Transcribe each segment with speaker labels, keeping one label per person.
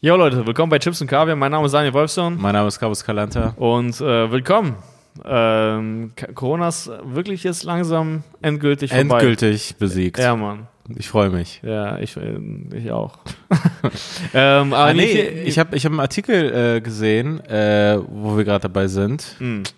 Speaker 1: Jo Leute, willkommen bei Chips und Kaviar. Mein Name ist Daniel Wolfson
Speaker 2: Mein Name ist Carlos Calanta.
Speaker 1: und äh, willkommen. Ähm, K- Corona ist wirklich jetzt langsam endgültig vorbei.
Speaker 2: Endgültig besiegt.
Speaker 1: Ja, Mann.
Speaker 2: Ich freue mich.
Speaker 1: Ja, ich, äh, ich auch. ähm, aber
Speaker 2: Ah, nee,
Speaker 1: nicht-
Speaker 2: ich habe ich hab einen Artikel äh, gesehen, äh, wo wir gerade dabei sind,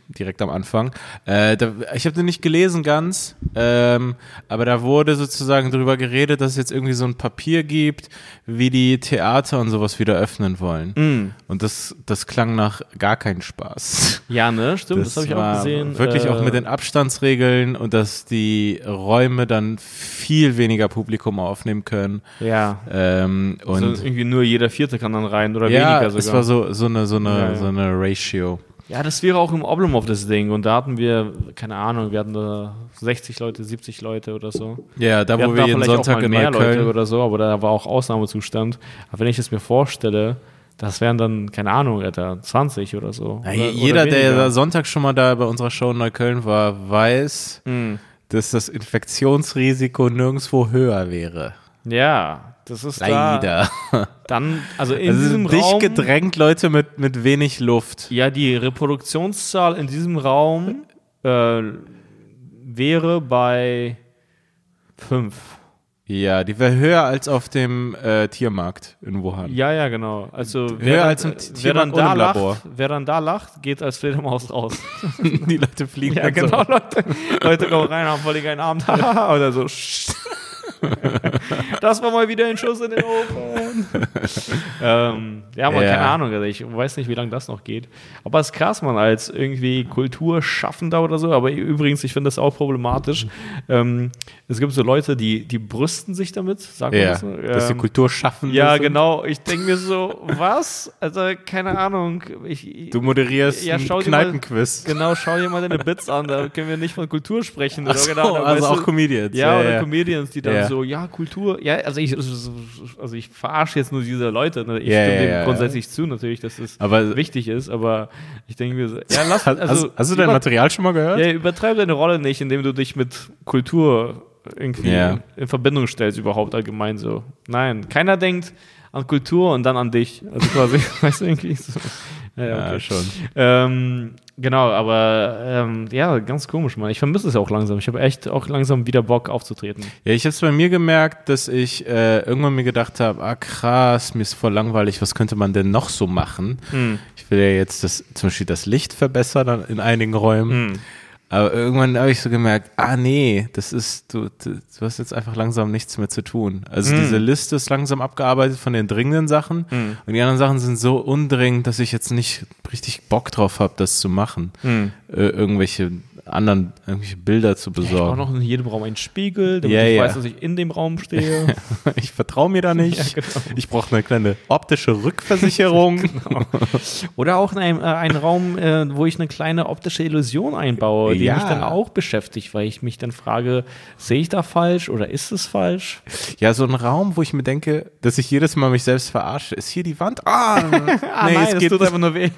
Speaker 2: direkt am Anfang. Äh, da, ich habe den nicht gelesen ganz, ähm, aber da wurde sozusagen darüber geredet, dass es jetzt irgendwie so ein Papier gibt, wie die Theater und sowas wieder öffnen wollen.
Speaker 1: mm.
Speaker 2: Und das, das klang nach gar keinen Spaß.
Speaker 1: ja, ne, stimmt, das, habe ich auch
Speaker 2: war
Speaker 1: gesehen.
Speaker 2: Wirklich auch
Speaker 1: Äh,
Speaker 2: mit den Abstandsregeln und dass die Räume dann viel weniger Publikum aufnehmen können.
Speaker 1: Äh, Ja.
Speaker 2: Ähm, und
Speaker 1: Also irgendwie nur jeder Vierte kann dann rein oder
Speaker 2: ja,
Speaker 1: weniger sogar.
Speaker 2: es war so, so eine, so eine,
Speaker 1: Ja, ja.
Speaker 2: so eine Ratio.
Speaker 1: Ja, das wäre auch im Oblomov das Ding. Und da hatten wir, keine Ahnung, wir hatten da 60 Leute, 70 Leute oder so.
Speaker 2: Ja, da
Speaker 1: Wir
Speaker 2: wo
Speaker 1: hatten
Speaker 2: wir
Speaker 1: da
Speaker 2: jeden
Speaker 1: vielleicht auch
Speaker 2: Sonntag
Speaker 1: mal
Speaker 2: in
Speaker 1: mehr Leute
Speaker 2: Neukölln.
Speaker 1: oder so, aber da war auch Ausnahmezustand. Aber wenn ich es mir vorstelle, das wären dann, keine Ahnung, Alter, 20 oder so. oder,
Speaker 2: Ja, jeder,
Speaker 1: oder
Speaker 2: der
Speaker 1: weniger.
Speaker 2: da Sonntag schon mal da bei unserer Show in Neukölln war, weiß,
Speaker 1: Hm.
Speaker 2: dass das Infektionsrisiko nirgendwo höher wäre.
Speaker 1: Ja, das ist Da,
Speaker 2: Leider.
Speaker 1: dann, also in
Speaker 2: Also
Speaker 1: diesem
Speaker 2: sind dicht
Speaker 1: Raum.
Speaker 2: gedrängt Leute mit, mit wenig Luft.
Speaker 1: Ja, die Reproduktionszahl in diesem Raum äh, wäre bei 5.
Speaker 2: Ja, die wäre höher als auf dem äh, Tiermarkt in Wuhan.
Speaker 1: Ja, ja, genau. Also
Speaker 2: Höher
Speaker 1: dann-
Speaker 2: als im
Speaker 1: äh, wer dann
Speaker 2: Tiermarkt
Speaker 1: da
Speaker 2: ohne
Speaker 1: lacht,
Speaker 2: Labor.
Speaker 1: wer dann da lacht, geht als Fledermaus raus.
Speaker 2: die Leute fliegen
Speaker 1: ja,
Speaker 2: dann so.
Speaker 1: genau, Leute. Leute kommen rein, haben voll den geilen Abend. Hahaha. Oder so. "Sch." das war mal wieder ein Schuss in den Ofen. ähm, ja, man,
Speaker 2: Ja.
Speaker 1: keine Ahnung. Also ich weiß nicht, wie lange das noch geht. Aber es ist krass, man, als irgendwie Kulturschaffender oder so. Aber übrigens, ich finde das auch problematisch. Ähm, es gibt so Leute, die, die brüsten sich damit, sagt man
Speaker 2: Ja,
Speaker 1: das? so?
Speaker 2: dass die
Speaker 1: Ähm,
Speaker 2: Kultur schaffen.
Speaker 1: ja,
Speaker 2: müssen.
Speaker 1: genau. Ich denke mir so, was? Also, keine Ahnung. Ich,
Speaker 2: Du moderierst
Speaker 1: Ja,
Speaker 2: ein
Speaker 1: schau dir mal-
Speaker 2: Kneipenquiz.
Speaker 1: genau, schau dir mal deine Bits an. Da können wir nicht von Kultur sprechen.
Speaker 2: Ach
Speaker 1: Oder
Speaker 2: so,
Speaker 1: keine Ahnung,
Speaker 2: also
Speaker 1: genau, weißt
Speaker 2: auch
Speaker 1: du?
Speaker 2: Comedians.
Speaker 1: Ja,
Speaker 2: Ja,
Speaker 1: oder
Speaker 2: ja.
Speaker 1: Comedians, die dann
Speaker 2: Ja.
Speaker 1: so, ja, Kultur. Ja, also ich, also ich verarsche jetzt nur diese Leute. Ne? Ich
Speaker 2: Ja,
Speaker 1: stimme
Speaker 2: ja,
Speaker 1: dem
Speaker 2: ja,
Speaker 1: grundsätzlich zu, natürlich, dass es
Speaker 2: Aber-
Speaker 1: wichtig ist. Aber ich denke mir so, ja, lass
Speaker 2: Hast,
Speaker 1: also,
Speaker 2: hast, hast du dein
Speaker 1: über-
Speaker 2: Material schon mal gehört?
Speaker 1: ja, übertreib deine Rolle nicht, indem du dich mit Kultur irgendwie
Speaker 2: Ja.
Speaker 1: in Verbindung stellst, überhaupt allgemein so. Nein, keiner denkt an Kultur und dann an dich. Also quasi, weißt du, irgendwie so. Ja, ja, okay.
Speaker 2: Ja, schon.
Speaker 1: Ähm, genau, aber ähm, ja, ganz komisch, Mann. Ich vermisse es auch langsam. Ich habe echt auch langsam wieder Bock aufzutreten.
Speaker 2: Ja, ich habe es bei mir gemerkt, dass ich äh, irgendwann mir gedacht habe, ah krass, mir ist voll langweilig, was könnte man denn noch so machen? Ich will ja jetzt das, zum Beispiel das Licht verbessern an- in einigen
Speaker 1: Hm.
Speaker 2: Räumen. Aber irgendwann habe ich so gemerkt, ah nee, das ist, du, du, du hast jetzt einfach langsam nichts mehr zu tun. Also
Speaker 1: Hm.
Speaker 2: diese Liste ist langsam abgearbeitet von den dringenden Sachen und die anderen Sachen sind so undringend, dass ich jetzt nicht richtig Bock drauf habe, das zu machen.
Speaker 1: Hm.
Speaker 2: Äh, irgendwelche anderen, irgendwelche Bilder zu
Speaker 1: Ich brauche
Speaker 2: besorgen.
Speaker 1: noch in jedem Raum einen Spiegel, damit
Speaker 2: Ja,
Speaker 1: ich
Speaker 2: ja.
Speaker 1: weiß, dass ich in dem Raum stehe.
Speaker 2: Ich vertraue mir da nicht.
Speaker 1: Ja, genau.
Speaker 2: Ich brauche eine kleine optische Rückversicherung.
Speaker 1: Oder auch in einem, äh, einen Raum, äh, wo ich eine kleine optische Illusion einbaue, die
Speaker 2: Ja.
Speaker 1: mich dann auch beschäftigt, weil ich mich dann frage, sehe ich da falsch oder ist es falsch?
Speaker 2: Ja, so ein Raum, wo ich mir denke, dass ich jedes Mal mich selbst verarsche. Ist hier die Wand? Ah, nee, es geht,
Speaker 1: einfach nur weh.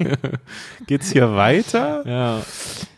Speaker 2: geht's hier weiter?
Speaker 1: ja.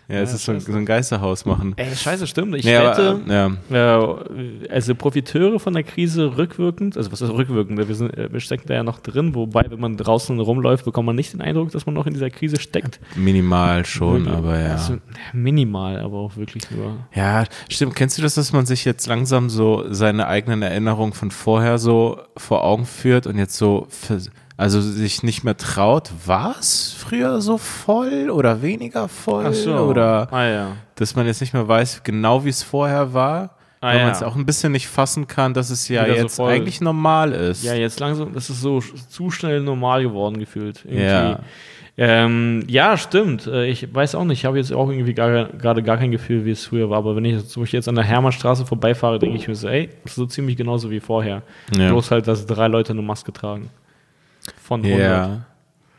Speaker 2: Ja, es ist so ein, so ein Geisterhaus machen.
Speaker 1: Ey, scheiße, stimmt. Ich
Speaker 2: Nee, aber, ähm,
Speaker 1: wette,
Speaker 2: äh, ja.
Speaker 1: äh, also Profiteure von der Krise rückwirkend, also was ist rückwirkend? Wir, sind, äh, wir stecken da ja noch drin, wobei, wenn man draußen rumläuft, bekommt man nicht den Eindruck, dass man noch in dieser Krise steckt.
Speaker 2: Minimal schon, aber ja.
Speaker 1: Also, minimal, aber auch wirklich nur.
Speaker 2: Ja, stimmt. Kennst du das, dass man sich jetzt langsam so seine eigenen Erinnerungen von vorher so vor Augen führt und jetzt so, vers- also sich nicht mehr traut, war es früher so voll oder weniger voll? Oder
Speaker 1: ah ja.
Speaker 2: dass man jetzt nicht mehr weiß, genau wie es vorher war,
Speaker 1: Ah,
Speaker 2: weil
Speaker 1: ja.
Speaker 2: man es auch ein bisschen nicht fassen kann, dass es ja
Speaker 1: Wieder so
Speaker 2: jetzt
Speaker 1: voll.
Speaker 2: eigentlich normal ist.
Speaker 1: Ja, jetzt langsam, das ist so sch- zu schnell normal geworden gefühlt. Irgendwie.
Speaker 2: Ja.
Speaker 1: Ähm, ja, stimmt. Äh, Ich weiß auch nicht. Ich habe jetzt auch irgendwie gar- gerade gar kein Gefühl, wie es früher war. Aber wenn ich zum Beispiel jetzt an der Hermannstraße vorbeifahre, denke ich mir so, ey, das ist so ziemlich genauso wie vorher.
Speaker 2: Ja.
Speaker 1: Bloß halt, dass drei Leute eine Maske tragen. Von 100.
Speaker 2: Ja.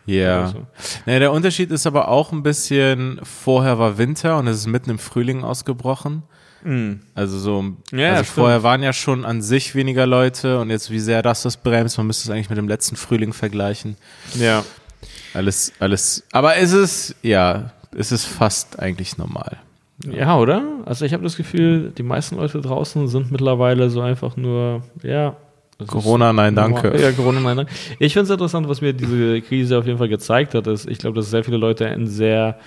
Speaker 1: Oder
Speaker 2: Ja.
Speaker 1: so.
Speaker 2: Naja, der Unterschied ist aber auch ein bisschen, vorher war Winter und es ist mitten im Frühling ausgebrochen. Also so,
Speaker 1: Ja,
Speaker 2: also
Speaker 1: stimmt.
Speaker 2: vorher waren ja schon an sich weniger Leute und jetzt wie sehr das das bremst, man müsste es eigentlich mit dem letzten Frühling vergleichen.
Speaker 1: Ja.
Speaker 2: Alles, alles, aber es ist, ja, es ist fast eigentlich normal.
Speaker 1: Ja, oder? Also ich habe das Gefühl, die meisten Leute draußen sind mittlerweile so einfach nur, ja, Das ist-
Speaker 2: Corona, nein, danke.
Speaker 1: Ja, Corona, nein, danke. Ich finde es interessant, was mir diese Krise auf jeden Fall gezeigt hat, ist, ich glaube, dass sehr viele Leute einen sehr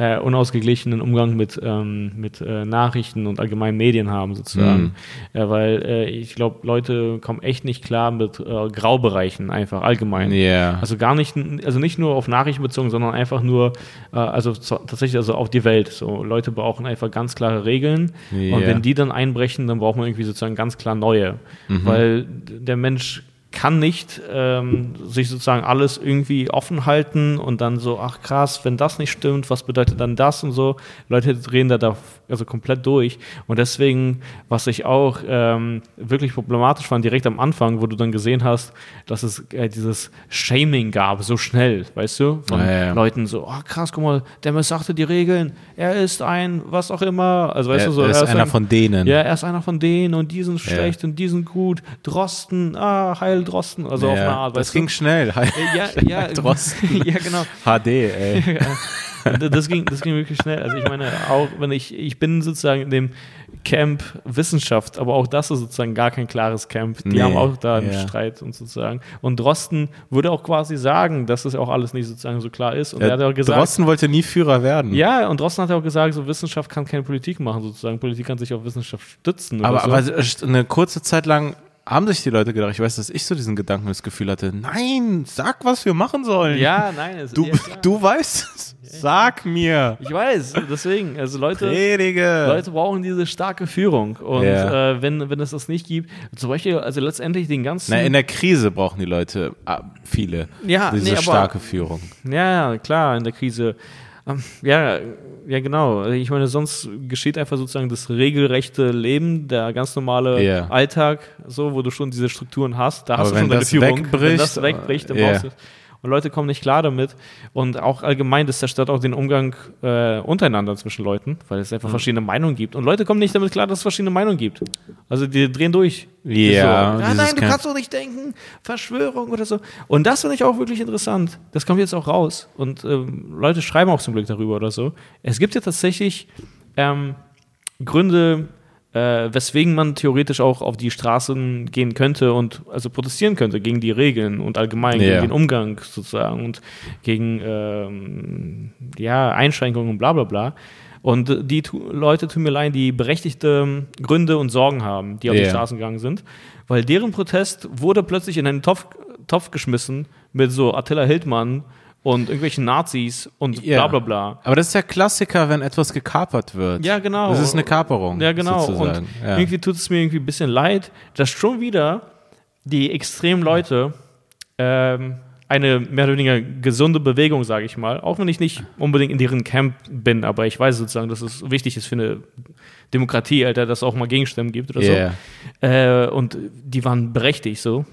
Speaker 1: äh, unausgeglichenen Umgang mit, ähm, mit äh, Nachrichten und allgemeinen Medien haben,
Speaker 2: Mhm.
Speaker 1: sozusagen. Äh, weil äh, ich glaube, Leute kommen echt nicht klar mit äh, Graubereichen einfach allgemein.
Speaker 2: Ja.
Speaker 1: Also gar nicht, also nicht nur auf Nachrichten bezogen, sondern einfach nur, äh, also z- tatsächlich also auf die Welt. So Leute brauchen einfach ganz klare Regeln
Speaker 2: Ja.
Speaker 1: und wenn die dann einbrechen, dann braucht man irgendwie sozusagen ganz klar neue,
Speaker 2: Mhm.
Speaker 1: weil d- der Mensch kann nicht ähm, sich sozusagen alles irgendwie offen halten und dann so, ach krass, wenn das nicht stimmt, was bedeutet dann das und so. Leute drehen da, da f- also komplett durch. Und deswegen, was ich auch ähm, wirklich problematisch fand, direkt am Anfang, wo du dann gesehen hast, dass es äh, dieses Shaming gab, so schnell, weißt du, von
Speaker 2: Ja, ja.
Speaker 1: Leuten so, ach krass, guck mal, der missachtet die Regeln, er ist ein, was auch immer. Also weißt
Speaker 2: Er-
Speaker 1: du so,
Speaker 2: er ist einer
Speaker 1: ein-
Speaker 2: von denen.
Speaker 1: Ja, er ist einer von denen und die sind schlecht und die sind gut. Drosten, ah, heil Drosten, also auf eine Art. weißt
Speaker 2: das
Speaker 1: du?
Speaker 2: ging
Speaker 1: Äh,
Speaker 2: schnell. Halt
Speaker 1: ja, ja,
Speaker 2: Drosten.
Speaker 1: ja, genau.
Speaker 2: HD, ey.
Speaker 1: Das ging, das ging wirklich schnell. Also ich meine, auch wenn ich, ich bin sozusagen in dem Camp Wissenschaft, aber auch das ist sozusagen gar kein klares Camp. Die
Speaker 2: Nee,
Speaker 1: haben auch da einen
Speaker 2: ja.
Speaker 1: Streit und sozusagen. Und Drosten würde auch quasi sagen, dass es auch alles nicht sozusagen so klar ist. Und er hat ja auch gesagt,
Speaker 2: Drosten wollte nie Führer werden.
Speaker 1: ja, und Drosten hat ja auch gesagt, so Wissenschaft kann keine Politik machen, sozusagen. Politik kann sich auf Wissenschaft stützen.
Speaker 2: Aber,
Speaker 1: oder
Speaker 2: aber
Speaker 1: so.
Speaker 2: eine kurze Zeit lang haben sich die Leute gedacht, ich weiß, dass ich so diesen Gedanken, das Gefühl hatte, nein, sag, was wir machen sollen.
Speaker 1: ja, nein, es,
Speaker 2: Du,
Speaker 1: ja, klar.
Speaker 2: du weißt es. Sag mir.
Speaker 1: Ich weiß, deswegen, also Leute,
Speaker 2: Predige.
Speaker 1: Leute brauchen diese starke Führung. Und
Speaker 2: Ja.
Speaker 1: äh, wenn, wenn es das nicht gibt, zum Beispiel, also letztendlich den ganzen.
Speaker 2: Na, in der Krise brauchen die Leute ah, viele.
Speaker 1: Ja,
Speaker 2: Diese
Speaker 1: nee, aber-
Speaker 2: starke Führung.
Speaker 1: Ja, ja, klar, in der Krise. Ähm, Ja, ja, genau. Ich meine, sonst geschieht einfach sozusagen das regelrechte Leben, der ganz normale
Speaker 2: Ja.
Speaker 1: Alltag, so, wo du schon diese Strukturen hast. Da
Speaker 2: Aber
Speaker 1: hast du
Speaker 2: wenn
Speaker 1: schon deine
Speaker 2: das
Speaker 1: Führung. wenn
Speaker 2: wegbricht,
Speaker 1: das wegbricht, dann
Speaker 2: äh, ja.
Speaker 1: brauchst du und Leute kommen nicht klar damit. Und auch allgemein, das zerstört auch den Umgang äh, untereinander zwischen Leuten, weil es
Speaker 2: Mhm.
Speaker 1: einfach verschiedene Meinungen gibt. Und Leute kommen nicht damit klar, dass es verschiedene Meinungen gibt. Also die drehen durch.
Speaker 2: Ja,
Speaker 1: So,
Speaker 2: dieses
Speaker 1: ah, nein, du
Speaker 2: Camp-
Speaker 1: kannst doch nicht denken, Verschwörung oder so. Und das finde ich auch wirklich interessant. Das kommt jetzt auch raus. Und ähm, Leute schreiben auch zum Glück darüber oder so. Es gibt ja tatsächlich ähm, Gründe, äh, weswegen man theoretisch auch auf die Straßen gehen könnte und also protestieren könnte gegen die Regeln und allgemein
Speaker 2: Ja.
Speaker 1: gegen den Umgang sozusagen und gegen ähm, ja, Einschränkungen und bla bla bla. Und äh, die tu Leute tun mir leid, die berechtigte ähm, Gründe und Sorgen haben, die auf
Speaker 2: Ja.
Speaker 1: die Straßen gegangen sind, weil deren Protest wurde plötzlich in einen Topf, Topf geschmissen mit so Attila Hildmann und irgendwelchen Nazis und bla
Speaker 2: Ja.
Speaker 1: bla bla.
Speaker 2: Aber das ist der Klassiker, wenn etwas gekapert wird.
Speaker 1: Ja, genau.
Speaker 2: Das ist eine Kaperung.
Speaker 1: Ja, genau.
Speaker 2: Sozusagen.
Speaker 1: Und
Speaker 2: ja.
Speaker 1: irgendwie tut es mir irgendwie ein bisschen leid, dass schon wieder die extremen Leute ähm, eine mehr oder weniger gesunde Bewegung, sage ich mal, auch wenn ich nicht unbedingt in deren Camp bin, aber ich weiß sozusagen, dass es wichtig ist für eine Demokratie, Alter, dass es auch mal Gegenstimmen gibt oder
Speaker 2: Yeah.
Speaker 1: so. Äh, und die waren berechtigt so,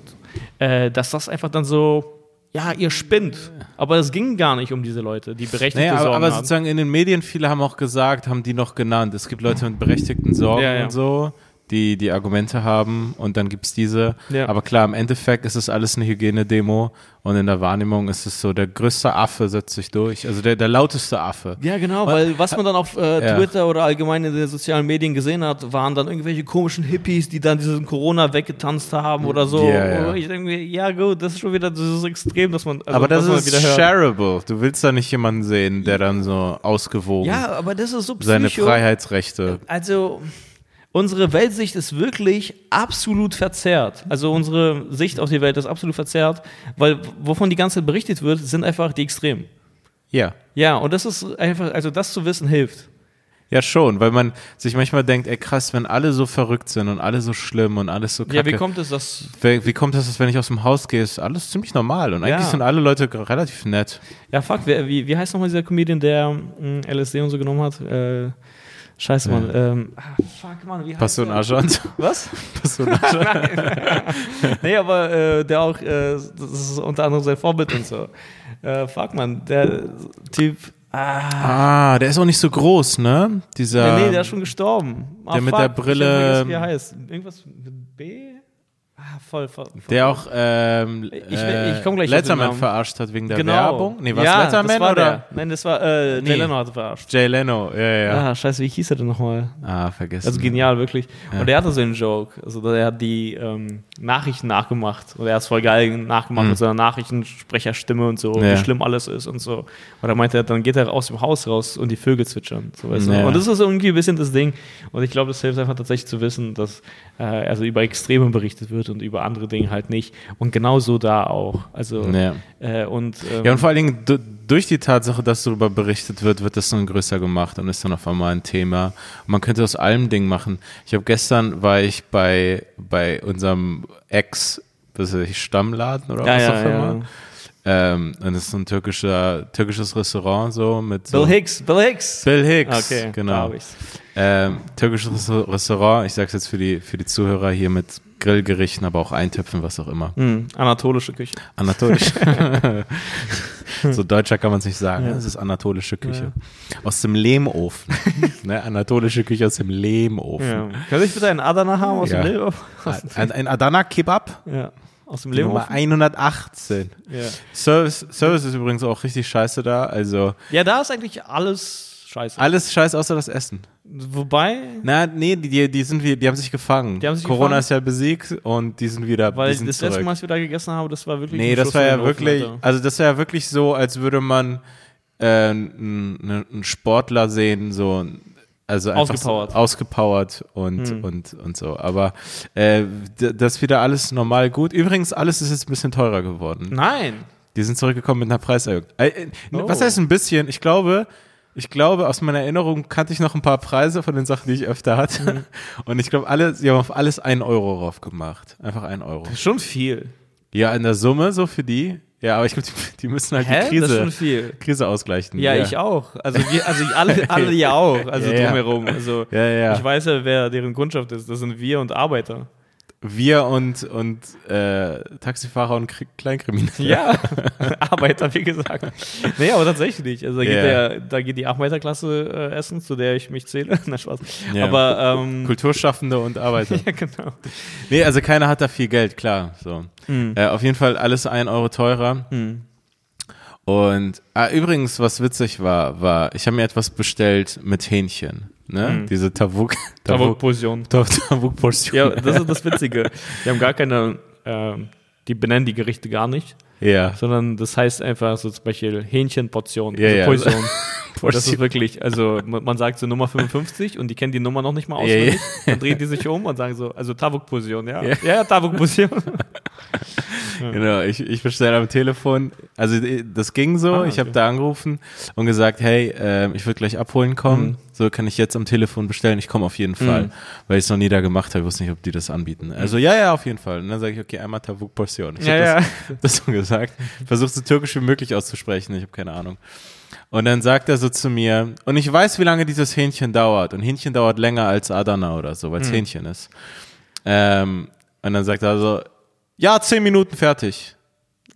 Speaker 1: äh, dass das einfach dann so, ja, ihr spinnt. Aber es ging gar nicht um diese Leute, die berechtigte
Speaker 2: Naja, aber,
Speaker 1: Sorgen
Speaker 2: aber
Speaker 1: haben.
Speaker 2: sozusagen in den Medien, viele haben auch gesagt, haben die noch genannt. Es gibt Leute mit berechtigten Sorgen
Speaker 1: Ja, ja.
Speaker 2: und so, die die Argumente haben und dann gibt es diese.
Speaker 1: Ja.
Speaker 2: Aber klar, im Endeffekt ist es alles eine Hygienedemo und in der Wahrnehmung ist es so, der größte Affe setzt sich durch, also der, der lauteste Affe.
Speaker 1: Ja, genau, weil was man dann auf äh,
Speaker 2: Ja.
Speaker 1: Twitter oder allgemein in den sozialen Medien gesehen hat, waren dann irgendwelche komischen Hippies, die dann diesen Corona weggetanzt haben oder so.
Speaker 2: Ja, ja.
Speaker 1: Und Ich denke mir, ja gut, das ist schon wieder dieses Extrem, dass man also,
Speaker 2: aber das
Speaker 1: was man
Speaker 2: ist
Speaker 1: wieder hört.
Speaker 2: shareable. Du willst da nicht jemanden sehen, der dann so ausgewogen
Speaker 1: Ja, aber das ist so
Speaker 2: seine
Speaker 1: psycho.
Speaker 2: Freiheitsrechte.
Speaker 1: Also unsere Weltsicht ist wirklich absolut verzerrt. Also unsere Sicht auf die Welt ist absolut verzerrt, weil wovon die ganze Zeit berichtet wird, sind einfach die Extremen.
Speaker 2: Ja.
Speaker 1: Ja, und das ist einfach, also das zu wissen hilft.
Speaker 2: Ja, schon, weil man sich manchmal denkt, ey krass, wenn alle so verrückt sind und alle so schlimm und alles so kacke.
Speaker 1: Ja, wie kommt es, dass
Speaker 2: Wie, wie kommt das, dass wenn ich aus dem Haus gehe, ist alles ziemlich normal und eigentlich
Speaker 1: Ja.
Speaker 2: sind alle Leute g- relativ nett.
Speaker 1: Ja, fuck, wer, wie, wie heißt nochmal dieser Comedian, der hm, mh, LSD und so genommen hat? Äh, scheiße, Mann. Ähm, ah, fuck, Mann, wie heißt
Speaker 2: Passt so ein
Speaker 1: der?
Speaker 2: Arschland.
Speaker 1: Was? nee, aber äh, der auch, äh, das ist unter anderem sein Vorbild und so. Äh, fuck, Mann, der Typ. Ah,
Speaker 2: Ah, der ist auch nicht so groß, ne? Dieser.
Speaker 1: nee, nee, der ist schon gestorben. Ah,
Speaker 2: der mit
Speaker 1: fuck,
Speaker 2: der
Speaker 1: Ich hab vergessen,
Speaker 2: Brille-
Speaker 1: wie er heißt. Irgendwas mit B? Ah, voll, voll, voll.
Speaker 2: Der auch ähm,
Speaker 1: Ich- ich komm gleich auf den
Speaker 2: Letterman
Speaker 1: Namen.
Speaker 2: verarscht hat wegen der
Speaker 1: genau.
Speaker 2: Werbung. Nee, war's
Speaker 1: ja,
Speaker 2: Letterman
Speaker 1: das war
Speaker 2: oder?
Speaker 1: Der. Nein, das war äh,
Speaker 2: Nee.
Speaker 1: Jay Leno hat verarscht.
Speaker 2: Jay Leno, ja, ja. ja.
Speaker 1: Ah, scheiße, wie hieß er denn nochmal?
Speaker 2: Ah, vergessen.
Speaker 1: Also genial, wirklich. Und er hatte so einen Joke. Also er hat die ähm, Nachrichten nachgemacht. Und er hat es voll geil nachgemacht mit seiner Nachrichtensprecherstimme und so,
Speaker 2: Mhm. Ja.
Speaker 1: wie schlimm alles ist und so. Und er meinte, dann geht er aus dem Haus raus und die Vögel zwitschern. So, weißt
Speaker 2: Ja.
Speaker 1: du? Und das ist irgendwie ein bisschen das Ding. Und ich glaube, das hilft einfach tatsächlich zu wissen, dass äh, also über Extreme berichtet wird und über andere Dinge halt nicht. Und genau so da auch. Also
Speaker 2: Ja.
Speaker 1: äh, und ähm,
Speaker 2: Ja, und vor allen Dingen du, durch die Tatsache, dass darüber berichtet wird, wird das dann größer gemacht und ist dann auf einmal ein Thema. Und man könnte aus allem Ding machen. Ich habe gestern war ich bei, bei unserem Ex, was weiß ich, Stammladen oder
Speaker 1: Ja,
Speaker 2: was
Speaker 1: ja,
Speaker 2: auch
Speaker 1: ja.
Speaker 2: immer. Ähm, und das ist so ein türkischer, türkisches Restaurant so mit so
Speaker 1: Bill Hicks, Bill Hicks.
Speaker 2: Bill Hicks,
Speaker 1: Okay, da
Speaker 2: genau.
Speaker 1: hab ich's.
Speaker 2: Ähm, türkisches Restaur- Restaurant, ich sag's jetzt für die, für die Zuhörer hier mit Grillgerichten, aber auch Eintöpfen, was auch immer.
Speaker 1: Hm, anatolische Küche.
Speaker 2: Anatolisch. so deutscher kann man es nicht sagen. Das ist anatolische Küche. Aus dem Lehmofen. ne? Anatolische Küche aus dem Lehmofen.
Speaker 1: Ja. Könnte ich bitte einen Adana haben aus
Speaker 2: Ja.
Speaker 1: dem Leber?
Speaker 2: Ein, ein Adana-Kebab,
Speaker 1: Ja. Aus dem Leben.
Speaker 2: Nummer 118.
Speaker 1: Ja.
Speaker 2: Service, Service ist übrigens auch richtig scheiße da. Also
Speaker 1: ja, da ist eigentlich alles scheiße.
Speaker 2: alles scheiße außer das Essen.
Speaker 1: Wobei,
Speaker 2: Na, nee, die- die, die, sind, wie- die haben sich gefangen.
Speaker 1: Die haben sich
Speaker 2: Corona
Speaker 1: gefangen?
Speaker 2: ist ja besiegt und die sind wieder
Speaker 1: weil
Speaker 2: die
Speaker 1: das
Speaker 2: sind
Speaker 1: letzte
Speaker 2: zurück.
Speaker 1: Mal, als wir da gegessen haben, das war wirklich.
Speaker 2: Nee,
Speaker 1: ein
Speaker 2: das
Speaker 1: Schuss
Speaker 2: war
Speaker 1: in
Speaker 2: ja
Speaker 1: den Ofen,
Speaker 2: wirklich,
Speaker 1: Alter.
Speaker 2: also das war ja wirklich so, als würde man äh, einen einen Sportler sehen, so also einfach
Speaker 1: Ausgepowert. Hm.
Speaker 2: So, ausgepowert und, und, und so. Aber äh, d- das ist wieder alles normal gut. Übrigens, alles ist jetzt ein bisschen teurer geworden.
Speaker 1: Nein.
Speaker 2: Die sind zurückgekommen mit einer Preiserhöhung. Äh, äh,
Speaker 1: Oh.
Speaker 2: Was heißt ein bisschen? Ich glaube, ich glaube, aus meiner Erinnerung kannte ich noch ein paar Preise von den Sachen, die ich öfter hatte.
Speaker 1: Hm.
Speaker 2: Und ich glaube, alle, sie haben auf alles einen Euro drauf gemacht. Einfach einen Euro.
Speaker 1: Schon viel.
Speaker 2: Ja, in der Summe so für die. Ja, aber ich glaube, die, die müssen halt
Speaker 1: Hä?
Speaker 2: die
Speaker 1: Das ist schon
Speaker 2: Krise,
Speaker 1: viel.
Speaker 2: Krise ausgleichen.
Speaker 1: Ja, ich auch. Also, wir, also alle, alle ja auch. Also
Speaker 2: Ja, ja.
Speaker 1: drumherum. Also,
Speaker 2: Ja, ja.
Speaker 1: Ich weiß ja, wer deren Kundschaft ist. Das sind wir und Arbeiter.
Speaker 2: Wir und, und äh, Taxifahrer und Kri- Kleinkriminelle.
Speaker 1: Ja, Arbeiter, wie gesagt. Nee, aber tatsächlich. Also da,
Speaker 2: Ja.
Speaker 1: geht, der, da geht die Arbeiterklasse äh, essen, zu der ich mich zähle. Na, Spaß.
Speaker 2: Ja.
Speaker 1: Aber, ähm,
Speaker 2: Kulturschaffende und Arbeiter.
Speaker 1: ja, genau.
Speaker 2: nee, also keiner hat da viel Geld, klar. So.
Speaker 1: Mhm.
Speaker 2: Äh, auf jeden Fall alles ein Euro teurer. Und ah, übrigens, was witzig war, war, ich habe mir etwas bestellt mit Hähnchen. Ne?
Speaker 1: Mhm.
Speaker 2: Diese Tavuk.
Speaker 1: Tabakposition.
Speaker 2: Tavuk-Portion.
Speaker 1: Ja, das ist das Witzige. Die haben gar keine, ähm, die benennen die Gerichte gar nicht,
Speaker 2: ja.
Speaker 1: sondern das heißt einfach so zum Beispiel Hähnchenportion,
Speaker 2: Ja, ja.
Speaker 1: Portion. Und das
Speaker 2: Portion.
Speaker 1: ist wirklich, also man man sagt so Nummer 55 und die kennen die Nummer noch nicht mal
Speaker 2: Ja, ja.
Speaker 1: auswendig. Dann drehen die sich um und sagen so, also Tabakposition, ja. Ja, ja Tabakposition.
Speaker 2: Genau, ich, ich bestelle am Telefon. Also äh, das ging so.
Speaker 1: Ah,
Speaker 2: Ich habe
Speaker 1: okay.
Speaker 2: da angerufen und gesagt, hey, ähm, ich würde gleich abholen kommen.
Speaker 1: Mhm.
Speaker 2: So kann ich jetzt am Telefon bestellen. Ich komme auf jeden Fall, weil ich es noch nie da gemacht habe. Ich wusste nicht, ob die das anbieten. Also ja, ja, auf jeden Fall. Und dann sage ich, okay, einmal Tavuk Portion. Ich
Speaker 1: Mhm. Ja,
Speaker 2: hab
Speaker 1: ja.
Speaker 2: das, das so gesagt. Versucht so türkisch wie möglich auszusprechen. Ich habe keine Ahnung. Und dann sagt er so zu mir, und ich weiß, wie lange dieses Hähnchen dauert. Und Hähnchen dauert länger als Adana oder so, weil
Speaker 1: Mhm.
Speaker 2: es Hähnchen ist. Ähm, und dann sagt er so, ja, zehn Minuten fertig.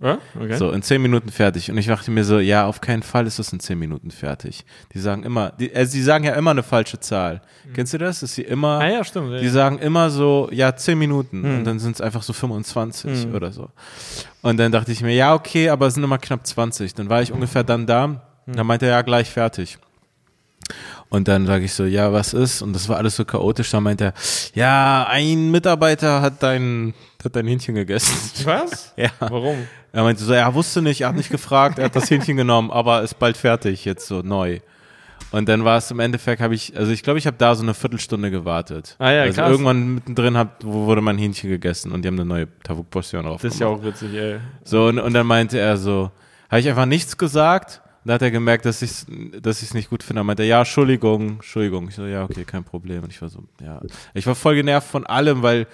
Speaker 1: Ja, okay.
Speaker 2: So, in zehn Minuten fertig. Und ich dachte mir so, ja, auf keinen Fall ist das in zehn Minuten fertig. Die sagen immer, die, also die sagen ja immer eine falsche Zahl. Kennst du das? Dass sie immer,
Speaker 1: Mhm. Ah ja, stimmt. Ja.
Speaker 2: die sagen immer so, ja, zehn Minuten. Und dann sind es einfach so 25 oder so. Und dann dachte ich mir, ja, okay, aber es sind immer knapp 20. Dann war ich ungefähr dann da. Dann meinte er, ja, gleich fertig. Und dann sage ich so, ja, was ist? Und das war alles so chaotisch. Dann meinte er, ja, ein Mitarbeiter hat dein, hat dein Hähnchen gegessen.
Speaker 1: Was?
Speaker 2: Ja.
Speaker 1: Warum?
Speaker 2: Er meinte so, er wusste nicht, er hat nicht gefragt, er hat das Hähnchen genommen, aber ist bald fertig, jetzt so neu. Und dann war es im Endeffekt, habe ich, also ich glaube, ich habe da so eine Viertelstunde gewartet.
Speaker 1: Ah ja,
Speaker 2: also
Speaker 1: krass.
Speaker 2: irgendwann mittendrin hab, wo wurde mein Hähnchen gegessen und die haben eine neue Tavuk-Portion drauf.
Speaker 1: Das ist ja auch witzig, ey.
Speaker 2: So, und, und dann meinte er so, habe ich einfach nichts gesagt? Und dann hat er gemerkt, dass ich es dass ich's nicht gut finde. Dann meinte er, ja, Entschuldigung, Entschuldigung. Ich so, ja, okay, kein Problem. Und ich war so, ja. Ich war voll genervt von allem, weil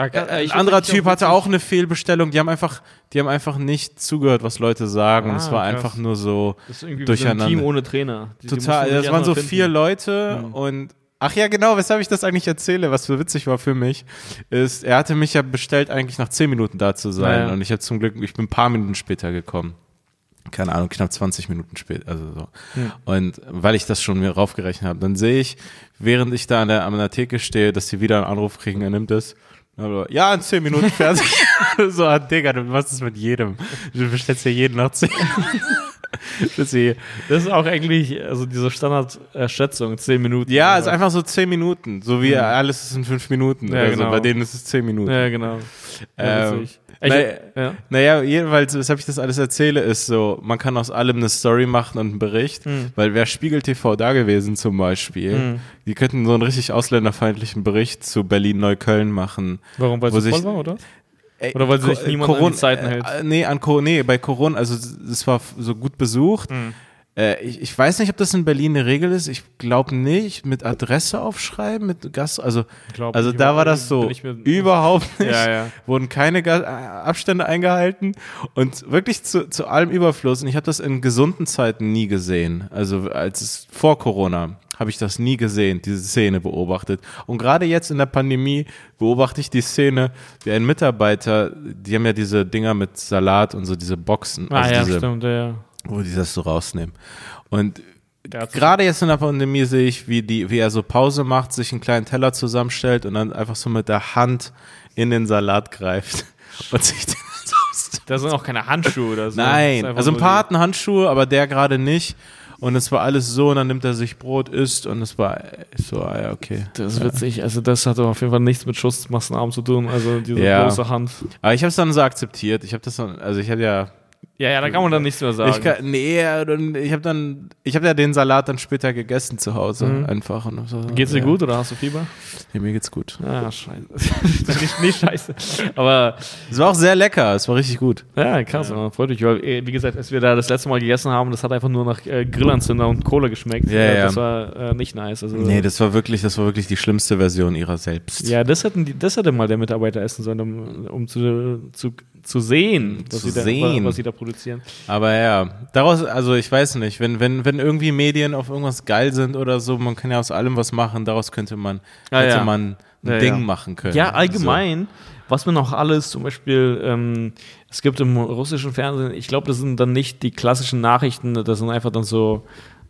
Speaker 2: Ah, äh,
Speaker 1: äh,
Speaker 2: ein anderer Typ hatte auch eine Fehlbestellung. Die haben einfach, die haben einfach nicht zugehört, was Leute sagen.
Speaker 1: Ah,
Speaker 2: es war
Speaker 1: krass.
Speaker 2: einfach nur so
Speaker 1: Das ist irgendwie
Speaker 2: durcheinander.
Speaker 1: So ein Team ohne Trainer. Die- die
Speaker 2: total.
Speaker 1: mussten sich
Speaker 2: Das waren
Speaker 1: erstmal
Speaker 2: so
Speaker 1: finden. Mhm.
Speaker 2: vier Leute und ach ja, genau. Weshalb ich das eigentlich erzähle, was so witzig war für mich, ist, er hatte mich ja bestellt, eigentlich nach zehn Minuten da zu sein
Speaker 1: Ja.
Speaker 2: und ich habe zum Glück, ich bin ein paar Minuten später gekommen. Keine Ahnung, knapp 20 Minuten spät, also so.
Speaker 1: Hm.
Speaker 2: Und weil ich das schon mir raufgerechnet habe, dann sehe ich, während ich da an der, an der Theke stehe, dass sie wieder einen Anruf kriegen, er nimmt es. Aber, ja, in zehn Minuten fertig. so, ah, Digga, du machst es mit jedem. Du bestellst ja jeden nach zehn. das ist
Speaker 1: Das ist auch eigentlich also diese Standardschätzung, 10 Minuten.
Speaker 2: ja,
Speaker 1: Aber-
Speaker 2: ist einfach so zehn Minuten. So wie alles ist in fünf Minuten.
Speaker 1: Ja,
Speaker 2: oder so.
Speaker 1: genau.
Speaker 2: Bei denen ist es zehn Minuten.
Speaker 1: Ja, genau. Ja,
Speaker 2: Ähm,
Speaker 1: witzig. ich,
Speaker 2: na-
Speaker 1: ja.
Speaker 2: Naja, jedenfalls, weshalb ich das alles erzähle, ist so, man kann aus allem eine Story machen und einen Bericht,
Speaker 1: Hm.
Speaker 2: weil wäre Spiegel TV da gewesen zum Beispiel, die könnten so einen richtig ausländerfeindlichen Bericht zu Berlin-Neukölln machen.
Speaker 1: Warum, weil
Speaker 2: Wo
Speaker 1: es so
Speaker 2: sich-
Speaker 1: voll war, oder?
Speaker 2: Ey,
Speaker 1: Oder weil
Speaker 2: Co-
Speaker 1: sich niemand an die Zeiten hält.
Speaker 2: Äh, nee, an Co nee, bei Corona, also s- es war f- so gut besucht.
Speaker 1: Hm.
Speaker 2: Äh, ich, ich weiß nicht, ob das in Berlin eine Regel ist. Ich glaube nicht. Mit Adresse aufschreiben, mit Gast, also,
Speaker 1: Glaub
Speaker 2: also
Speaker 1: nicht,
Speaker 2: da
Speaker 1: aber
Speaker 2: war das so
Speaker 1: bin ich mir-
Speaker 2: überhaupt nicht.
Speaker 1: Ja, ja.
Speaker 2: Wurden keine Ga- äh, Abstände eingehalten und wirklich zu, zu allem Überfluss. Und ich habe das in gesunden Zeiten nie gesehen. Also als es vor Corona habe ich das nie gesehen, diese Szene beobachtet. Und gerade jetzt in der Pandemie beobachte ich die Szene, wie ein Mitarbeiter, die haben ja diese Dinger mit Salat und so diese Boxen,
Speaker 1: Ah,
Speaker 2: also
Speaker 1: ja,
Speaker 2: diese,
Speaker 1: stimmt, ja, ja.
Speaker 2: wo die das so rausnehmen. Und
Speaker 1: Der hat sich-
Speaker 2: Gerade jetzt in der Pandemie sehe ich, wie, die, wie er so Pause macht, sich einen kleinen Teller zusammenstellt und dann einfach so mit der Hand in den Salat greift und sich den so-
Speaker 1: Da sind auch keine Handschuhe oder so.
Speaker 2: Nein,
Speaker 1: Das ist einfach
Speaker 2: also ein
Speaker 1: nur
Speaker 2: paar hatten Handschuhe, aber der gerade nicht. Und es war alles so, und dann nimmt er sich Brot, isst und es war ich so, ah ja, okay.
Speaker 1: die- Das ist witzig. Also, das hat auf jeden Fall nichts mit Schussmassenarm zu tun. Also, diese
Speaker 2: Ja.
Speaker 1: große Hand.
Speaker 2: Aber ich habe es dann so akzeptiert. Ich habe das dann, also ich habe ja,
Speaker 1: Ja, ja, da kann man dann nichts mehr sagen.
Speaker 2: ich kann, nee, und ich habe dann, ich habe ja den Salat dann später gegessen zu Hause einfach. Und so,
Speaker 1: Mhm. Geht's dir
Speaker 2: ja.
Speaker 1: gut oder hast du Fieber?
Speaker 2: Ja, mir geht's gut.
Speaker 1: Ah, scheiße. nicht, nicht scheiße. Aber
Speaker 2: Es war auch sehr lecker, es war richtig gut.
Speaker 1: ja, krass, man freut mich. Weil, eh, wie gesagt, als wir da das letzte Mal gegessen haben, das hat einfach nur nach äh, Grillanzünder und Kohle geschmeckt.
Speaker 2: Ja,
Speaker 1: Äh,
Speaker 2: ja.
Speaker 1: Das war äh, nicht nice. Also,
Speaker 2: Nee, das war wirklich, das war wirklich die schlimmste Version ihrer selbst.
Speaker 1: ja, das, hätten die, das hätte mal der Mitarbeiter essen sollen, um, um zu, zu, zu sehen, was,
Speaker 2: Zu
Speaker 1: sie da,
Speaker 2: sehen.
Speaker 1: was sie da produzieren.
Speaker 2: Aber ja, daraus, also ich weiß nicht, wenn, wenn, wenn irgendwie Medien auf irgendwas geil sind oder so, man kann ja aus allem was machen, daraus könnte man,
Speaker 1: Ja,
Speaker 2: hätte
Speaker 1: Ah, ja.
Speaker 2: man ein
Speaker 1: Ja,
Speaker 2: Ding
Speaker 1: ja.
Speaker 2: machen können. ne? Also,
Speaker 1: Ja, allgemein, was man auch alles, zum Beispiel, ähm, es gibt im russischen Fernsehen, ich glaube, das sind dann nicht die klassischen Nachrichten, das sind einfach dann so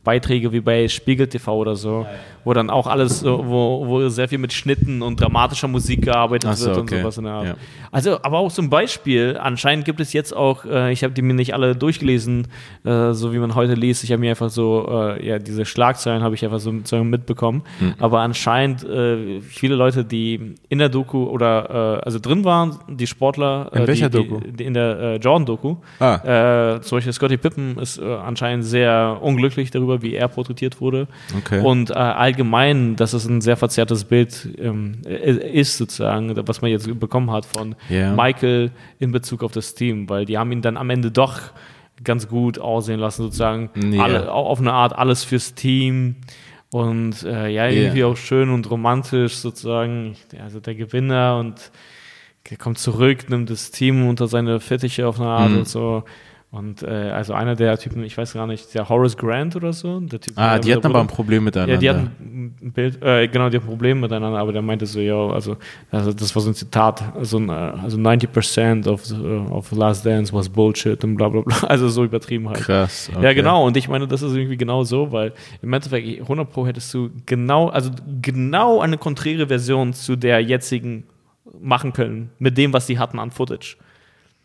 Speaker 1: Beiträge wie bei Spiegel TV oder so, wo dann auch alles, so, wo, wo sehr viel mit Schnitten und dramatischer Musik gearbeitet
Speaker 2: Ach so,
Speaker 1: wird und
Speaker 2: okay.
Speaker 1: sowas in der Art.
Speaker 2: Ja.
Speaker 1: Also, aber auch zum Beispiel, anscheinend gibt es jetzt auch, äh, ich habe die mir nicht alle durchgelesen, äh, so wie man heute liest. Ich habe mir einfach so, äh, ja, diese Schlagzeilen habe ich einfach so so mitbekommen.
Speaker 2: Hm.
Speaker 1: Aber anscheinend äh, viele Leute, die in der Doku oder äh, also drin waren, die Sportler.
Speaker 2: In
Speaker 1: äh,
Speaker 2: welcher
Speaker 1: die,
Speaker 2: Doku?
Speaker 1: Die, die in der äh, Jordan-Doku.
Speaker 2: Ah,
Speaker 1: Äh, zum Beispiel Scottie Pippen ist äh, anscheinend sehr unglücklich darüber, wie er porträtiert wurde.
Speaker 2: okay.
Speaker 1: Und äh, allgemein, dass es ein sehr verzerrtes Bild ähm, äh, ist, sozusagen, was man jetzt bekommen hat von
Speaker 2: Ja.
Speaker 1: Michael in Bezug auf das Team, weil die haben ihn dann am Ende doch ganz gut aussehen lassen, sozusagen.
Speaker 2: Ja.
Speaker 1: Alle, au- auf eine Art alles fürs Team. Und äh, ja,
Speaker 2: Ja.
Speaker 1: irgendwie auch schön und romantisch, sozusagen. Also der Gewinner und er kommt zurück, nimmt das Team unter seine Fittiche auf eine
Speaker 2: Mhm.
Speaker 1: Art und so. Und äh, also einer der Typen, ich weiß gar nicht, der Horace Grant oder so. Der typ,
Speaker 2: ah,
Speaker 1: der-
Speaker 2: die
Speaker 1: der
Speaker 2: hatten aber
Speaker 1: Bruder-
Speaker 2: ein Problem miteinander.
Speaker 1: ja, die hatten ein Bild, äh, genau, die hatten Probleme miteinander, aber der meinte so, ja, also, also das war so ein Zitat, so ein, äh, also 90% of, the, of Last Dance was Bullshit und bla bla bla, also so übertrieben halt.
Speaker 2: Krass. okay.
Speaker 1: Ja, genau, und ich meine, das ist irgendwie genau so, weil im Endeffekt 100 Pro hättest du genau, also genau eine konträre Version zu der jetzigen machen können, mit dem, was sie hatten an Footage.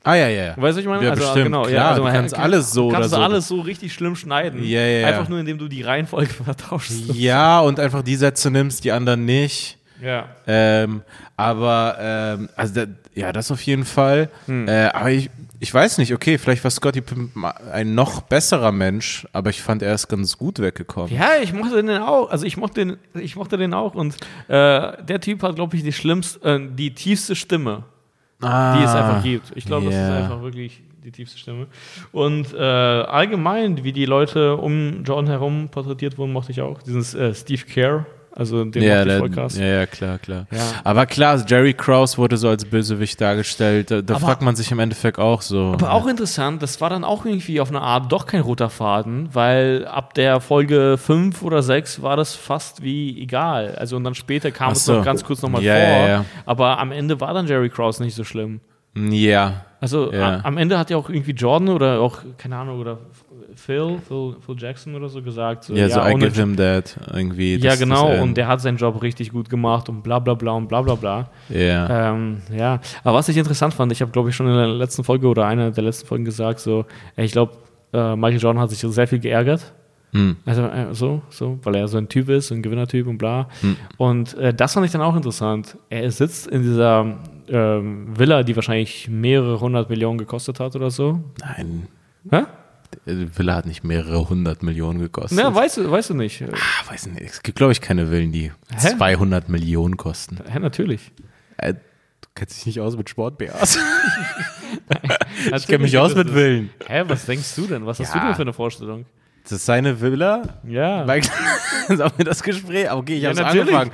Speaker 2: Ah, ja, ja. ja.
Speaker 1: Weißt du, was ich meine? Also, genau,
Speaker 2: Ja, bestimmt, klar, du
Speaker 1: man-
Speaker 2: kannst alles so
Speaker 1: kannst
Speaker 2: oder
Speaker 1: du
Speaker 2: so.
Speaker 1: alles so richtig schlimm schneiden.
Speaker 2: Ja, ja, ja.
Speaker 1: Einfach nur, indem du die Reihenfolge vertauschst.
Speaker 2: Ja, und einfach die Sätze nimmst, die anderen nicht.
Speaker 1: Ja.
Speaker 2: Ähm, aber ähm, also da, ja, das auf jeden Fall.
Speaker 1: Hm.
Speaker 2: Äh, aber ich, ich weiß nicht, okay, vielleicht war Scotty Pimp ma- ein noch besserer Mensch, aber ich fand, er ist ganz gut weggekommen.
Speaker 1: Ja, ich mochte den auch. Also ich mochte den, ich mochte den auch. Und äh, der Typ hat, glaube ich, die schlimmste, äh, die tiefste Stimme, die es
Speaker 2: Ah.
Speaker 1: einfach gibt. Ich glaube, das
Speaker 2: ja.
Speaker 1: ist einfach wirklich die tiefste Stimme. Und äh, allgemein, wie die Leute um John herum porträtiert wurden, mochte ich auch. Diesen äh, Steve Kerr, also den
Speaker 2: Ja,
Speaker 1: mochte ich
Speaker 2: der,
Speaker 1: voll krass.
Speaker 2: ja, ja, klar, klar.
Speaker 1: Ja.
Speaker 2: Aber klar, Jerry Krause wurde so als Bösewicht dargestellt. Da, da
Speaker 1: Aber-
Speaker 2: fragt man sich im Endeffekt auch so.
Speaker 1: Aber auch interessant, das war dann auch irgendwie auf eine Art doch kein roter Faden, weil ab der Folge 5 oder 6 war das fast wie egal. Also und dann später kam
Speaker 2: Ach
Speaker 1: es
Speaker 2: so.
Speaker 1: noch ganz kurz nochmal
Speaker 2: Ja,
Speaker 1: vor.
Speaker 2: ja, ja.
Speaker 1: Aber am Ende war dann Jerry Krause nicht so schlimm.
Speaker 2: mm, Ja.
Speaker 1: Also
Speaker 2: Ja.
Speaker 1: a- am Ende hat ja auch irgendwie Jordan oder auch, keine Ahnung, oder Phil, Phil, Phil Jackson oder so gesagt. So,
Speaker 2: Ja, so I
Speaker 1: ohne
Speaker 2: give him that irgendwie.
Speaker 1: Ja,
Speaker 2: das-
Speaker 1: genau.
Speaker 2: das, ähm,
Speaker 1: und der hat seinen Job richtig gut gemacht und bla bla bla und bla bla bla.
Speaker 2: Ja.
Speaker 1: Ähm, ja, aber was ich interessant fand, ich habe, glaube ich, schon in der letzten Folge oder einer der letzten Folgen gesagt, so, ey, ich glaube, äh, Michael Jordan hat sich sehr viel geärgert.
Speaker 2: Hm.
Speaker 1: Also äh, so, so, weil er so ein Typ ist, ein Gewinnertyp und bla.
Speaker 2: Hm.
Speaker 1: Und äh, das fand ich dann auch interessant. Er sitzt in dieser ähm, Villa, die wahrscheinlich mehrere hundert Millionen gekostet hat oder so.
Speaker 2: Nein,
Speaker 1: Hä?
Speaker 2: äh, Villa hat nicht mehrere hundert Millionen gekostet.
Speaker 1: Na, weißt du, weißt du nicht. Äh,
Speaker 2: ah, weiß nicht. Es gibt, glaube ich, keine Villen, die
Speaker 1: Hä?
Speaker 2: 200 Millionen kosten.
Speaker 1: Hä, natürlich.
Speaker 2: Äh, du kennst dich nicht aus mit Sport-BAs.
Speaker 1: Natürlich
Speaker 2: Ich kenne mich aus
Speaker 1: gibt es
Speaker 2: mit
Speaker 1: das.
Speaker 2: Villen.
Speaker 1: Hä, was denkst du denn? Was hast du
Speaker 2: Ja.
Speaker 1: denn für eine Vorstellung?
Speaker 2: Das ist seine Villa.
Speaker 1: Ja.
Speaker 2: Like, Sagen wir das Gespräch. Okay, ich
Speaker 1: Ja,
Speaker 2: hab's
Speaker 1: natürlich.
Speaker 2: angefangen.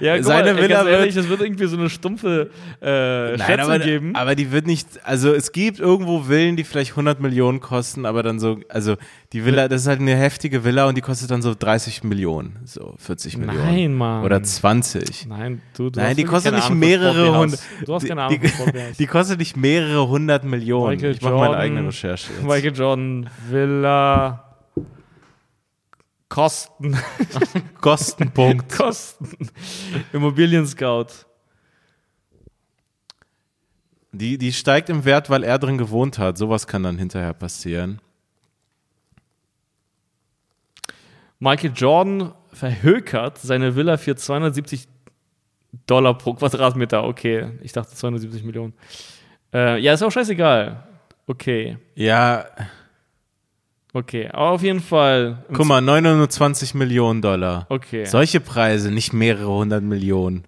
Speaker 1: Ja, guck
Speaker 2: Seine
Speaker 1: mal, ey,
Speaker 2: Villa
Speaker 1: ganz
Speaker 2: wird-
Speaker 1: ehrlich, es wird irgendwie so eine stumpfe äh, Schätzung
Speaker 2: aber,
Speaker 1: geben.
Speaker 2: aber die wird nicht, also es gibt irgendwo Villen, die vielleicht 100 Millionen kosten, aber dann so, also die Villa, das ist halt eine heftige Villa und die kostet dann so 30 Millionen, so 40
Speaker 1: Nein,
Speaker 2: Millionen.
Speaker 1: Mann.
Speaker 2: Oder 20.
Speaker 1: Nein, du, du
Speaker 2: Nein,
Speaker 1: hast
Speaker 2: die
Speaker 1: wirklich
Speaker 2: kostet
Speaker 1: keine
Speaker 2: nicht
Speaker 1: Ahnung von
Speaker 2: mehrere
Speaker 1: Sportbehaus.
Speaker 2: hundert.
Speaker 1: Du hast keine
Speaker 2: die,
Speaker 1: Ahnung von
Speaker 2: die,
Speaker 1: Sportbehaus.
Speaker 2: die kostet nicht mehrere hundert Millionen.
Speaker 1: Michael
Speaker 2: ich mache meine
Speaker 1: Jordan.
Speaker 2: eigene Recherche. Jetzt.
Speaker 1: Michael Jordan, Villa, Kosten,
Speaker 2: Kostenpunkt.
Speaker 1: Kosten, Immobilien-Scout.
Speaker 2: Die, die steigt im Wert, weil er drin gewohnt hat. Sowas kann dann hinterher passieren.
Speaker 1: Michael Jordan verhökert seine Villa für 270 Dollar pro Quadratmeter. Okay, ich dachte 270 Millionen. Äh, ja, ist auch scheißegal. Okay,
Speaker 2: Ja,
Speaker 1: okay. Aber auf jeden Fall. im
Speaker 2: guck mal, 920 Millionen Dollar.
Speaker 1: Okay.
Speaker 2: Solche Preise, nicht mehrere hundert Millionen.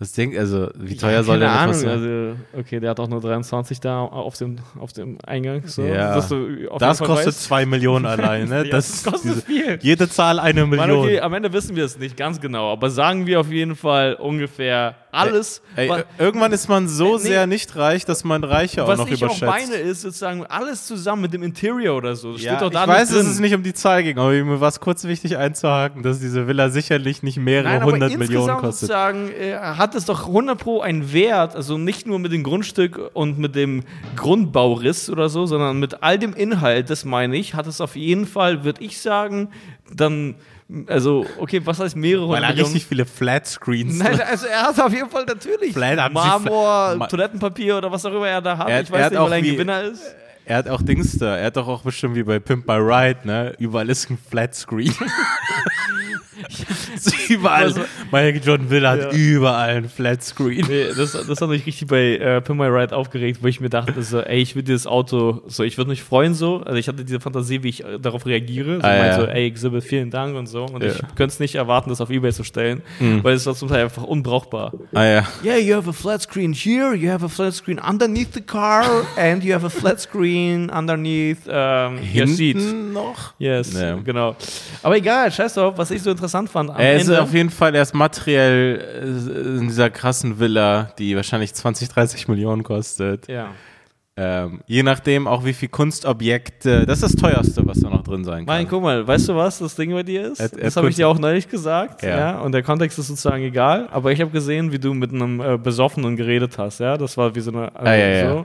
Speaker 2: Das Ding, also, wie teuer soll
Speaker 1: Keine
Speaker 2: denn etwas
Speaker 1: Ahnung,
Speaker 2: sein?
Speaker 1: also, okay, der hat auch nur 23 da auf dem, auf dem Eingang. So,
Speaker 2: Ja.
Speaker 1: dass du auf
Speaker 2: das
Speaker 1: jeden Fall
Speaker 2: kostet
Speaker 1: weißt.
Speaker 2: zwei Millionen allein, ne?
Speaker 1: Ja,
Speaker 2: das,
Speaker 1: das kostet
Speaker 2: diese,
Speaker 1: viel.
Speaker 2: Jede Zahl eine
Speaker 1: Mann,
Speaker 2: Million.
Speaker 1: okay, am Ende wissen wir es nicht ganz genau, aber sagen wir auf jeden Fall ungefähr alles.
Speaker 2: Ey,
Speaker 1: wa-
Speaker 2: irgendwann ist man so
Speaker 1: Äh, Nee, nee.
Speaker 2: sehr nicht reich, dass man Reiche auch
Speaker 1: was
Speaker 2: noch
Speaker 1: ich
Speaker 2: überschätzt.
Speaker 1: auch meine, ist sozusagen alles zusammen mit dem Interior oder so. Das
Speaker 2: Ja,
Speaker 1: steht doch da
Speaker 2: ich weiß,
Speaker 1: nicht
Speaker 2: dass
Speaker 1: drin.
Speaker 2: es nicht um die Zahl ging, aber mir war es kurz wichtig einzuhaken, dass diese Villa sicherlich nicht mehrere
Speaker 1: Nein, aber
Speaker 2: hundert
Speaker 1: insgesamt
Speaker 2: Millionen kostet.
Speaker 1: sozusagen äh, hat es doch 100 Pro einen Wert, also nicht nur mit dem Grundstück und mit dem Grundbauriss oder so, sondern mit all dem Inhalt, das meine ich, hat es auf jeden Fall, würde ich sagen, dann, also, okay, was heißt mehrere
Speaker 2: Weil
Speaker 1: hundert
Speaker 2: er
Speaker 1: Millionen?
Speaker 2: richtig viele Flatscreens ne?
Speaker 1: Nein, also er hat auf jeden Fall natürlich
Speaker 2: Vielleicht haben sie
Speaker 1: Marmor,
Speaker 2: Fla- Ma-
Speaker 1: Toilettenpapier oder was auch immer er da hat.
Speaker 2: Er-
Speaker 1: ich
Speaker 2: er
Speaker 1: weiß
Speaker 2: hat
Speaker 1: nicht,
Speaker 2: auch
Speaker 1: weil er ein
Speaker 2: wie-
Speaker 1: Gewinner ist.
Speaker 2: Er hat auch Dings da. Er hat doch auch bestimmt wie bei Pimp by Ride, ne? Überall ist ein Flatscreen. So überall.
Speaker 1: Also-
Speaker 2: Michael Jordan Villa
Speaker 1: Ja.
Speaker 2: hat überall ein Flatscreen.
Speaker 1: Nee, das, das hat mich richtig bei äh, Pin My Ride aufgeregt, wo ich mir dachte, so, ey, ich würde dieses Auto, so, ich würde mich freuen, so. Also ich hatte diese Fantasie, wie ich äh, darauf reagiere. So,
Speaker 2: Ah,
Speaker 1: mein
Speaker 2: ja.
Speaker 1: so ey, Exhibit, vielen Dank und so. Und
Speaker 2: Ja. Mhm.
Speaker 1: ich könnte es nicht erwarten, das auf Ebay zu stellen, weil es war zum Teil einfach unbrauchbar.
Speaker 2: Ah ja.
Speaker 1: Yeah, you have a flat screen here, you have a flat screen underneath the car, and you have a flat screen underneath um, your seat.
Speaker 2: Hinten noch?
Speaker 1: Yes,
Speaker 2: Nee.
Speaker 1: genau. Aber egal, scheiß drauf, was ich so interessant fand am
Speaker 2: Er ist
Speaker 1: Ende.
Speaker 2: auf jeden Fall erst materiell äh, in dieser krassen Villa, die wahrscheinlich 20, 30 Millionen kostet.
Speaker 1: ja.
Speaker 2: Ähm, je nachdem auch wie viel Kunstobjekte. Das ist das teuerste, was da noch drin sein kann.
Speaker 1: Nein, guck mal, weißt du, was das Ding bei dir ist?
Speaker 2: Er- er
Speaker 1: das habe ich
Speaker 2: kurz-
Speaker 1: dir auch neulich gesagt. Ja.
Speaker 2: Ja.
Speaker 1: Und der Kontext ist sozusagen egal. Aber ich habe gesehen, wie du mit einem äh, Besoffenen geredet hast. Ja, das war wie so eine.
Speaker 2: Ah,
Speaker 1: so.
Speaker 2: ja,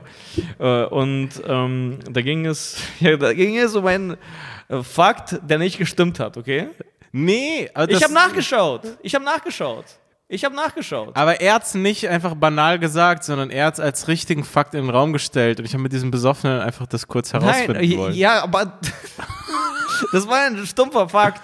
Speaker 1: Äh, und ähm, da ging es, ja, da ging es um einen äh, Fakt, der nicht gestimmt hat. Okay.
Speaker 2: Nee, aber
Speaker 1: ich
Speaker 2: das-
Speaker 1: habe nachgeschaut. Ich habe nachgeschaut. Ich habe nachgeschaut.
Speaker 2: Aber er hat's nicht einfach banal gesagt, sondern er hat's als richtigen Fakt in den Raum gestellt. Und ich habe mit diesem Besoffenen einfach das kurz herausfinden
Speaker 1: j-
Speaker 2: wollen.
Speaker 1: äh, ja, aber das war ein stumpfer Fakt.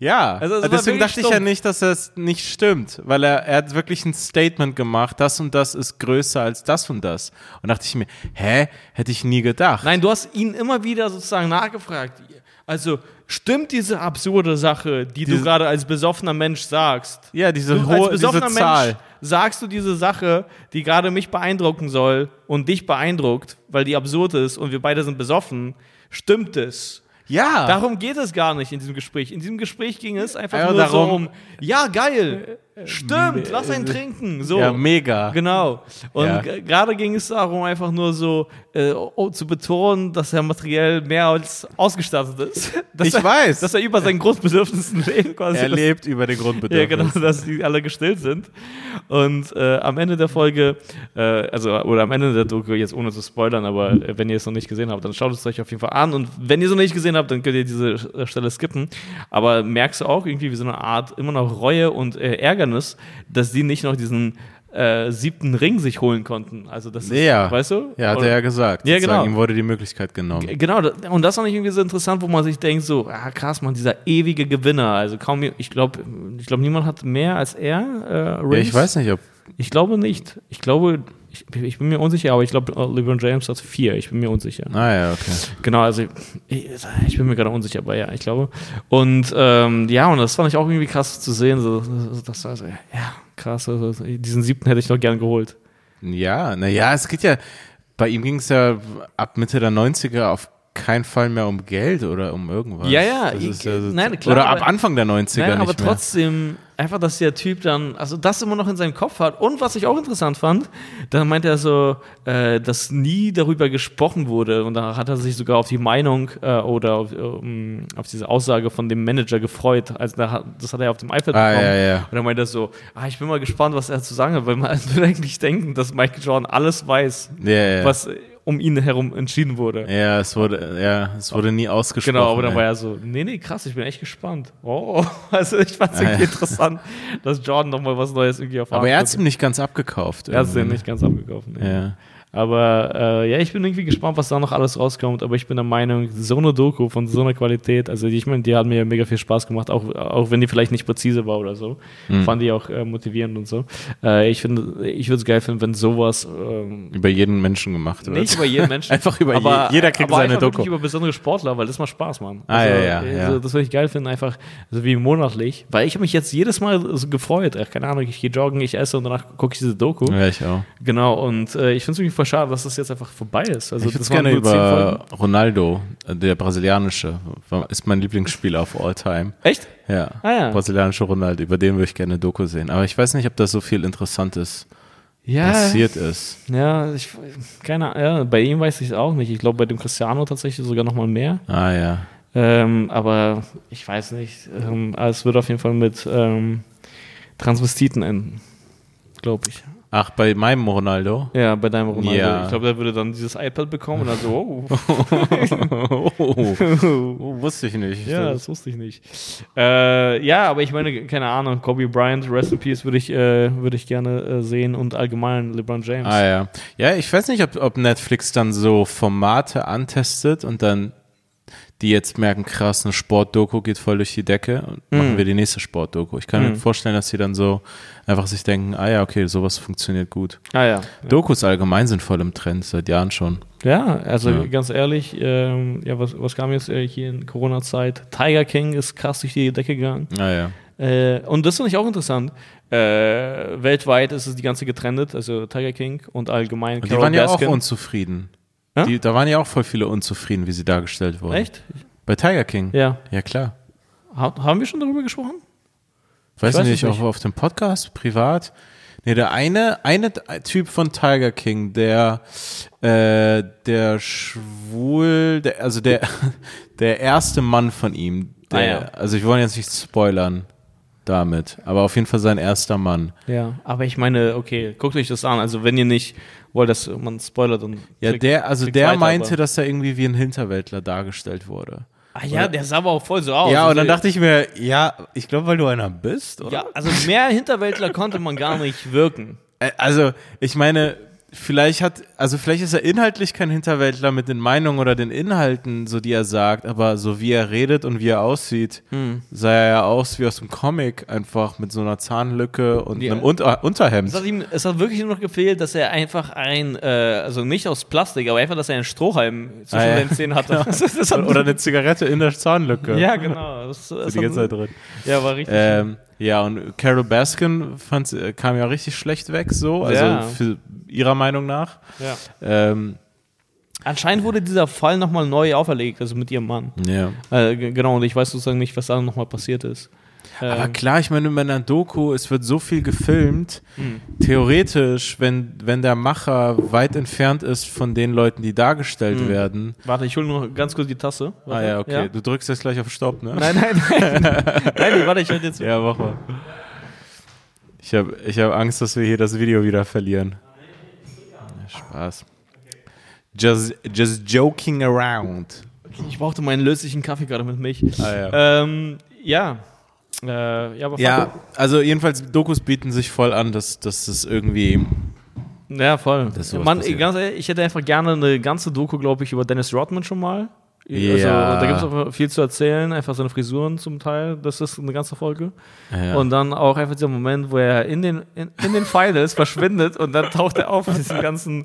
Speaker 2: Ja,
Speaker 1: Also es war wirklich
Speaker 2: deswegen dachte ich ja
Speaker 1: stumpf.
Speaker 2: nicht, dass das nicht stimmt, weil er, er hat wirklich ein Statement gemacht, das und das ist größer als das und das. Und dachte ich mir, hä, hätte ich nie gedacht.
Speaker 1: Nein, du hast ihn immer wieder sozusagen nachgefragt. Also stimmt diese absurde Sache, die du
Speaker 2: Diese-
Speaker 1: gerade als besoffener Mensch sagst?
Speaker 2: Ja, diese
Speaker 1: Du als
Speaker 2: hohe
Speaker 1: besoffener
Speaker 2: diese Zahl.
Speaker 1: sagst du diese Sache, die gerade mich beeindrucken soll und dich beeindruckt, weil die absurd ist und wir beide sind besoffen. Stimmt es?
Speaker 2: Ja,
Speaker 1: Darum geht es gar nicht in diesem Gespräch. In diesem Gespräch ging es einfach
Speaker 2: Ja,
Speaker 1: nur
Speaker 2: darum- Äh,
Speaker 1: so um, ja, geil, Stimmt, lass einen trinken. So.
Speaker 2: Ja, mega.
Speaker 1: Genau. Und
Speaker 2: Ja.
Speaker 1: g- gerade ging es darum, einfach nur so äh, oh, zu betonen, dass er materiell mehr als ausgestattet ist. Dass
Speaker 2: Ich
Speaker 1: er,
Speaker 2: weiß.
Speaker 1: Dass er über seinen Grundbedürfnissen lebt quasi.
Speaker 2: Er
Speaker 1: Das-
Speaker 2: lebt über den
Speaker 1: ja,
Speaker 2: Grundbedürfnissen.
Speaker 1: genau, dass die alle gestillt sind. Und äh, am Ende der Folge, äh, also oder am Ende der Doku, jetzt ohne zu spoilern, aber äh, wenn ihr es noch nicht gesehen habt, dann schaut es euch auf jeden Fall an. Und wenn ihr es noch nicht gesehen habt, dann könnt ihr diese äh, Stelle skippen. Aber merkst du auch irgendwie wie so eine Art immer noch Reue und äh, Ärgernis, dass die nicht noch diesen äh, siebten Ring sich holen konnten. Also das ist,
Speaker 2: Ja.
Speaker 1: weißt du?
Speaker 2: Ja, hat
Speaker 1: Oder-
Speaker 2: er ja gesagt.
Speaker 1: Ja,
Speaker 2: Sozusagen,
Speaker 1: genau.
Speaker 2: Ihm wurde die Möglichkeit genommen.
Speaker 1: Genau, da- und das fand ich irgendwie so interessant, wo man sich denkt, so, ah, krass, man, dieser ewige Gewinner. Also kaum, je- ich glaube, ich glaube, niemand hat mehr als er. Äh,
Speaker 2: Ja,
Speaker 1: Rings.
Speaker 2: ich weiß nicht, ob.
Speaker 1: Ich glaube nicht. Ich glaube, ich, ich bin mir unsicher, aber ich glaube, LeBron James hat vier. Ich bin mir unsicher.
Speaker 2: Ah, ja, okay.
Speaker 1: Genau, also ich, ich bin mir gerade unsicher, aber ja, ich glaube. Und ähm, ja, und das fand ich auch irgendwie krass zu sehen. So, so- das war so, ja, krass. Also, diesen siebten hätte ich noch gern geholt.
Speaker 2: Ja, naja, es geht ja. Bei ihm ging es ja ab Mitte der 90er auf keinen Fall mehr um Geld oder um irgendwas.
Speaker 1: Ja, ja,
Speaker 2: Das
Speaker 1: ich-
Speaker 2: ist ja so,
Speaker 1: nein, klar,
Speaker 2: oder
Speaker 1: aber-
Speaker 2: ab Anfang der 90er
Speaker 1: Naja,
Speaker 2: nicht
Speaker 1: Ne, aber
Speaker 2: mehr.
Speaker 1: trotzdem, einfach, dass der Typ dann, also das immer noch in seinem Kopf hat. Und was ich auch interessant fand, dann meint er so, äh, dass nie darüber gesprochen wurde. Und da hat er sich sogar auf die Meinung äh, oder auf, ähm, auf diese Aussage von dem Manager gefreut. Also da, hat- das hat er auf dem iPad
Speaker 2: Ah,
Speaker 1: bekommen.
Speaker 2: ja, ja.
Speaker 1: Und dann meint er so, ah, ich bin mal gespannt, was er zu sagen hat, weil man würde eigentlich denken, dass Michael Jordan alles weiß,
Speaker 2: Ja, ja.
Speaker 1: was äh, um ihn herum entschieden wurde.
Speaker 2: ja, es wurde, ja, es wurde nie ausgesprochen.
Speaker 1: Genau, aber dann
Speaker 2: ey.
Speaker 1: war er so, nee, nee, krass, ich bin echt gespannt. Oh, also ich fand es irgendwie
Speaker 2: Ah, ja.
Speaker 1: interessant, dass Jordan nochmal was Neues irgendwie erfahren
Speaker 2: aber er hat es
Speaker 1: hat.
Speaker 2: ihm nicht ganz abgekauft.
Speaker 1: Er hat den
Speaker 2: irgendwie,
Speaker 1: nicht ganz abgekauft. Nee.
Speaker 2: ne?
Speaker 1: Aber äh, ja, ich bin irgendwie gespannt, was da noch alles rauskommt. Aber ich bin der Meinung, so eine Doku von so einer Qualität, also die- ich meine, die hat mir ja mega viel Spaß gemacht, auch, auch wenn die vielleicht nicht präzise war oder so.
Speaker 2: Mhm.
Speaker 1: Fand die auch äh, motivierend und so. Äh, ich finde, ich würde es geil finden, wenn sowas ähm,
Speaker 2: Ja, über jeden Menschen gemacht wird.
Speaker 1: nicht über jeden Menschen.
Speaker 2: Einfach über je- jeder kriegt
Speaker 1: aber
Speaker 2: seine
Speaker 1: einfach
Speaker 2: Doku.
Speaker 1: wirklich über besondere Sportler, weil das macht Spaß, Mann.
Speaker 2: Ah,
Speaker 1: also,
Speaker 2: ja, ja,
Speaker 1: Also,
Speaker 2: ja.
Speaker 1: das würde ich geil finden, einfach so wie monatlich. Weil ich habe mich jetzt jedes Mal so gefreut. Ach, keine Ahnung, ich gehe joggen, ich esse und danach gucke ich diese Doku.
Speaker 2: Ja, ich auch.
Speaker 1: Genau, und äh, ich finde es irgendwie voll schade, dass das jetzt einfach vorbei ist. Also,
Speaker 2: Ich würde
Speaker 1: das
Speaker 2: es
Speaker 1: waren
Speaker 2: gerne
Speaker 1: nur zehn Folgen.
Speaker 2: über Ronaldo, äh, der brasilianische, war- ist mein Lieblingsspieler auf All Time.
Speaker 1: Echt?
Speaker 2: Ja,
Speaker 1: Ah, ja.
Speaker 2: brasilianische Ronaldo, über den würde ich gerne Doku sehen. Aber ich weiß nicht, ob da so viel Interessantes
Speaker 1: Ja.
Speaker 2: passiert ist.
Speaker 1: Ja, ich, keine Ahnung. Ja, bei ihm weiß ich es auch nicht. Ich glaube, bei dem Cristiano tatsächlich sogar nochmal mehr.
Speaker 2: Ah ja.
Speaker 1: Ähm, aber ich weiß nicht. Ähm, aber es wird auf jeden Fall mit ähm, Transvestiten enden. Glaube ich.
Speaker 2: Ach, bei meinem Ronaldo?
Speaker 1: Ja, bei deinem Ronaldo.
Speaker 2: Ja.
Speaker 1: Ich glaube, der würde dann dieses iPad bekommen und dann so, oh.
Speaker 2: Oh, wusste ich nicht.
Speaker 1: ja, das wusste ich nicht. Äh, ja, aber ich meine, keine Ahnung, Kobe Bryant, Rest in Peace würde ich, äh, würde ich gerne äh, sehen und allgemein LeBron James.
Speaker 2: ah ja. Ja, ich weiß nicht, ob, ob Netflix dann so Formate antestet und dann die jetzt merken, krass, eine Sportdoku geht voll durch die Decke und
Speaker 1: Mhm.
Speaker 2: machen wir die nächste Sportdoku. Ich kann mir vorstellen, dass sie dann so einfach sich denken, ah ja, okay, sowas funktioniert gut.
Speaker 1: Ah, ja.
Speaker 2: Dokus allgemein sind voll im Trend, seit Jahren schon.
Speaker 1: Ja, also
Speaker 2: Ja.
Speaker 1: ganz ehrlich, ähm, ja, was, was kam jetzt äh, hier in Corona-Zeit? Tiger King ist krass durch die Decke gegangen.
Speaker 2: Ah ja.
Speaker 1: Äh, und das finde ich auch interessant. Äh, weltweit ist es die ganze getrennt, also Tiger King und allgemein
Speaker 2: Und die
Speaker 1: Carol
Speaker 2: waren ja
Speaker 1: Baskin.
Speaker 2: auch unzufrieden.
Speaker 1: Hä?
Speaker 2: Die, da waren ja auch voll viele unzufrieden, wie sie dargestellt wurden.
Speaker 1: Echt?
Speaker 2: Bei Tiger King.
Speaker 1: Ja.
Speaker 2: Ja, klar.
Speaker 1: Ha haben wir schon darüber gesprochen?
Speaker 2: Weiß,
Speaker 1: weiß
Speaker 2: nicht,
Speaker 1: es nicht.
Speaker 2: Auf, auf dem Podcast, privat. Nee, der eine, eine Typ von Tiger King, der, äh, der schwul, der, also der, der erste Mann von ihm, der,
Speaker 1: Ah, ja.
Speaker 2: also ich wollte jetzt nicht spoilern damit, aber auf jeden Fall sein erster Mann.
Speaker 1: Ja. Aber ich meine, okay, guckt euch das an. Also wenn ihr nicht wollt, dass man spoilert und
Speaker 2: Ja, der, also
Speaker 1: klickt
Speaker 2: der
Speaker 1: weiter,
Speaker 2: meinte,
Speaker 1: aber-
Speaker 2: dass er irgendwie wie ein Hinterwäldler dargestellt wurde.
Speaker 1: Ah ja, der sah aber auch voll so aus.
Speaker 2: ja, und dann
Speaker 1: Also,
Speaker 2: dachte ich mir, ja, ich glaube, weil du einer bist, oder?
Speaker 1: ja, also mehr Hinterwäldler konnte man gar nicht wirken.
Speaker 2: Äh, Also, ich meine, vielleicht hat, also vielleicht ist er inhaltlich kein Hinterwäldler mit den Meinungen oder den Inhalten, so die er sagt, aber so wie er redet und wie er aussieht,
Speaker 1: Hm.
Speaker 2: sah er ja aus wie aus einem Comic, einfach mit so einer Zahnlücke und
Speaker 1: Ja.
Speaker 2: einem Unter Unterhemd.
Speaker 1: Es hat, ihm, es hat wirklich nur noch gefehlt, dass er einfach ein, äh, also nicht aus Plastik, aber einfach, dass er einen Strohhalm zwischen
Speaker 2: Ah, ja.
Speaker 1: den Zähnen hatte. Das, hat,
Speaker 2: Oder eine Zigarette in der Zahnlücke.
Speaker 1: ja, genau. Das, das
Speaker 2: Die ganze
Speaker 1: hat-
Speaker 2: Zeit drin.
Speaker 1: Ja, war richtig.
Speaker 2: Ähm, ja, und Carol Baskin fand, kam ja richtig schlecht weg, so, also
Speaker 1: Ja.
Speaker 2: für ihrer Meinung nach.
Speaker 1: Ja.
Speaker 2: Ähm,
Speaker 1: Anscheinend wurde dieser Fall nochmal neu auferlegt, also mit ihrem Mann.
Speaker 2: ja.
Speaker 1: Äh, g- genau, und ich weiß sozusagen nicht, was da nochmal passiert ist.
Speaker 2: Aber klar, ich meine, in einer Doku, es wird so viel gefilmt. Theoretisch, wenn, wenn der Macher weit entfernt ist von den Leuten, die dargestellt werden.
Speaker 1: Warte, ich hole nur ganz kurz die Tasse. Warte.
Speaker 2: Ah Hm. ja, okay. Du drückst jetzt gleich auf Stopp, ne?
Speaker 1: Nein, nein, nein. nein, warte, ich höre jetzt.
Speaker 2: Ja, mach mal. Ich habe ich hab Angst, dass wir hier das Video wieder verlieren. Ja, Spaß. Just, just joking around.
Speaker 1: Ich brauchte meinen löslichen Kaffee gerade mit Milch.
Speaker 2: Ah, ja.
Speaker 1: ja. Ähm, ja. Äh, ja, aber
Speaker 2: Ja, also jedenfalls, Dokus bieten sich voll an, dass, dass es irgendwie.
Speaker 1: Ja, voll.
Speaker 2: Dass sowas
Speaker 1: Mann,
Speaker 2: passiert.
Speaker 1: ganz ehrlich, ich hätte einfach gerne eine ganze Doku, glaube ich, über Dennis Rodman schon mal. Also,
Speaker 2: Ja.
Speaker 1: da gibt es auch viel zu erzählen, einfach seine Frisuren zum Teil, das ist eine ganze Folge.
Speaker 2: Ja.
Speaker 1: Und dann auch einfach dieser Moment, wo er in den, in, in den Finals verschwindet und dann taucht er auf in diesem ganzen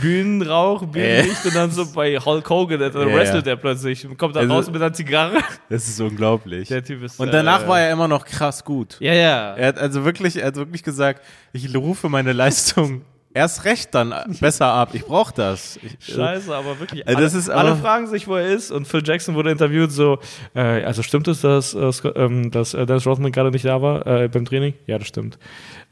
Speaker 1: Bühnenrauch, Bühnenlicht und dann so bei Hulk Hogan, da
Speaker 2: Äh. Ja,
Speaker 1: wrestelt
Speaker 2: ja.
Speaker 1: er plötzlich und kommt dann
Speaker 2: Also-
Speaker 1: raus mit einer Zigarre.
Speaker 2: Das ist unglaublich.
Speaker 1: Der Typ ist,
Speaker 2: Und danach
Speaker 1: äh,
Speaker 2: war er immer noch krass gut.
Speaker 1: Ja, ja.
Speaker 2: Er hat also wirklich, er hat wirklich gesagt, ich rufe meine Leistung erst recht dann besser ab. Ich brauche das. Ich,
Speaker 1: Scheiße, aber wirklich.
Speaker 2: Äh,
Speaker 1: Alle,
Speaker 2: das ist aber-
Speaker 1: alle fragen sich, wo er ist. Und Phil Jackson wurde interviewt, so, äh, also stimmt es, dass, äh, Scott, ähm, dass äh, Dennis Rodman gerade nicht da war äh, beim Training? Ja, das stimmt.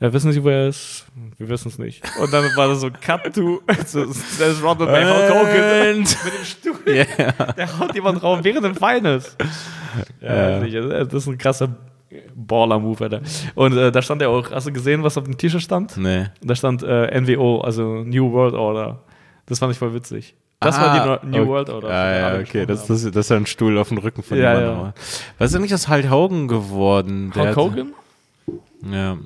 Speaker 1: Äh, wissen Sie, wo er ist? Wir wissen es nicht. Und dann war das so Cut to so, Dennis Rodman bei Hulk Hogan.
Speaker 2: Und-
Speaker 1: Mit dem Stuhl. Der haut jemand rauf während dem Finals.
Speaker 2: Ja.
Speaker 1: Ja, weiß nicht, also, äh, Das ist ein krasser Baller-Move, Alter. Und äh, da stand er auch, hast du gesehen, was auf dem T-Shirt stand?
Speaker 2: Nee.
Speaker 1: Da stand äh, NWO, also New World Order. Das fand ich voll witzig. Das war die no New
Speaker 2: Ah, okay.
Speaker 1: World Order. von der
Speaker 2: Ja,
Speaker 1: alle
Speaker 2: ja, okay.
Speaker 1: gesprochen
Speaker 2: Das,
Speaker 1: haben.
Speaker 2: das, das ist ja ein Stuhl auf dem Rücken von
Speaker 1: Ja,
Speaker 2: jemandem.
Speaker 1: ja.
Speaker 2: aber- Was ist eigentlich aus Hulk Hogan geworden? Der
Speaker 1: Hulk
Speaker 2: hat-
Speaker 1: Hogan?
Speaker 2: Ja.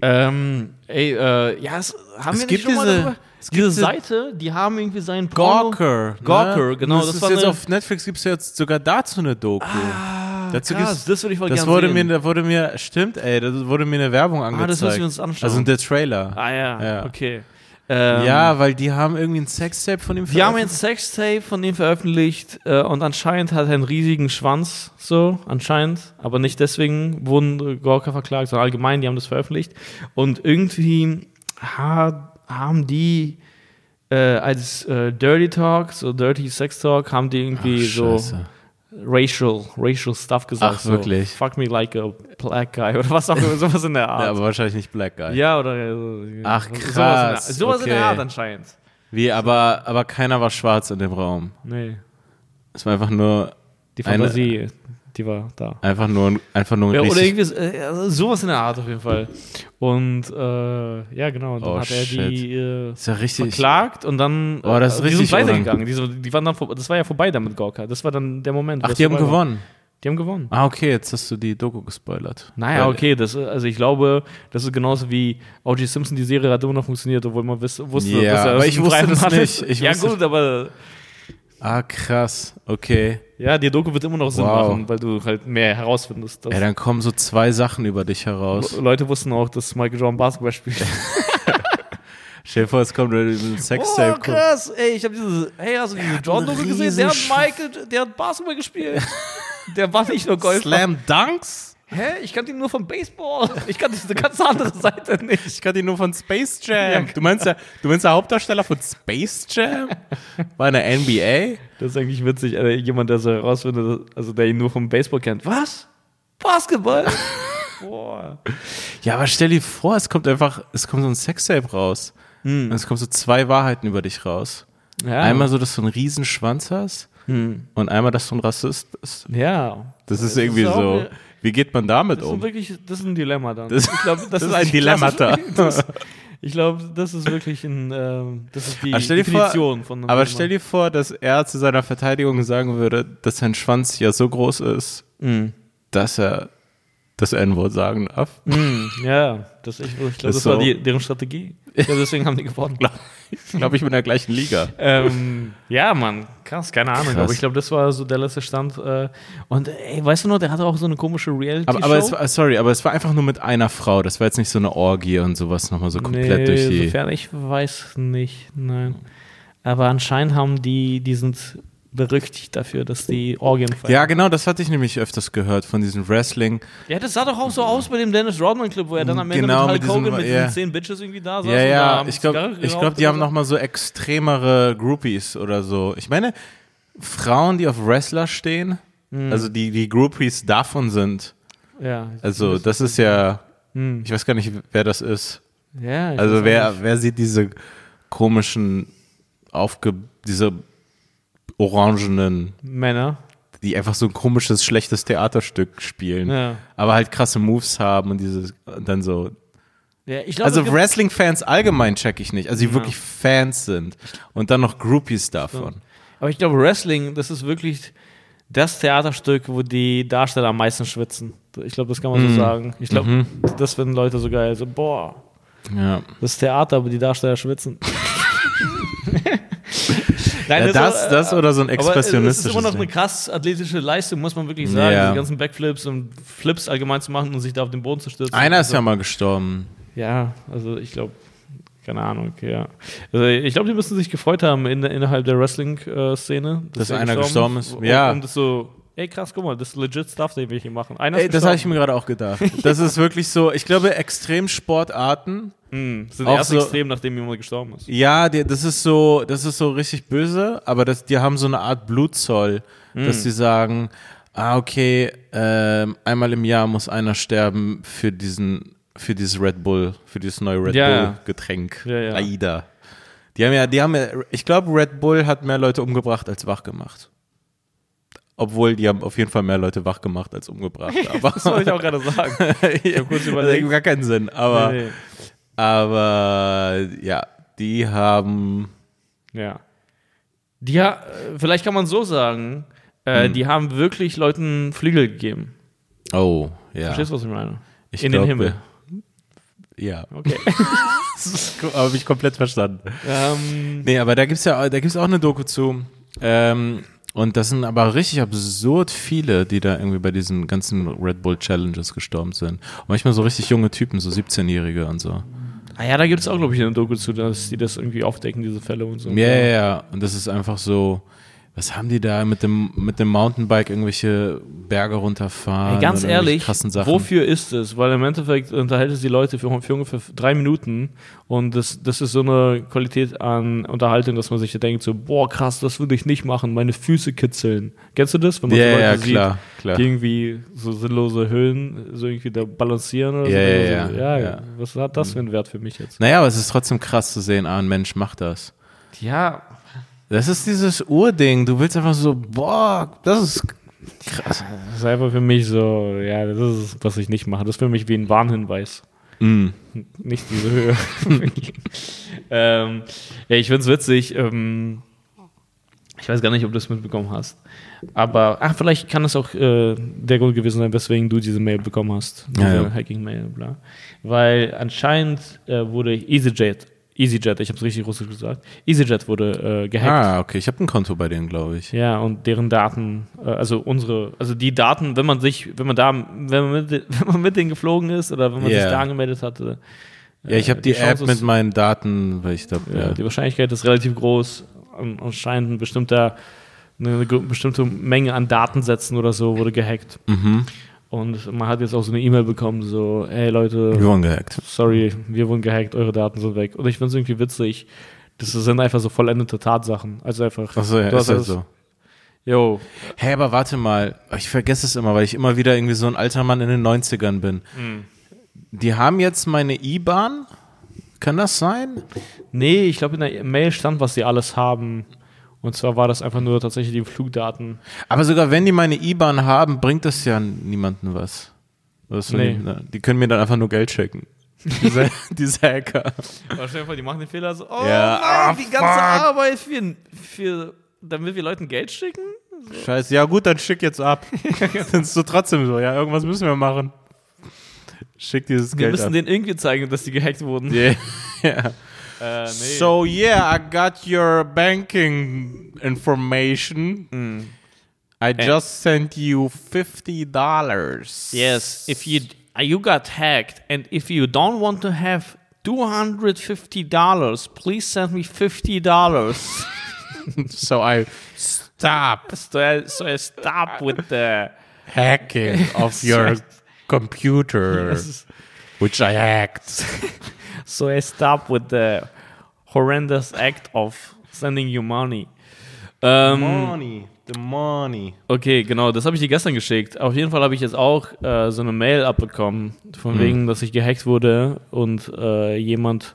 Speaker 1: Ähm, ey, äh, ja, es, haben
Speaker 2: Es
Speaker 1: wir
Speaker 2: gibt
Speaker 1: nicht schon mal
Speaker 2: diese-
Speaker 1: darüber?
Speaker 2: es gibt
Speaker 1: diese
Speaker 2: diese-
Speaker 1: Seite, die haben irgendwie seinen Porno-
Speaker 2: Gawker.
Speaker 1: Gawker,
Speaker 2: ne?
Speaker 1: genau.
Speaker 2: Das,
Speaker 1: Das,
Speaker 2: ist
Speaker 1: war
Speaker 2: jetzt
Speaker 1: eine, Ah,
Speaker 2: auf Netflix gibt es jetzt sogar dazu eine Doku. dazu
Speaker 1: krass,
Speaker 2: gibt's-
Speaker 1: das würde ich voll
Speaker 2: das
Speaker 1: gerne
Speaker 2: wurde
Speaker 1: sehen. Ah,
Speaker 2: mir, da wurde mir, stimmt, ey, das wurde mir eine Werbung angezeigt.
Speaker 1: das müssen wir uns anschauen.
Speaker 2: Also der Trailer.
Speaker 1: ah ja,
Speaker 2: Ja.
Speaker 1: okay. Ähm,
Speaker 2: ja, weil die haben irgendwie ein Sextape von ihm
Speaker 1: Die haben jetzt Sextape von ihm veröffentlicht äh, und anscheinend hat er einen riesigen Schwanz, so, anscheinend. Aber nicht deswegen wurden äh, Gorka verklagt, sondern allgemein, die haben das veröffentlicht. Und irgendwie ha haben die äh, als äh, Dirty Talk, so Dirty Sex Talk, haben die irgendwie so racial, racial Stuff gesagt.
Speaker 2: Ach, wirklich?
Speaker 1: So, Fuck me like a black guy oder was auch immer, sowas in der
Speaker 2: Ja,
Speaker 1: Art.
Speaker 2: aber wahrscheinlich nicht Black Guy.
Speaker 1: Ja, oder äh,
Speaker 2: Ach,
Speaker 1: sowas in der-
Speaker 2: krass,
Speaker 1: Sowas in der
Speaker 2: okay.
Speaker 1: Art anscheinend.
Speaker 2: Wie, aber, aber keiner war schwarz in dem Raum.
Speaker 1: Nee.
Speaker 2: Es war einfach nur.
Speaker 1: Die
Speaker 2: eine-
Speaker 1: Fantasie, die war da.
Speaker 2: einfach nur, einfach nur ein
Speaker 1: Ja, oder
Speaker 2: richtig.
Speaker 1: irgendwie so- äh, also sowas in der Art auf jeden Fall. Und äh, ja, genau, und dann
Speaker 2: Oh,
Speaker 1: hat er
Speaker 2: shit.
Speaker 1: die äh,
Speaker 2: Ist ja richtig.
Speaker 1: verklagt und dann
Speaker 2: Oh, das ist
Speaker 1: äh, die
Speaker 2: richtig
Speaker 1: sind weitergegangen. Die, so- die waren dann, vor- das war ja vorbei damit Gorka. Das war dann der Moment. wo
Speaker 2: Ach,
Speaker 1: das
Speaker 2: die haben
Speaker 1: vorbei war.
Speaker 2: gewonnen.
Speaker 1: Die haben gewonnen.
Speaker 2: Ah, okay, jetzt hast du die Doku gespoilert.
Speaker 1: Naja,
Speaker 2: Weil-
Speaker 1: okay, das, äh, also ich glaube, das ist genauso wie O.G. Simpson, die Serie hat immer noch funktioniert, obwohl man wiss, wusste,
Speaker 2: Ja,
Speaker 1: dass er
Speaker 2: aber
Speaker 1: das
Speaker 2: ich
Speaker 1: im
Speaker 2: wusste
Speaker 1: Freien
Speaker 2: das
Speaker 1: hatte.
Speaker 2: nicht. Ich
Speaker 1: ja
Speaker 2: wusste-
Speaker 1: gut, aber
Speaker 2: Ah, krass. Okay.
Speaker 1: ja, die Doku wird immer noch Sinn
Speaker 2: Wow.
Speaker 1: machen, weil du halt mehr herausfindest. dass-
Speaker 2: Ja, dann kommen so zwei Sachen über dich heraus.
Speaker 1: Leute wussten auch, dass Michael Jordan Basketball spielt.
Speaker 2: Stell dir vor, es kommt ein Sextape.
Speaker 1: Oh, krass. Ey, ich habe diese, hey, hast du diese Jordan-Doku
Speaker 2: einen
Speaker 1: gesehen? Der hat
Speaker 2: riesen
Speaker 1: Michael, der hat Basketball gespielt. der war nicht nur Golf.
Speaker 2: Slam Dunks?
Speaker 1: Hä? Ich kannte ihn nur vom Baseball. Ich kannte diese ganz andere Seite nicht.
Speaker 2: Ich kannte ihn nur von Space Jam. Du meinst der, du meinst der Hauptdarsteller von Space Jam? Bei einer NBA?
Speaker 1: Das ist eigentlich witzig, Alter. jemand, der so herausfindet, also der ihn nur vom Baseball kennt. Was? Basketball? Boah.
Speaker 2: Ja, aber stell dir vor, es kommt einfach, es kommt so ein Sextape raus. Und es kommen so zwei Wahrheiten über dich raus.
Speaker 1: Ja.
Speaker 2: Einmal so, dass du einen riesen Schwanz hast und einmal, dass du ein Rassist bist.
Speaker 1: Ja.
Speaker 2: Hm. Das ist irgendwie
Speaker 1: auch
Speaker 2: so,
Speaker 1: eine-
Speaker 2: wie geht man damit
Speaker 1: Das ist
Speaker 2: um?
Speaker 1: wirklich, das ist ein Dilemma dann.
Speaker 2: Das-
Speaker 1: ich glaub,
Speaker 2: das ist ein Dilemmata.
Speaker 1: klassisch- das- Ich glaube, das ist wirklich ein, ähm, das ist die
Speaker 2: Aber stell dir
Speaker 1: Definition
Speaker 2: vor,
Speaker 1: von einem
Speaker 2: aber
Speaker 1: Dilemma.
Speaker 2: stell dir vor, dass er zu seiner Verteidigung sagen würde, dass sein Schwanz ja so groß ist, dass er das N-Wort sagen darf.
Speaker 1: Hm, ja, das, ich, ich glaube, das,
Speaker 2: ist
Speaker 1: war
Speaker 2: so.
Speaker 1: die, deren Strategie. Ich glaub, deswegen haben die gewonnen.
Speaker 2: Ich glaube, ich bin in der gleichen Liga.
Speaker 1: ähm, ja, Mann, krass, keine Ahnung.
Speaker 2: Krass.
Speaker 1: Aber ich glaube, das war so der letzte Stand. Äh, und ey, weißt du noch, der hatte auch so eine komische Reality-Show.
Speaker 2: Aber, aber es war, sorry, aber es war einfach nur mit einer Frau. Das war jetzt nicht so eine Orgie und sowas nochmal so komplett
Speaker 1: nee,
Speaker 2: durch die.
Speaker 1: sofern ich weiß nicht, nein. Aber anscheinend haben die, die sind berüchtigt dafür, dass die Orgien feiern.
Speaker 2: Ja, genau, das hatte ich nämlich öfters gehört von diesem Wrestling.
Speaker 1: Ja, das sah doch auch so aus bei dem Dennis Rodman Clip, wo er dann am Ende
Speaker 2: Genau,
Speaker 1: mit
Speaker 2: mit
Speaker 1: Hulk Hogan
Speaker 2: diesem-
Speaker 1: mit
Speaker 2: ja.
Speaker 1: diesen zehn Bitches irgendwie da saß.
Speaker 2: Ja,
Speaker 1: und da
Speaker 2: ja,
Speaker 1: haben
Speaker 2: ich glaube,
Speaker 1: Zigarre
Speaker 2: ich
Speaker 1: geraucht
Speaker 2: glaub, die haben
Speaker 1: oder so.
Speaker 2: nochmal so extremere Groupies oder so. Ich meine,
Speaker 1: Mhm.
Speaker 2: Frauen, die auf Wrestler stehen, also die, die Groupies davon sind,
Speaker 1: Ja.
Speaker 2: Also das ist ja, ich weiß gar nicht, wer das ist.
Speaker 1: ja Mhm. ich weiß
Speaker 2: Also
Speaker 1: auch
Speaker 2: wer,
Speaker 1: nicht.
Speaker 2: wer sieht diese komischen, aufge, diese orangenen,
Speaker 1: Männer.
Speaker 2: die einfach so ein komisches, schlechtes Theaterstück spielen,
Speaker 1: Ja.
Speaker 2: aber halt krasse Moves haben und dieses, dann so.
Speaker 1: Ja, ich glaub, es
Speaker 2: Also
Speaker 1: gibt-
Speaker 2: Wrestling-Fans allgemein check ich nicht, also die wirklich Fans sind und dann noch Groupies davon.
Speaker 1: Aber ich glaube, Wrestling, das ist wirklich das Theaterstück, wo die Darsteller am meisten schwitzen. Ich glaube, das kann
Speaker 2: Mhm.
Speaker 1: man so sagen. Ich glaube, das finden Leute so geil. So, boah,
Speaker 2: Ja.
Speaker 1: das ist Theater, aber die Darsteller schwitzen. Nein,
Speaker 2: Ja, das,
Speaker 1: äh,
Speaker 2: das oder so ein
Speaker 1: aber es ist
Speaker 2: expressionistisches.
Speaker 1: immer noch eine
Speaker 2: Ding.
Speaker 1: krass athletische Leistung, muss man wirklich sagen,
Speaker 2: Ja.
Speaker 1: diese ganzen Backflips und Flips allgemein zu machen und sich da auf den Boden zu stürzen.
Speaker 2: Einer ist
Speaker 1: Also-
Speaker 2: ja mal gestorben.
Speaker 1: ja, also ich glaube, keine Ahnung, ja. Also ich glaube, die müssen sich gefreut haben in, innerhalb der Wrestling-Szene,
Speaker 2: Dass
Speaker 1: der
Speaker 2: einer gestorben ist.
Speaker 1: Um,
Speaker 2: Ja.
Speaker 1: Und das so, ey krass, guck mal, das ist legit Stuff, den wir hier machen. Einer
Speaker 2: Ey,
Speaker 1: ist
Speaker 2: das habe ich
Speaker 1: gestorben.
Speaker 2: mir gerade auch gedacht. Das ist wirklich so, ich glaube, Extremsportarten,
Speaker 1: Hm, sind
Speaker 2: auch
Speaker 1: erst
Speaker 2: so-
Speaker 1: extrem, nachdem jemand gestorben ist.
Speaker 2: ja, die, das ist so, das ist so richtig böse, aber das, die haben so eine Art Blutzoll,
Speaker 1: Mm.
Speaker 2: dass sie sagen, ah, okay, ähm, einmal im Jahr muss einer sterben für diesen, für dieses Red Bull, für dieses neue Red
Speaker 1: Ja,
Speaker 2: Bull
Speaker 1: ja.
Speaker 2: Getränk.
Speaker 1: Ja, ja.
Speaker 2: Aida. Die haben ja, die haben ja, ich glaube, Red Bull hat mehr Leute umgebracht als wach gemacht. Obwohl, die haben auf jeden Fall mehr Leute wach gemacht als umgebracht. Aber
Speaker 1: Das wollte ich auch gerade sagen.
Speaker 2: ich habe
Speaker 1: kurz
Speaker 2: Das
Speaker 1: überlegt.
Speaker 2: ergibt gar keinen Sinn, aber,
Speaker 1: Nee,
Speaker 2: aber ja, die haben.
Speaker 1: nee. Ja. Die, ja, äh, vielleicht kann man so sagen, äh,
Speaker 2: Hm.
Speaker 1: die haben wirklich Leuten Flügel gegeben.
Speaker 2: Oh, ja.
Speaker 1: Verstehst du, was ich meine?
Speaker 2: Ich
Speaker 1: In
Speaker 2: glaub, äh,
Speaker 1: den Himmel.
Speaker 2: Ja.
Speaker 1: Okay.
Speaker 2: Habe ich komplett verstanden.
Speaker 1: ähm,
Speaker 2: Nee, aber da gibt's ja da gibt's auch eine Doku zu. Ähm, und das sind aber richtig absurd viele, die da irgendwie bei diesen ganzen Red Bull Challenges gestorben sind. Und manchmal so richtig junge Typen, so 17-Jährige und so.
Speaker 1: ah ja, da gibt es auch, glaube ich, eine Doku zu, dass die das irgendwie aufdecken, diese Fälle und so.
Speaker 2: Ja, ja, ja. Und das ist einfach so, was haben die da mit dem, mit dem Mountainbike irgendwelche Berge runterfahren?
Speaker 1: Ey, ganz
Speaker 2: oder irgendwelche
Speaker 1: ehrlich,
Speaker 2: Ah, krassen Sachen.
Speaker 1: wofür ist es? Weil im Endeffekt unterhält es die Leute für, für ungefähr drei Minuten und das, das ist so eine Qualität an Unterhaltung, dass man sich da denkt so, boah krass, das würde ich nicht machen, meine Füße kitzeln. Kennst du das? Wenn man
Speaker 2: Ja,
Speaker 1: so Leute
Speaker 2: ja, klar,
Speaker 1: sieht,
Speaker 2: klar.
Speaker 1: die irgendwie so sinnlose Höhlen so irgendwie da balancieren oder
Speaker 2: Ja,
Speaker 1: so.
Speaker 2: ja,
Speaker 1: so,
Speaker 2: ja, ja. Mhm.
Speaker 1: Was hat das für einen Wert für mich jetzt?
Speaker 2: Naja, aber es ist trotzdem krass zu sehen, ah, ein Mensch macht das.
Speaker 1: Ja,
Speaker 2: Das ist dieses Urding. Du willst einfach so, boah, das ist krass.
Speaker 1: das ist einfach für mich so, ja, das ist, was ich nicht mache. Das ist für mich wie ein Warnhinweis.
Speaker 2: Mm.
Speaker 1: nicht diese Höhe. ähm, ja, ich find's witzig. Ähm, ich weiß gar nicht, ob du es mitbekommen hast. Aber, ach, vielleicht kann es auch äh, der Grund gewesen sein, weswegen du diese Mail bekommen hast. Diese
Speaker 2: Ja, ja.
Speaker 1: Hacking-Mail, bla. Weil anscheinend äh, wurde EasyJet, EasyJet, ich habe es richtig russisch gesagt, EasyJet wurde äh, gehackt.
Speaker 2: Ah, okay, ich habe ein Konto bei denen, glaube ich.
Speaker 1: Ja, und deren Daten, äh, also unsere, also die Daten, wenn man sich, wenn man da, wenn man mit, den- wenn man mit denen geflogen ist oder wenn man
Speaker 2: Ja.
Speaker 1: sich da angemeldet äh, hatte,
Speaker 2: Ja, ich habe
Speaker 1: die
Speaker 2: die, App
Speaker 1: Chance ist-
Speaker 2: mit meinen Daten, weil ich da.
Speaker 1: Ja,
Speaker 2: Ja,
Speaker 1: die Wahrscheinlichkeit ist relativ groß. An- Anscheinend ein bestimmter, eine gr- bestimmte Menge an Datensätzen oder so wurde gehackt.
Speaker 2: Mhm.
Speaker 1: Und man hat jetzt auch so eine E-Mail bekommen, so, hey Leute,
Speaker 2: Wir wurden gehackt.
Speaker 1: sorry, wir wurden gehackt, eure Daten sind weg. Und ich finde es irgendwie witzig. Das sind einfach so vollendete Tatsachen. Also einfach.
Speaker 2: Achso, ja,
Speaker 1: du
Speaker 2: ist
Speaker 1: hast
Speaker 2: halt
Speaker 1: alles-
Speaker 2: so.
Speaker 1: Yo,
Speaker 2: Hey, aber warte mal, ich vergesse es immer, weil ich immer wieder irgendwie so ein alter Mann in den 90ern bin. Die haben jetzt meine IBAN? Kann das sein?
Speaker 1: nee, ich glaube, in der Mail stand, was sie alles haben. Und zwar war das einfach nur tatsächlich die Flugdaten.
Speaker 2: Aber sogar wenn die meine IBAN haben, bringt das ja niemandem was. was soll
Speaker 1: Nee.
Speaker 2: die, na, die können mir dann einfach nur Geld schicken. Diese, diese Hacker.
Speaker 1: Wahrscheinlich, die machen den Fehler so, oh
Speaker 2: Ja, ah,
Speaker 1: nein, die ganze
Speaker 2: fuck.
Speaker 1: Arbeit für, für, damit wir Leuten Geld schicken?
Speaker 2: Scheiße, ja gut, dann schick jetzt ab. Dann ist so trotzdem so, ja, irgendwas müssen wir machen. Schick dieses
Speaker 1: Wir
Speaker 2: Geld
Speaker 1: müssen
Speaker 2: ab.
Speaker 1: denen irgendwie zeigen, dass die gehackt wurden.
Speaker 2: Yeah. yeah.
Speaker 1: Äh, nee.
Speaker 2: So yeah, I got your banking information.
Speaker 1: Mm.
Speaker 2: I just sent you fifty dollars.
Speaker 1: yes, if you uh, you got hacked and if you don't want to have 250 dollars, please send me 50 dollars.
Speaker 2: So I stop
Speaker 1: so, I, so I stop with the
Speaker 2: hacking of your computer, which I hacked.
Speaker 1: so I stop with the horrendous act of sending you money. Ähm,
Speaker 2: Money. The money.
Speaker 1: Okay, genau, das habe ich dir gestern geschickt. Auf jeden Fall habe ich jetzt auch äh, so eine Mail abbekommen, von wegen, dass ich gehackt wurde und äh, jemand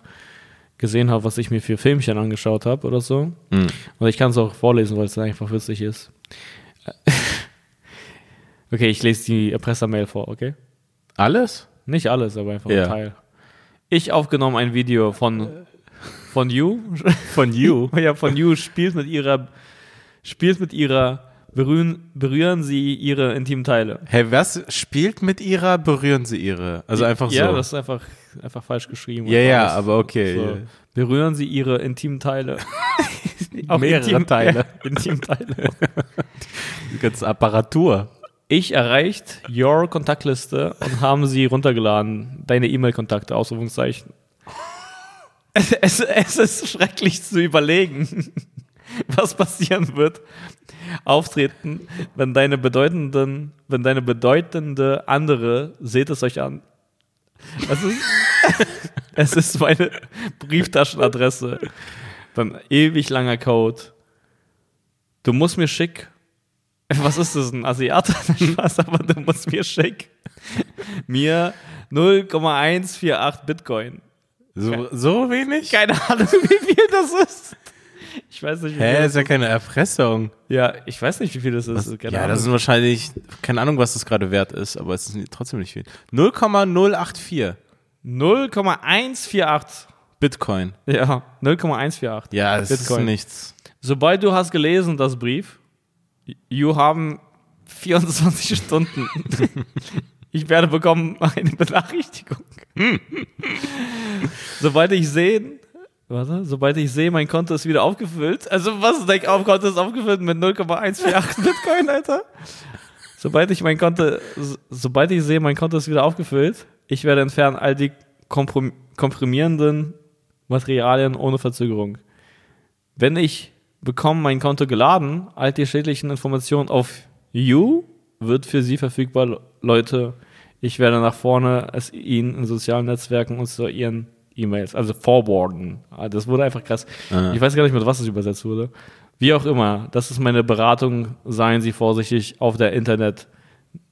Speaker 1: gesehen hat, was ich mir für Filmchen angeschaut habe oder so. Und ich kann es auch vorlesen, weil es einfach witzig ist. okay, ich lese die Erpresser-Mail vor, okay?
Speaker 2: Alles?
Speaker 1: Nicht alles, aber einfach
Speaker 2: Ja.
Speaker 1: ein Teil. Ich aufgenommen ein Video von von You.
Speaker 2: Von you?
Speaker 1: ja, von You spielt mit ihrer spielt mit ihrer berühren, berühren sie ihre intimen Teile.
Speaker 2: Hey, was spielt mit ihrer, berühren sie ihre? Also einfach
Speaker 1: ja,
Speaker 2: so.
Speaker 1: das ist einfach einfach falsch geschrieben.
Speaker 2: ja, ja,
Speaker 1: Alles.
Speaker 2: aber okay.
Speaker 1: So. Berühren sie ihre intimen Teile. Auch
Speaker 2: Mehrere Teile.
Speaker 1: Ja, intimen Teile.
Speaker 2: Die ganze Apparatur.
Speaker 1: Ich erreicht your Kontaktliste und haben sie runtergeladen. Deine E-Mail-Kontakte, Ausrufungszeichen. Es, es, es ist schrecklich zu überlegen, was passieren wird, auftreten, wenn deine bedeutenden, wenn deine bedeutende andere, seht es euch an. Es ist, es ist meine Brieftaschenadresse. Dann ewig langer Code. Du musst mir schick was ist das, ein Asiate? Spaß, aber du musst mir schick. Mir 0,148 Bitcoin.
Speaker 2: So, so wenig?
Speaker 1: Keine Ahnung, wie viel das ist. Ich weiß nicht, wie
Speaker 2: Hä,
Speaker 1: viel.
Speaker 2: ist ja keine Erpressung.
Speaker 1: Ja, ich weiß nicht, wie viel das ist. Also Keine
Speaker 2: ja,
Speaker 1: Ahnung.
Speaker 2: das sind wahrscheinlich, keine Ahnung, was das gerade wert ist, aber es ist trotzdem nicht viel. 0,084
Speaker 1: 0,148.
Speaker 2: Bitcoin.
Speaker 1: Ja, 0,148.
Speaker 2: Ja, das
Speaker 1: Bitcoin.
Speaker 2: ist nichts.
Speaker 1: Sobald du hast gelesen, das Brief, you haben 24 Stunden. ich werde bekommen eine Benachrichtigung. sobald ich sehen, warte, sobald ich sehe, mein Konto ist wieder aufgefüllt. Also was, dein Auf- Konto ist aufgefüllt mit 0,148 Bitcoin, Alter? Sobald ich mein Konto, so, sobald ich sehe, mein Konto ist wieder aufgefüllt, ich werde entfernen all die komprom- komprimierenden Materialien ohne Verzögerung. Wenn ich bekomme mein Konto geladen, all die schädlichen Informationen auf You wird für Sie verfügbar, Le- Leute. Ich werde nach vorne es Ihnen in sozialen Netzwerken und zu Ihren E-Mails, also forwarden. Ah, Das wurde einfach krass. Ich weiß gar nicht mit was es übersetzt wurde. Wie auch immer, das ist meine Beratung. Seien Sie vorsichtig auf der Internet.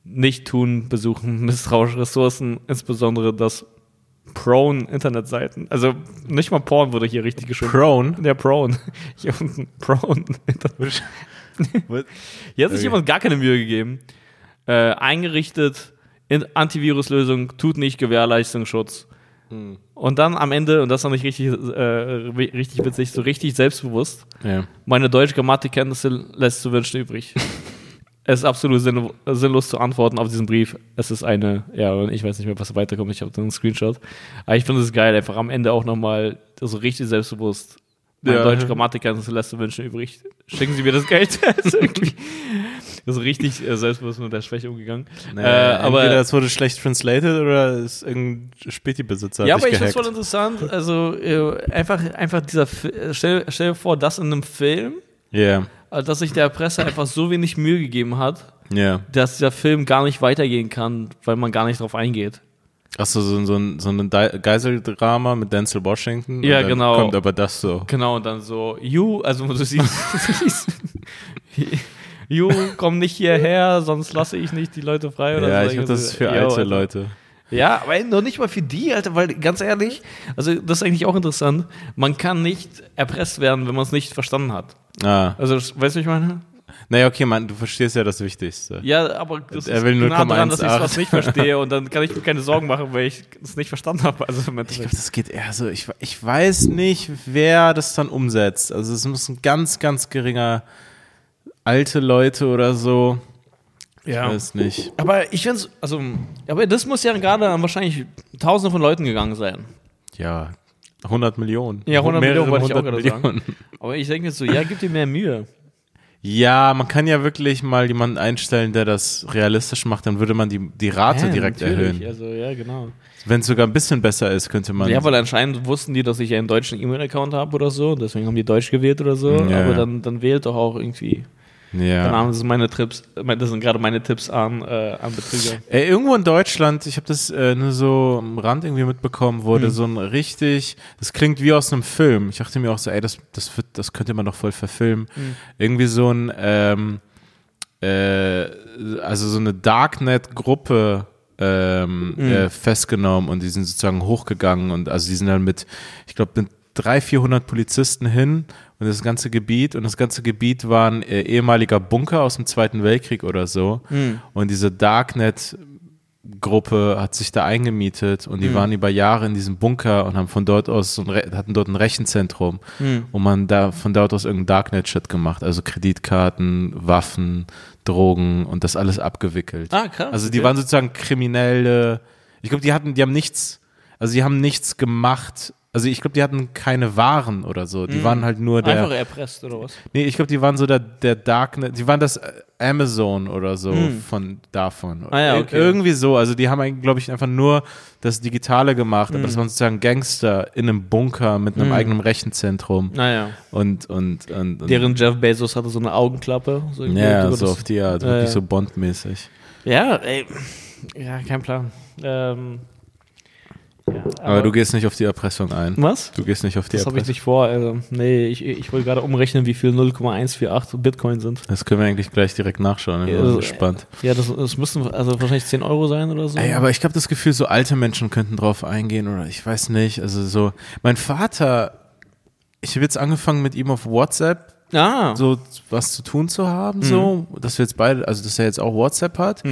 Speaker 1: Nicht tun, besuchen, misstrauische Ressourcen, insbesondere das Prone-Internetseiten. Also nicht mal Porn wurde hier richtig geschrieben.
Speaker 2: Prone.
Speaker 1: Der Prone. Hier unten. Prone. Hier hat sich
Speaker 2: Okay.
Speaker 1: jemand gar keine Mühe gegeben. Äh, eingerichtet, in Antiviruslösung, tut nicht Gewährleistungsschutz. Und dann am Ende, und das fand ich richtig, äh, wi- richtig witzig, so richtig selbstbewusst,
Speaker 2: ja.
Speaker 1: meine deutsche Grammatikkenntnisse lässt zu wünschen übrig. es ist absolut sinn sinnlos zu antworten auf diesen Brief. Es ist eine, ja, und ich weiß nicht mehr, was weiterkommt. Ich habe einen Screenshot. Aber ich finde es geil, einfach am Ende auch nochmal so richtig selbstbewusst. Meine
Speaker 2: Ja.
Speaker 1: deutsche Grammatikkenntnisse lässt zu wünschen übrig. Schicken Sie mir das Geld. Das ist irgendwie- das ist richtig äh, selbstbewusst mit der Schwäche umgegangen.
Speaker 2: Naja,
Speaker 1: äh, aber
Speaker 2: entweder es wurde schlecht translated oder ist irgendein Späti-Besitzer
Speaker 1: ja,
Speaker 2: hat
Speaker 1: aber
Speaker 2: dich
Speaker 1: ich finde es voll
Speaker 2: gehackt.
Speaker 1: interessant. Also äh, einfach, einfach dieser, Fi- äh, stell, stell dir vor, das in einem Film.
Speaker 2: Ja,
Speaker 1: Also, dass sich der Presse einfach so wenig Mühe gegeben hat,
Speaker 2: ja.
Speaker 1: dass der Film gar nicht weitergehen kann, weil man gar nicht drauf eingeht.
Speaker 2: Achso, so, ein- so, ein- so ein Dei- Geiseldrama mit Denzel Washington.
Speaker 1: Ja,
Speaker 2: und dann
Speaker 1: genau.
Speaker 2: Kommt aber das so.
Speaker 1: Genau, und dann so, you, also du siehst, you, komm nicht hierher, sonst lasse ich nicht die Leute frei. Oder
Speaker 2: Ja,
Speaker 1: so.
Speaker 2: ich glaube, das ist für
Speaker 1: Yo, also
Speaker 2: alte
Speaker 1: Alter.
Speaker 2: Leute.
Speaker 1: Ja, aber noch nicht mal für die, Alter, weil ganz ehrlich, also das ist eigentlich auch interessant, man kann nicht erpresst werden, wenn man es nicht verstanden hat.
Speaker 2: Ah.
Speaker 1: Also, das- weißt du, was ich meine?
Speaker 2: Naja, okay, Mann, du verstehst ja das Wichtigste.
Speaker 1: Ja, aber das
Speaker 2: Er will
Speaker 1: ist nah daran, dass ich
Speaker 2: 0,18.
Speaker 1: was nicht verstehe und dann kann ich mir keine Sorgen machen, weil ich es nicht verstanden habe. Also im
Speaker 2: Ich glaube,
Speaker 1: Endeffekt.
Speaker 2: das geht eher so. Ich, ich weiß nicht, wer das dann umsetzt. Also es muss ein ganz, ganz geringer alte Leute oder so. Ich
Speaker 1: Ja.
Speaker 2: weiß nicht.
Speaker 1: Aber ich finde es, also, aber das muss ja gerade an wahrscheinlich Tausende von Leuten gegangen sein.
Speaker 2: Ja, 100 Millionen.
Speaker 1: Ja, 100
Speaker 2: Mehrere
Speaker 1: Millionen wollte ich auch
Speaker 2: 100
Speaker 1: gerade sagen. Aber ich denke mir so, ja, gib dir mehr Mühe.
Speaker 2: Ja, man kann ja wirklich mal jemanden einstellen, der das realistisch macht, dann würde man die, die Rate
Speaker 1: Ja,
Speaker 2: direkt
Speaker 1: natürlich,
Speaker 2: erhöhen.
Speaker 1: Also, ja, genau.
Speaker 2: Wenn es sogar ein bisschen besser ist, könnte man.
Speaker 1: Ja, weil anscheinend wussten die, dass ich ja einen deutschen E-Mail-Account habe oder so, deswegen haben die Deutsch gewählt oder so,
Speaker 2: Ja,
Speaker 1: aber
Speaker 2: ja.
Speaker 1: dann, dann wählt doch auch irgendwie.
Speaker 2: Ja.
Speaker 1: Keine Ahnung, das sind meine Tipps, das sind gerade meine Tipps an, äh, an Betrüger.
Speaker 2: Ey, irgendwo in Deutschland, ich habe das äh, nur so am Rand irgendwie mitbekommen, wurde so ein richtig, das klingt wie aus einem Film. Ich dachte mir auch so, ey, das, das, wird, das könnte man doch voll verfilmen. Irgendwie so ein, ähm, äh, also so eine Darknet-Gruppe ähm, äh, festgenommen und die sind sozusagen hochgegangen und also die sind dann mit, ich glaube, mit 300, 400 Polizisten hin und das ganze Gebiet und das ganze Gebiet war ein äh, ehemaliger Bunker aus dem Zweiten Weltkrieg oder so und diese Darknet Gruppe hat sich da eingemietet und die
Speaker 1: Hm.
Speaker 2: waren über Jahre in diesem Bunker und haben von dort aus so ein Re hatten dort ein Rechenzentrum
Speaker 1: Hm.
Speaker 2: und man da von dort aus irgendein Darknet-Shit gemacht, also Kreditkarten, Waffen, Drogen und das alles abgewickelt.
Speaker 1: Ah, krass,
Speaker 2: Also die
Speaker 1: okay.
Speaker 2: waren sozusagen kriminelle. Ich glaube, die hatten, die haben nichts, also die haben nichts gemacht. Also ich glaube, die hatten keine Waren oder so. Die waren halt nur der.
Speaker 1: Hm. Einfach erpresst oder was?
Speaker 2: Nee, ich glaube, die waren so der, der Darknet, die waren das äh, Amazon oder so von davon.
Speaker 1: Hm. Ah ja,
Speaker 2: Ir-
Speaker 1: okay.
Speaker 2: Irgendwie so. Also die haben, glaube ich, einfach nur das Digitale gemacht,
Speaker 1: Hm.
Speaker 2: aber das waren sozusagen Gangster in einem Bunker mit einem eigenen Rechenzentrum
Speaker 1: Naja.
Speaker 2: und, und, und, und
Speaker 1: Deren Jeff Bezos hatte so eine Augenklappe. So
Speaker 2: ja,
Speaker 1: über
Speaker 2: so
Speaker 1: das-
Speaker 2: auf die Art,
Speaker 1: Ja,
Speaker 2: wirklich
Speaker 1: ja.
Speaker 2: so Bond-mäßig.
Speaker 1: Ja, ey. Ja, kein Plan. Ähm, ja,
Speaker 2: Aber, du gehst nicht auf die Erpressung ein.
Speaker 1: Was?
Speaker 2: Du gehst nicht auf die
Speaker 1: Das habe
Speaker 2: Erpressung.
Speaker 1: ich nicht vor. Also, nee, ich, ich wollte gerade umrechnen, wie viel 0,148 Bitcoin sind.
Speaker 2: das können wir eigentlich gleich direkt nachschauen. Ich bin
Speaker 1: Also,
Speaker 2: gespannt.
Speaker 1: Ja, das, das müssen also wahrscheinlich 10 Euro sein oder so.
Speaker 2: Ey, aber ich habe das Gefühl, so alte Menschen könnten drauf eingehen oder ich weiß nicht. Also so, mein Vater, ich habe jetzt angefangen mit ihm auf WhatsApp
Speaker 1: ah,
Speaker 2: so was zu tun zu haben, so, dass wir jetzt beide, also dass er jetzt auch WhatsApp hat.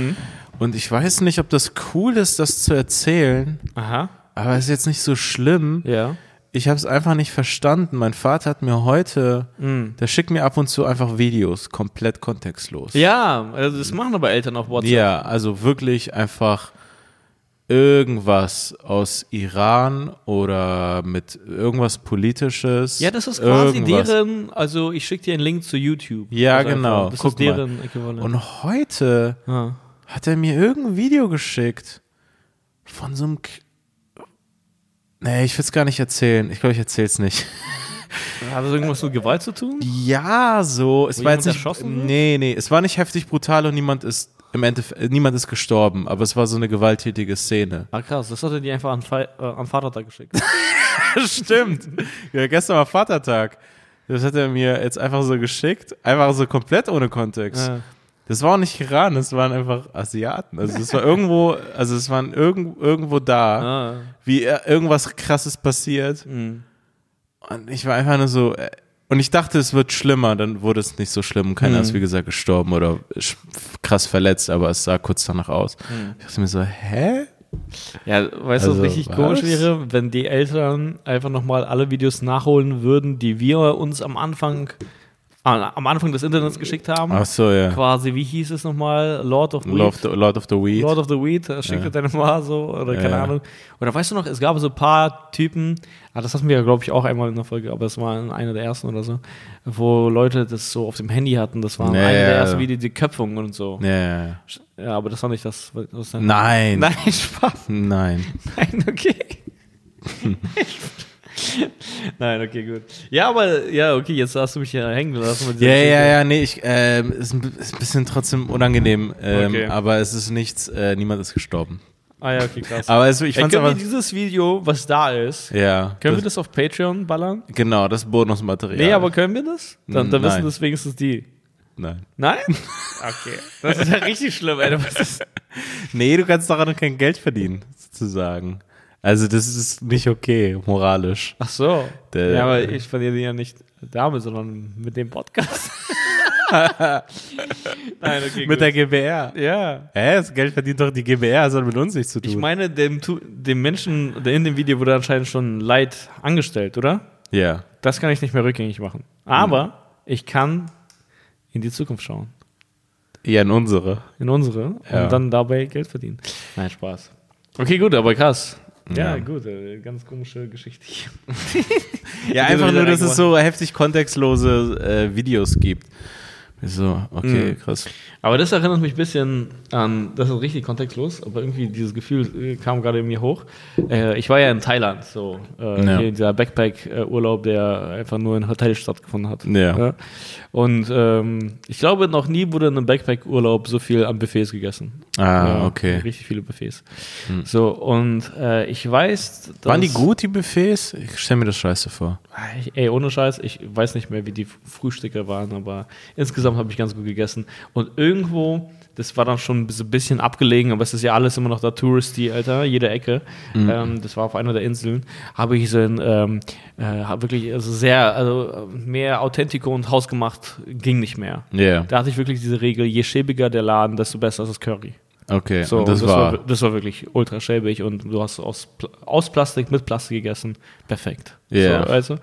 Speaker 2: Und ich weiß nicht, ob das cool ist, das zu erzählen,
Speaker 1: aha,
Speaker 2: aber es ist jetzt nicht so schlimm.
Speaker 1: ja.
Speaker 2: Ich habe es einfach nicht verstanden. Mein Vater hat mir heute, der schickt mir ab und zu einfach Videos, komplett kontextlos.
Speaker 1: Ja, also das machen aber Eltern auf WhatsApp.
Speaker 2: Ja, also wirklich einfach irgendwas aus Iran oder mit irgendwas Politisches.
Speaker 1: Ja, das ist quasi
Speaker 2: irgendwas.
Speaker 1: deren, also ich schicke dir einen Link zu YouTube.
Speaker 2: Ja,
Speaker 1: Also
Speaker 2: genau.
Speaker 1: Einfach, das
Speaker 2: Guck
Speaker 1: ist deren Äquivalent.
Speaker 2: Und heute
Speaker 1: ah.
Speaker 2: hat er mir irgendein Video geschickt von so einem. K nee, ich will es gar nicht erzählen. Ich glaube, ich erzähl's nicht.
Speaker 1: Hat das irgendwas mit Gewalt zu tun?
Speaker 2: Ja, so. Es
Speaker 1: Wo
Speaker 2: war
Speaker 1: jemand
Speaker 2: jetzt nicht.
Speaker 1: erschossen wird?
Speaker 2: Nee, nee. Es war nicht heftig brutal und niemand ist im Endeffekt, äh, niemand ist gestorben, aber es war so eine gewalttätige Szene.
Speaker 1: Ah krass, das hat er dir einfach an, Fe- äh, am Vatertag geschickt.
Speaker 2: Stimmt. Ja, gestern war Vatertag. Das hat er mir jetzt einfach so geschickt. Einfach so komplett ohne Kontext.
Speaker 1: Ja.
Speaker 2: Das war auch nicht Iran, das waren einfach Asiaten. Also es war irgendwo, also es waren irgend, irgendwo da,
Speaker 1: ah.
Speaker 2: wie ir- irgendwas krasses passiert.
Speaker 1: Hm.
Speaker 2: Und ich war einfach nur so. äh, Und ich dachte, es wird schlimmer, dann wurde es nicht so schlimm. Keiner
Speaker 1: Mhm.
Speaker 2: ist, wie gesagt, gestorben oder sch- krass verletzt, aber es sah kurz danach aus.
Speaker 1: Mhm.
Speaker 2: Ich dachte mir so, hä?
Speaker 1: Ja, weißt du, was
Speaker 2: Also,
Speaker 1: richtig
Speaker 2: was?
Speaker 1: komisch wäre, wenn die Eltern einfach nochmal alle Videos nachholen würden, die wir uns am Anfang, ah, am Anfang des Internets geschickt haben.
Speaker 2: Ach so, ja.
Speaker 1: Quasi, wie hieß es nochmal? Lord of Weed.
Speaker 2: Lord of the, Lord of the Weed.
Speaker 1: Lord of the Weed, das schickte deine Mama so, oder keine
Speaker 2: Ja.
Speaker 1: Ahnung. Oder weißt du noch, es gab so ein paar Typen, ah, das hatten wir ja, glaube ich, auch einmal in der Folge, aber es war in einer der ersten oder so, wo Leute das so auf dem Handy hatten, das war
Speaker 2: Ja,
Speaker 1: eine
Speaker 2: ja.
Speaker 1: der ersten Videos, die Köpfung und so.
Speaker 2: ja, ja, ja.
Speaker 1: Ja, aber das war nicht das, was dann
Speaker 2: Nein.
Speaker 1: Nein, Spaß.
Speaker 2: Nein.
Speaker 1: Nein, okay. Nein, okay, gut. Ja, aber, ja, okay, jetzt hast du mich hier hängen gelassen. mit dieser
Speaker 2: Ja,
Speaker 1: Geschichte.
Speaker 2: ja, ja, nee, ich, ähm, ist, ein, bi- ist ein bisschen trotzdem unangenehm, ähm,
Speaker 1: Okay.
Speaker 2: aber es ist nichts, äh, niemand ist gestorben.
Speaker 1: Ah, ja, okay, krass.
Speaker 2: Aber es, ich
Speaker 1: Ey,
Speaker 2: fand's
Speaker 1: können wir
Speaker 2: aber,
Speaker 1: dieses Video, was da ist,
Speaker 2: ja,
Speaker 1: können wir
Speaker 2: das,
Speaker 1: das auf Patreon ballern?
Speaker 2: genau, das Bonusmaterial.
Speaker 1: Nee, aber können wir das? Dann, dann
Speaker 2: Nein.
Speaker 1: wissen das wenigstens die.
Speaker 2: Nein.
Speaker 1: Nein? Okay. Das ist ja richtig schlimm, Alter. Was ist
Speaker 2: Nee, du kannst daran kein Geld verdienen, sozusagen. Also das ist nicht okay, moralisch.
Speaker 1: Ach so.
Speaker 2: Der-
Speaker 1: ja, aber ich verliere die ja nicht damit, sondern mit dem Podcast. Nein, okay.
Speaker 2: Mit
Speaker 1: gut.
Speaker 2: der GBR.
Speaker 1: ja.
Speaker 2: Hä, das Geld verdient doch die GBR, das hat mit uns nichts zu tun.
Speaker 1: Ich meine, dem, Tu- dem Menschen der in dem Video wurde anscheinend schon Leid angestellt, oder?
Speaker 2: ja.
Speaker 1: Das kann ich nicht mehr rückgängig machen. Aber ich kann in die Zukunft schauen.
Speaker 2: Ja, in unsere.
Speaker 1: in unsere
Speaker 2: Ja.
Speaker 1: und dann dabei Geld verdienen. Nein, Spaß. Okay, gut, aber krass. Ja,
Speaker 2: Ja.
Speaker 1: gut, äh, ganz komische Geschichte. hier.
Speaker 2: Ja,
Speaker 1: Die sind
Speaker 2: einfach
Speaker 1: wieder
Speaker 2: nur, dass es
Speaker 1: reingemacht.
Speaker 2: so heftig kontextlose äh, Videos gibt. So,
Speaker 1: Mhm.
Speaker 2: okay, krass.
Speaker 1: Aber das erinnert mich ein bisschen an, das ist richtig kontextlos, aber irgendwie dieses Gefühl äh, kam gerade in mir hoch. Äh, Ich war ja in Thailand, so äh,
Speaker 2: Ja.
Speaker 1: hier in dieser Backpack-Urlaub, der einfach nur in Hotels stattgefunden hat.
Speaker 2: Ja.
Speaker 1: Und ähm, ich glaube, noch nie wurde in einem Backpack-Urlaub so viel am Buffets gegessen.
Speaker 2: Ah,
Speaker 1: Ja,
Speaker 2: okay. Hm.
Speaker 1: Richtig viele Buffets. So, und äh, ich weiß, dass.
Speaker 2: Waren die gut, die Buffets? Ich stelle mir das scheiße vor.
Speaker 1: Ah, Ich- Ey, ohne Scheiß, ich weiß nicht mehr, wie die Frühstücke waren, aber insgesamt habe ich ganz gut gegessen. Und irgendwo, das war dann schon so ein bisschen abgelegen, aber es ist ja alles immer noch da touristy, Alter, jede Ecke. Ähm, das war auf einer der Inseln. Habe ich so ein, ähm, äh, hab wirklich also sehr, also äh, mehr Authentico und hausgemacht ging nicht mehr.
Speaker 2: Ja, yeah.
Speaker 1: Da hatte ich wirklich diese Regel, je schäbiger der Laden, desto besser ist das Curry.
Speaker 2: okay.
Speaker 1: So,
Speaker 2: und das, war,
Speaker 1: das war wirklich ultra schäbig und du hast aus, Pl- aus Plastik mit Plastik gegessen. Perfekt.
Speaker 2: Ja.
Speaker 1: So, also.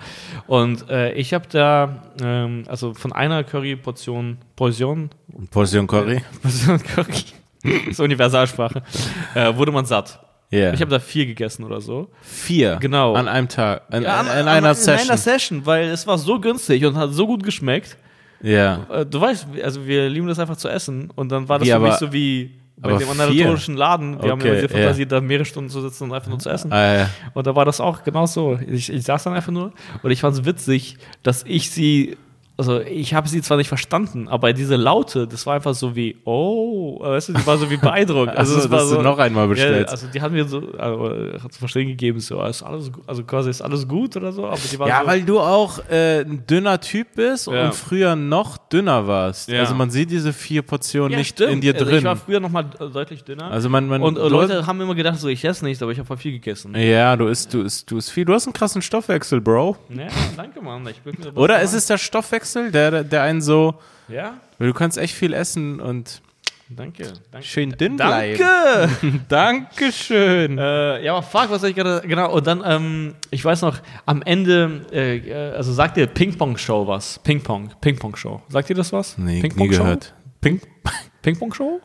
Speaker 1: Und äh, ich habe da, ähm, also von einer Curry-Portion, Portion,
Speaker 2: Portion Curry?
Speaker 1: Portion Curry, das ist Universalsprache, äh, wurde man satt.
Speaker 2: Ja.
Speaker 1: Ich habe da vier gegessen oder so.
Speaker 2: vier.
Speaker 1: Genau.
Speaker 2: An einem Tag. An, an, an,
Speaker 1: An-
Speaker 2: einer
Speaker 1: an- In
Speaker 2: Session.
Speaker 1: einer Session, weil es war so günstig und hat so gut geschmeckt.
Speaker 2: Ja.
Speaker 1: Äh, Du weißt, also wir lieben das einfach zu essen und dann war das
Speaker 2: Wie,
Speaker 1: für
Speaker 2: aber-
Speaker 1: mich so wie bei
Speaker 2: aber
Speaker 1: dem
Speaker 2: vier?
Speaker 1: anatorischen Laden. Wir haben
Speaker 2: Okay,
Speaker 1: immer diese
Speaker 2: ja.
Speaker 1: Fantasie, da mehrere Stunden zu sitzen und einfach nur zu essen.
Speaker 2: Ah, ja.
Speaker 1: Und da war das auch genau so. Ich, ich saß dann einfach nur und ich fand es witzig, dass ich sie, also ich habe sie zwar nicht verstanden, aber diese Laute, das war einfach so wie, oh, weißt du, die war so wie beeindruckt.
Speaker 2: Ach also so,
Speaker 1: es war
Speaker 2: dass du noch einmal bestellst.
Speaker 1: Ja, also die haben mir so, also, hat zu verstehen gegeben, so, ist alles, gu- also quasi ist alles gut oder so, aber die war
Speaker 2: Ja,
Speaker 1: so,
Speaker 2: weil du auch äh, ein dünner Typ bist
Speaker 1: Ja.
Speaker 2: und früher noch dünner warst.
Speaker 1: Ja.
Speaker 2: Also man sieht diese vier Portionen
Speaker 1: Ja,
Speaker 2: nicht
Speaker 1: stimmt.
Speaker 2: in dir
Speaker 1: Also
Speaker 2: drin.
Speaker 1: ich war früher nochmal deutlich dünner.
Speaker 2: also man, man
Speaker 1: Und äh,
Speaker 2: du-
Speaker 1: Leute haben immer gedacht, so ich esse nicht, aber ich habe voll viel gegessen.
Speaker 2: Ja, du isst, du isst, du isst viel. Du hast einen krassen Stoffwechsel, Bro.
Speaker 1: Ja, danke, Mann. Ich bin
Speaker 2: Oder ist es der Stoffwechsel, der, der einen so,
Speaker 1: Ja,
Speaker 2: weil du kannst echt viel essen und
Speaker 1: danke. danke.
Speaker 2: schön dünn bleiben.
Speaker 1: Danke!
Speaker 2: Dankeschön.
Speaker 1: Äh, ja, aber fuck, was soll ich gerade. Genau, und dann, ähm, ich weiß noch, am Ende, äh, äh, also sagt ihr Ping-Pong-Show was? Ping-Pong, Ping-Pong-Show. Sagt ihr das was? Ping-Pong-Show?
Speaker 2: Ping.
Speaker 1: Ping-Pong-Show?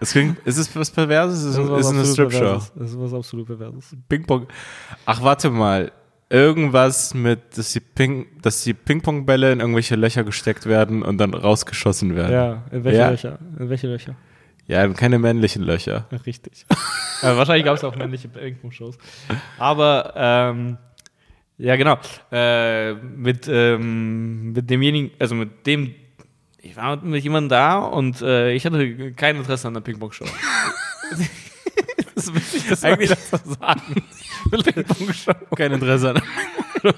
Speaker 2: Es klingt, ist es was Perverses? Ist,
Speaker 1: was
Speaker 2: ist eine
Speaker 1: absolut
Speaker 2: Stripshow.
Speaker 1: Perverses. Das ist was absolut Perverses.
Speaker 2: Ping-Pong. Ach, warte mal. Irgendwas mit, dass die, Ping, dass die Ping-Pong-Bälle in irgendwelche Löcher gesteckt werden und dann rausgeschossen werden.
Speaker 1: Ja, in welche
Speaker 2: Ja.
Speaker 1: Löcher? In welche Löcher?
Speaker 2: Ja, keine männlichen Löcher.
Speaker 1: Ja, Richtig. äh, wahrscheinlich gab es auch männliche Ping-Pong-Shows. Aber, ähm, ja, genau. Äh, mit, ähm, mit demjenigen, also mit dem, ich war mit jemandem da und äh, ich hatte kein Interesse an der Ping-Pong-Show. das ist wichtig, dass wir
Speaker 2: Eigentlich-
Speaker 1: das so sagen. Ping-Pong-Show.
Speaker 2: Kein Interesse an.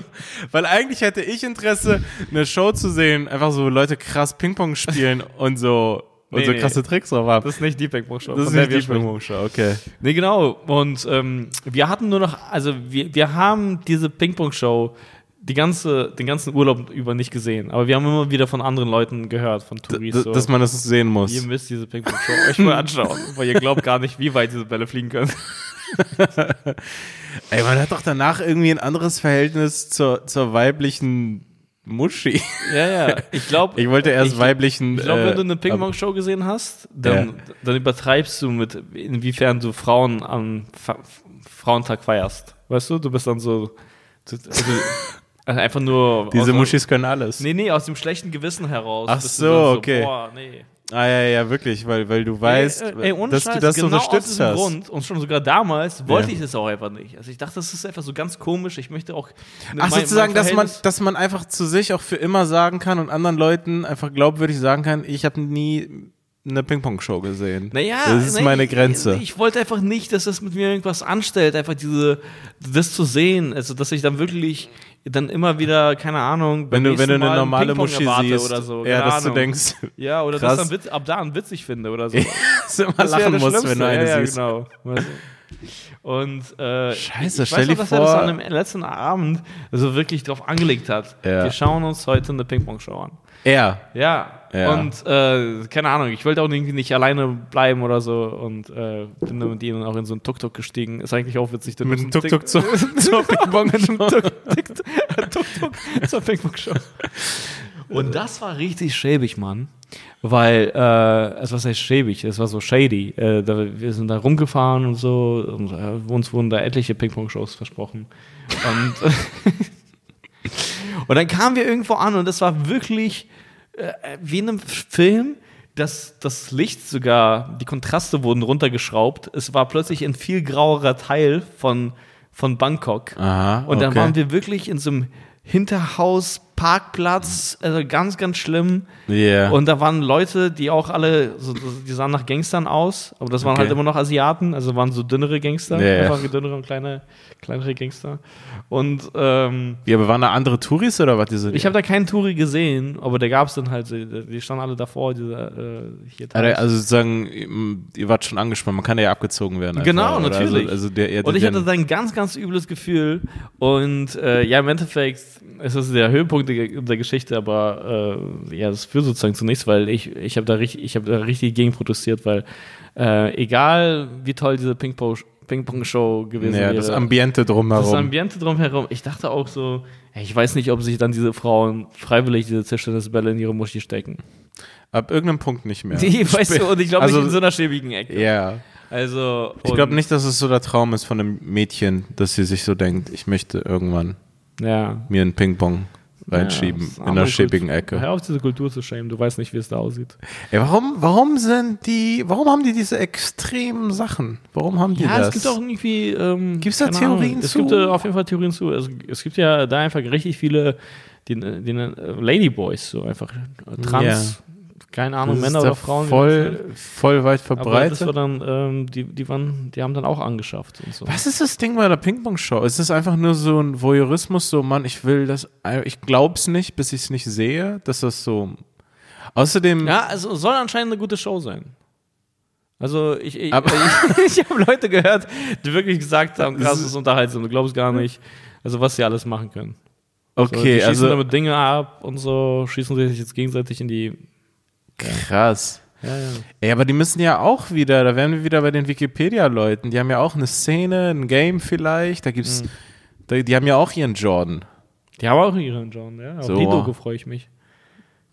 Speaker 2: Weil eigentlich hätte ich Interesse, eine Show zu sehen, einfach so Leute krass Ping-Pong spielen und so, und
Speaker 1: Nee,
Speaker 2: so
Speaker 1: nee.
Speaker 2: krasse Tricks drauf haben.
Speaker 1: Das ist nicht die Ping-Pong-Show.
Speaker 2: Das
Speaker 1: von der wir
Speaker 2: die Ping-Pong-Show, okay.
Speaker 1: Nee, genau. Und ähm, wir hatten nur noch, also wir, wir haben diese Ping-Pong-Show die ganze, den ganzen Urlaub über nicht gesehen. Aber wir haben immer wieder von anderen Leuten gehört, von Touris.
Speaker 2: D-
Speaker 1: so,
Speaker 2: dass man das sehen muss.
Speaker 1: ihr müsst diese Ping-Pong-Show euch mal anschauen, weil ihr glaubt gar nicht, wie weit diese Bälle fliegen können.
Speaker 2: Ey, man hat doch danach irgendwie ein anderes Verhältnis zur, zur weiblichen Muschi.
Speaker 1: Ja, ja. Ich glaube,
Speaker 2: Ich wollte erst weiblichen.
Speaker 1: Ich glaube,
Speaker 2: äh,
Speaker 1: wenn du eine Ping-Pong-Show gesehen hast, dann, dann übertreibst du mit, inwiefern du Frauen am Fa Frauentag feierst. Weißt du, du bist dann so. du- Also, also einfach nur.
Speaker 2: Diese
Speaker 1: aus-
Speaker 2: Muschis können alles.
Speaker 1: Nee, nee, aus dem schlechten Gewissen heraus.
Speaker 2: Ach
Speaker 1: Bist
Speaker 2: so,
Speaker 1: du dann
Speaker 2: okay.
Speaker 1: Boah, nee.
Speaker 2: Ah ja, ja, wirklich, weil, weil du weißt,
Speaker 1: Ey, ey, ohne
Speaker 2: dass
Speaker 1: Scheiß,
Speaker 2: du das
Speaker 1: genau
Speaker 2: so
Speaker 1: aus
Speaker 2: unterstützt
Speaker 1: diesem
Speaker 2: hast.
Speaker 1: Grund und schon sogar damals wollte
Speaker 2: Ja.
Speaker 1: ich das auch einfach nicht. Also ich dachte, das ist einfach so ganz komisch. Ich möchte auch. ne, mein-
Speaker 2: Ach, sozusagen,
Speaker 1: mein
Speaker 2: dass man,
Speaker 1: Verhältnis-
Speaker 2: dass man einfach zu sich auch für immer sagen kann und anderen Leuten einfach glaubwürdig sagen kann, ich habe nie eine Ping-Pong-Show gesehen.
Speaker 1: Naja,
Speaker 2: das ist
Speaker 1: nee,
Speaker 2: meine Grenze.
Speaker 1: Ich, ich wollte einfach nicht, dass das mit mir irgendwas anstellt, einfach diese, das zu sehen, also dass ich dann wirklich dann immer wieder, keine Ahnung, beim
Speaker 2: wenn du, wenn du
Speaker 1: nächsten
Speaker 2: eine
Speaker 1: Mal
Speaker 2: normale
Speaker 1: Ping-Pong
Speaker 2: Muschi
Speaker 1: erwarte
Speaker 2: siehst,
Speaker 1: oder so,
Speaker 2: ja,
Speaker 1: keine
Speaker 2: dass
Speaker 1: Ahnung.
Speaker 2: du denkst,
Speaker 1: ja, oder
Speaker 2: krass.
Speaker 1: das dann witz, ab da an witzig finde oder so.
Speaker 2: dass du immer
Speaker 1: Das wäre
Speaker 2: lachen
Speaker 1: das
Speaker 2: musst, wenn
Speaker 1: Schlimmste.
Speaker 2: du eine
Speaker 1: ja, ja,
Speaker 2: siehst.
Speaker 1: Genau. Weißt du? Und äh,
Speaker 2: Scheiße,
Speaker 1: ich weiß
Speaker 2: stell dir
Speaker 1: noch, dass er das
Speaker 2: vor-
Speaker 1: an dem letzten Abend so wirklich drauf angelegt hat.
Speaker 2: Ja.
Speaker 1: Wir schauen uns heute eine Ping-Pong-Show an.
Speaker 2: Ja,
Speaker 1: Ja.
Speaker 2: Ja.
Speaker 1: Und äh, keine Ahnung, ich wollte auch irgendwie nicht alleine bleiben oder so und äh, bin dann mit ihnen auch in so einen Tuk-Tuk gestiegen. Ist eigentlich auch witzig. denn
Speaker 2: mit
Speaker 1: so ein
Speaker 2: dem Tuk-Tuk zur, zur Ping-Pong-Show.
Speaker 1: Tuk- Tuk-Tuk zur Ping-Pong-Show. Und das war richtig schäbig, Mann. Weil, äh, also was heißt schäbig? Es war so shady. Äh, da, wir sind da rumgefahren und so. Und, äh, uns wurden da etliche Ping-Pong-Shows versprochen. Und, und dann kamen wir irgendwo an und es war wirklich äh, wie in einem Film. Das, das Licht sogar, die Kontraste wurden runtergeschraubt. Es war plötzlich ein viel grauerer Teil von, von Bangkok.
Speaker 2: Aha,
Speaker 1: Und dann
Speaker 2: okay.
Speaker 1: waren wir wirklich in so einem Hinterhaus Parkplatz, also ganz, ganz schlimm.
Speaker 2: Yeah.
Speaker 1: Und da waren Leute, die auch alle, so, die sahen nach Gangstern aus, aber das waren
Speaker 2: Okay.
Speaker 1: halt immer noch Asiaten, also waren so dünnere Gangster,
Speaker 2: Ja, ja.
Speaker 1: einfach dünnere und kleine, kleinere Gangster. Und ähm,
Speaker 2: ja, aber waren da andere Touris oder was? Diese,
Speaker 1: ich habe da keinen Touri gesehen, aber da gab es dann halt, die die standen alle davor, diese äh, hier
Speaker 2: also,
Speaker 1: drauf.
Speaker 2: also sozusagen, ihr- ihr wart schon angespannt, man kann ja abgezogen werden. einfach,
Speaker 1: Genau,
Speaker 2: oder?
Speaker 1: natürlich.
Speaker 2: Also, also der, der,
Speaker 1: Und ich hatte
Speaker 2: der-
Speaker 1: dann ein ganz, ganz übles Gefühl. Und äh, ja, im Endeffekt ist das der Höhepunkt der, der Geschichte, aber äh, ja, das führt sozusagen zu nichts, weil ich, ich habe da, richtig- ich hab da richtig gegen protestiert, weil äh, egal wie toll diese Ping-Pong- Ping-Pong-Show gewesen
Speaker 2: ja,
Speaker 1: wäre,
Speaker 2: das Ambiente drumherum.
Speaker 1: das Ambiente drumherum. Ich dachte auch so, ey, ich weiß nicht, ob sich dann diese Frauen freiwillig diese Tischtennisbälle in ihre Muschi stecken.
Speaker 2: Ab irgendeinem Punkt nicht mehr.
Speaker 1: Die, weißt du, und ich glaube
Speaker 2: Also-
Speaker 1: nicht in so einer schäbigen Ecke.
Speaker 2: Ja.
Speaker 1: Also,
Speaker 2: Ich
Speaker 1: und-
Speaker 2: glaube nicht, dass es so der Traum ist von einem Mädchen, dass sie sich so denkt, ich möchte irgendwann
Speaker 1: Ja,
Speaker 2: mir einen Ping-Pong
Speaker 1: Ja,
Speaker 2: reinschieben
Speaker 1: das ist
Speaker 2: in einer
Speaker 1: arme
Speaker 2: schäbigen
Speaker 1: Kultur.
Speaker 2: Ecke.
Speaker 1: Hör auf, diese Kultur zu schämen. Du weißt nicht, wie es da aussieht.
Speaker 2: Ey, warum, warum sind die, warum haben die diese extremen Sachen? Warum haben die
Speaker 1: Ja,
Speaker 2: das?
Speaker 1: es gibt auch irgendwie. Ähm,
Speaker 2: Gibt's da
Speaker 1: keine
Speaker 2: Theorien
Speaker 1: Ahnung. Es
Speaker 2: zu?
Speaker 1: gibt äh, auf jeden Fall Theorien zu. Es, es gibt ja da einfach richtig viele die, die, äh, Ladyboys, so einfach äh, trans, keine
Speaker 2: Das
Speaker 1: Ahnung,
Speaker 2: ist
Speaker 1: Männer
Speaker 2: da
Speaker 1: oder Frauen. wie das heißt.
Speaker 2: Voll, voll weit
Speaker 1: Aber das
Speaker 2: verbreitet.
Speaker 1: war dann, ähm, die, die, waren, die haben dann auch angeschafft und so.
Speaker 2: Was ist das Ding bei der Ping-Pong-Show? Ist es einfach nur so ein Voyeurismus, so, Mann, ich will das, ich glaub's nicht, bis ich's nicht sehe, dass das so. Außerdem,
Speaker 1: Ja, also soll anscheinend eine gute Show sein. Also ich, ich,
Speaker 2: Aber-
Speaker 1: ich, ich habe Leute gehört, die wirklich gesagt haben, krass, das ist unterhaltsam, du glaubst gar nicht. Also was sie alles machen können. So, die
Speaker 2: okay,
Speaker 1: schießen
Speaker 2: also
Speaker 1: damit Dinge ab und so, schießen sich jetzt gegenseitig in die.
Speaker 2: krass.
Speaker 1: Ja, ja.
Speaker 2: Ey, aber die müssen ja auch wieder, da wären wir wieder bei den Wikipedia-Leuten. Die haben ja auch eine Szene, ein Game vielleicht. Da
Speaker 1: Hm.
Speaker 2: gibt's, da, die haben ja auch ihren Jordan.
Speaker 1: Die haben auch ihren John, ja. Auf
Speaker 2: So.
Speaker 1: die Doku freue ich mich.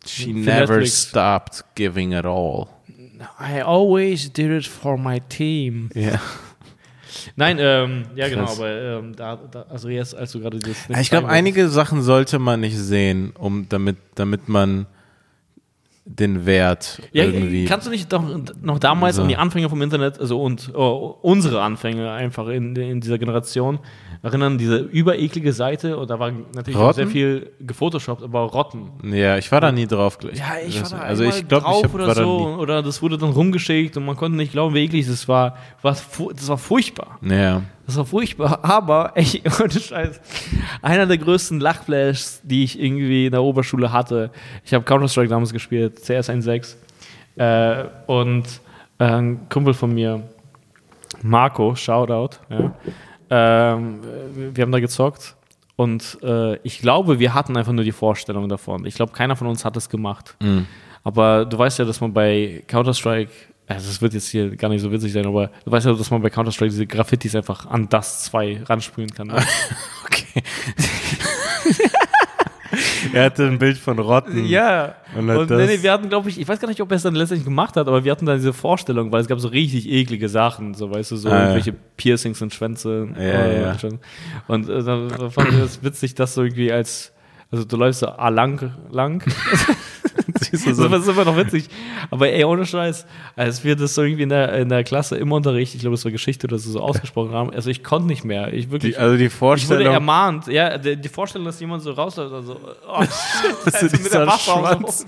Speaker 2: She
Speaker 1: Für
Speaker 2: never
Speaker 1: Netflix.
Speaker 2: stopped giving it all.
Speaker 1: I always did it for my team.
Speaker 2: Ja.
Speaker 1: Nein, ähm, ja genau,
Speaker 2: Krass.
Speaker 1: aber ähm, da, da, also jetzt, als du gerade das.
Speaker 2: Ich glaube, einige Sachen sollte man nicht sehen, um damit, damit man den Wert
Speaker 1: Ja,
Speaker 2: irgendwie.
Speaker 1: kannst du nicht doch noch damals
Speaker 2: So.
Speaker 1: an die Anfänge vom Internet, also und oh, unsere Anfänge einfach in, in dieser Generation erinnern, diese übereklige Seite und da war natürlich auch
Speaker 2: Rotten?
Speaker 1: sehr viel gefotoshoppt, aber Rotten.
Speaker 2: ja, ich war da nie drauf. glaub ich. also ich glaube, ich hab,
Speaker 1: oder
Speaker 2: war da
Speaker 1: so
Speaker 2: nie.
Speaker 1: oder das wurde dann rumgeschickt und man konnte nicht glauben, wie eklig das war. Was fu- das war furchtbar.
Speaker 2: Ja.
Speaker 1: Das war furchtbar, aber echt, ohne Scheiß. Einer der größten Lachflashs, die ich irgendwie in der Oberschule hatte. Ich habe Counter-Strike damals gespielt, CS 1.6. Äh, und äh, ein Kumpel von mir, Marco, Shoutout. Ja. Ähm, äh, wir haben da gezockt und äh, ich glaube, wir hatten einfach nur die Vorstellung davon. Ich glaube, keiner von uns hat es gemacht. Aber du weißt ja, dass man bei Counter-Strike, also es wird jetzt hier gar nicht so witzig sein, aber du weißt ja, dass man bei Counter-Strike diese Graffitis einfach an das 2 ransprühen kann. Ne?
Speaker 2: Okay. er hatte ein Bild von Rotten.
Speaker 1: Ja. Und,
Speaker 2: Und hat
Speaker 1: nee,
Speaker 2: das-
Speaker 1: nee, wir hatten, glaube ich, ich weiß gar nicht, ob er es dann letztendlich gemacht hat, aber wir hatten dann diese Vorstellung, weil es gab so richtig eklige Sachen, so weißt du, so
Speaker 2: Ah, ja.
Speaker 1: irgendwelche Piercings und Schwänze.
Speaker 2: Ja, ja, ja.
Speaker 1: Und äh, dann dann fand ich das witzig, dass so irgendwie als, also du läufst so ah, lang, lang.
Speaker 2: Siehst du, so
Speaker 1: Das ist immer noch witzig. Aber ey, ohne Scheiß, als wir das so irgendwie in der, in der Klasse im Unterricht, ich glaube, es war Geschichte oder so, so ausgesprochen haben, also ich konnte nicht mehr. Ich wirklich.
Speaker 2: Die, also die
Speaker 1: ich wurde
Speaker 2: Vorstellung,
Speaker 1: ermahnt, ja, die, die Vorstellung, dass jemand so rausläuft, also, oh,
Speaker 2: dass du dieser Schwanz.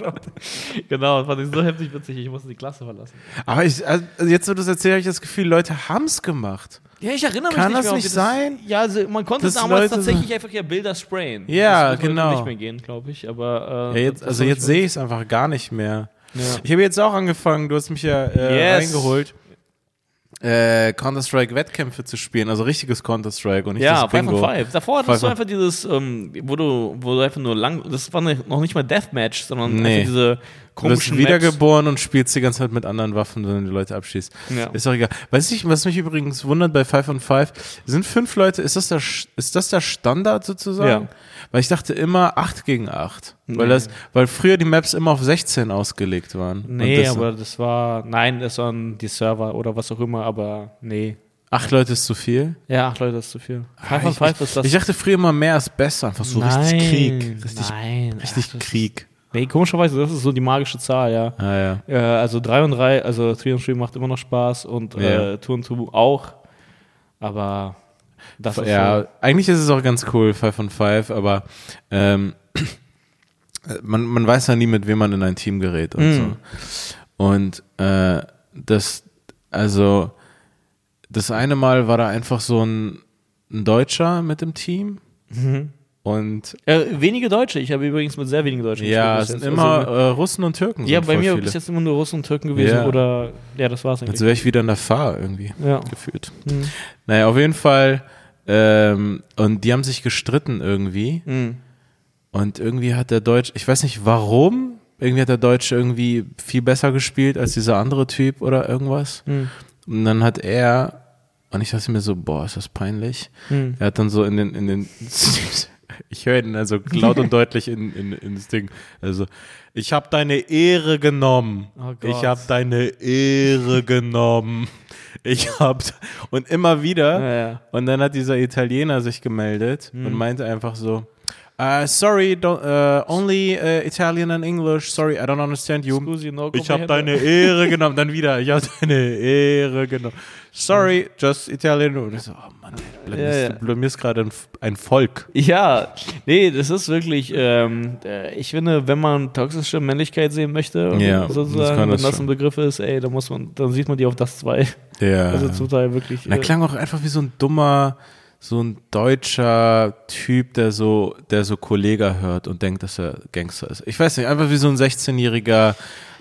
Speaker 1: Genau, fand ich so heftig witzig, ich musste die Klasse verlassen.
Speaker 2: Aber ich, also jetzt, wo du das erzählst, habe ich das Gefühl, Leute haben es gemacht.
Speaker 1: Ja, ich erinnere mich
Speaker 2: Kann
Speaker 1: nicht
Speaker 2: das
Speaker 1: mehr, ob
Speaker 2: nicht
Speaker 1: wir
Speaker 2: sein?
Speaker 1: Ja, also man konnte
Speaker 2: Dass
Speaker 1: damals
Speaker 2: Leute so-
Speaker 1: tatsächlich einfach ja Bilder sprayen.
Speaker 2: Ja,
Speaker 1: das wird heute
Speaker 2: genau.
Speaker 1: nicht mehr gehen, glaube ich, aber.
Speaker 2: Ja,
Speaker 1: Äh,
Speaker 2: jetzt,
Speaker 1: das-
Speaker 2: also
Speaker 1: das
Speaker 2: jetzt
Speaker 1: hab ich-
Speaker 2: sehe ich es einfach gar nicht mehr.
Speaker 1: Ja.
Speaker 2: Ich habe jetzt auch angefangen, du hast mich ja äh,
Speaker 1: Yes.
Speaker 2: reingeholt, äh, Counter-Strike-Wettkämpfe zu spielen, also richtiges Counter-Strike und nicht
Speaker 1: Ja,
Speaker 2: das
Speaker 1: Five
Speaker 2: Bingo.
Speaker 1: on Five. Davor hattest
Speaker 2: Five
Speaker 1: du
Speaker 2: on-
Speaker 1: einfach dieses, ähm, wo, du, wo du einfach nur lang, das war ne- noch nicht mal Deathmatch, sondern
Speaker 2: Nee.
Speaker 1: einfach diese
Speaker 2: Du bist
Speaker 1: komischen Maps.
Speaker 2: wiedergeboren und spielst die ganze Zeit mit anderen Waffen, wenn du die Leute abschießt.
Speaker 1: Ja.
Speaker 2: Ist doch egal. Weißt du, was mich übrigens wundert bei Five on Five? Sind fünf Leute, ist das der, Sch- ist das der Standard sozusagen?
Speaker 1: Ja.
Speaker 2: Weil ich dachte immer acht gegen acht. Weil, das, weil früher die Maps immer auf 16 ausgelegt waren. Und
Speaker 1: Nee,
Speaker 2: das-
Speaker 1: aber das war, nein, das waren die Server oder was auch immer, aber nee.
Speaker 2: Acht Leute ist zu viel?
Speaker 1: Ja, ach Leute, das ist zu viel. Five on
Speaker 2: Ah, ich,
Speaker 1: Five ist das.
Speaker 2: Ich dachte früher immer, mehr ist besser. Einfach so richtig Krieg. Richtig,
Speaker 1: nein,
Speaker 2: richtig
Speaker 1: ach, das-
Speaker 2: Krieg.
Speaker 1: Nee, komischerweise, das ist so die magische Zahl, ja.
Speaker 2: Ah, ja.
Speaker 1: Äh, also 3 und 3, also 3 und 3 macht immer noch Spaß und äh,
Speaker 2: Ja.
Speaker 1: 2 und 2 auch, aber das ist so.
Speaker 2: ja, eigentlich ist es auch ganz cool, 5 von 5, aber ähm, man, man weiß ja nie, mit wem man in ein Team gerät und
Speaker 1: Mhm.
Speaker 2: so. Und äh, das, also, das eine Mal war da einfach so ein, ein Deutscher mit dem Team.
Speaker 1: Mhm.
Speaker 2: Und
Speaker 1: Äh, wenige Deutsche. Ich habe übrigens mit sehr wenigen Deutschen
Speaker 2: ja, es
Speaker 1: gespielt bis
Speaker 2: sind
Speaker 1: jetzt.
Speaker 2: immer
Speaker 1: Also,
Speaker 2: äh, Russen und Türken.
Speaker 1: ja,
Speaker 2: sind
Speaker 1: bei
Speaker 2: voll
Speaker 1: mir
Speaker 2: viele.
Speaker 1: bis jetzt immer nur Russen und Türken gewesen
Speaker 2: Ja.
Speaker 1: oder. Ja, das war's
Speaker 2: Als
Speaker 1: eigentlich.
Speaker 2: wäre ich wieder in der Fahr irgendwie
Speaker 1: ja.
Speaker 2: gefühlt.
Speaker 1: Mhm.
Speaker 2: Naja, auf jeden Fall. Ähm, und die haben sich gestritten irgendwie.
Speaker 1: Mhm.
Speaker 2: Und irgendwie hat der Deutsche, ich weiß nicht warum, irgendwie hat der Deutsche irgendwie viel besser gespielt als dieser andere Typ oder irgendwas.
Speaker 1: Mhm.
Speaker 2: Und dann hat er, und ich dachte mir so, boah, ist das peinlich.
Speaker 1: Mhm.
Speaker 2: Er hat dann so in den, in den, ich höre ihn also laut und deutlich in, in, ins Ding. Also, ich habe deine Ehre genommen.
Speaker 1: Oh Gott.
Speaker 2: ich habe deine Ehre genommen. Ich hab, und immer wieder,
Speaker 1: Ja, ja.
Speaker 2: und dann hat dieser Italiener sich gemeldet
Speaker 1: Mhm.
Speaker 2: und meinte einfach so, "Ah, sorry, don't, äh, only äh, Italian and English, sorry, I don't understand you.
Speaker 1: Scusi, no
Speaker 2: Ich
Speaker 1: comprehendo.
Speaker 2: habe deine Ehre genommen, dann wieder, ich habe deine Ehre genommen. Sorry, just Italian. Und ich so, oh Mann, ey, du blamierst,
Speaker 1: Ja, ja.
Speaker 2: du blamierst gerade ein, F- ein Volk.
Speaker 1: Ja, nee, das ist wirklich, ähm, äh, ich finde, wenn man toxische Männlichkeit sehen möchte,
Speaker 2: Ja, das
Speaker 1: sozusagen,
Speaker 2: kann das
Speaker 1: wenn das
Speaker 2: schon.
Speaker 1: ein Begriff ist, ey, dann muss man, dann sieht man die auf das zwei.
Speaker 2: Ja.
Speaker 1: Also zum Teil wirklich.
Speaker 2: Und er
Speaker 1: äh,
Speaker 2: klang auch einfach wie so ein dummer, so ein deutscher Typ, der so, der so Kollega hört und denkt, dass er Gangster ist. Ich weiß nicht, einfach wie so ein 16-Jähriger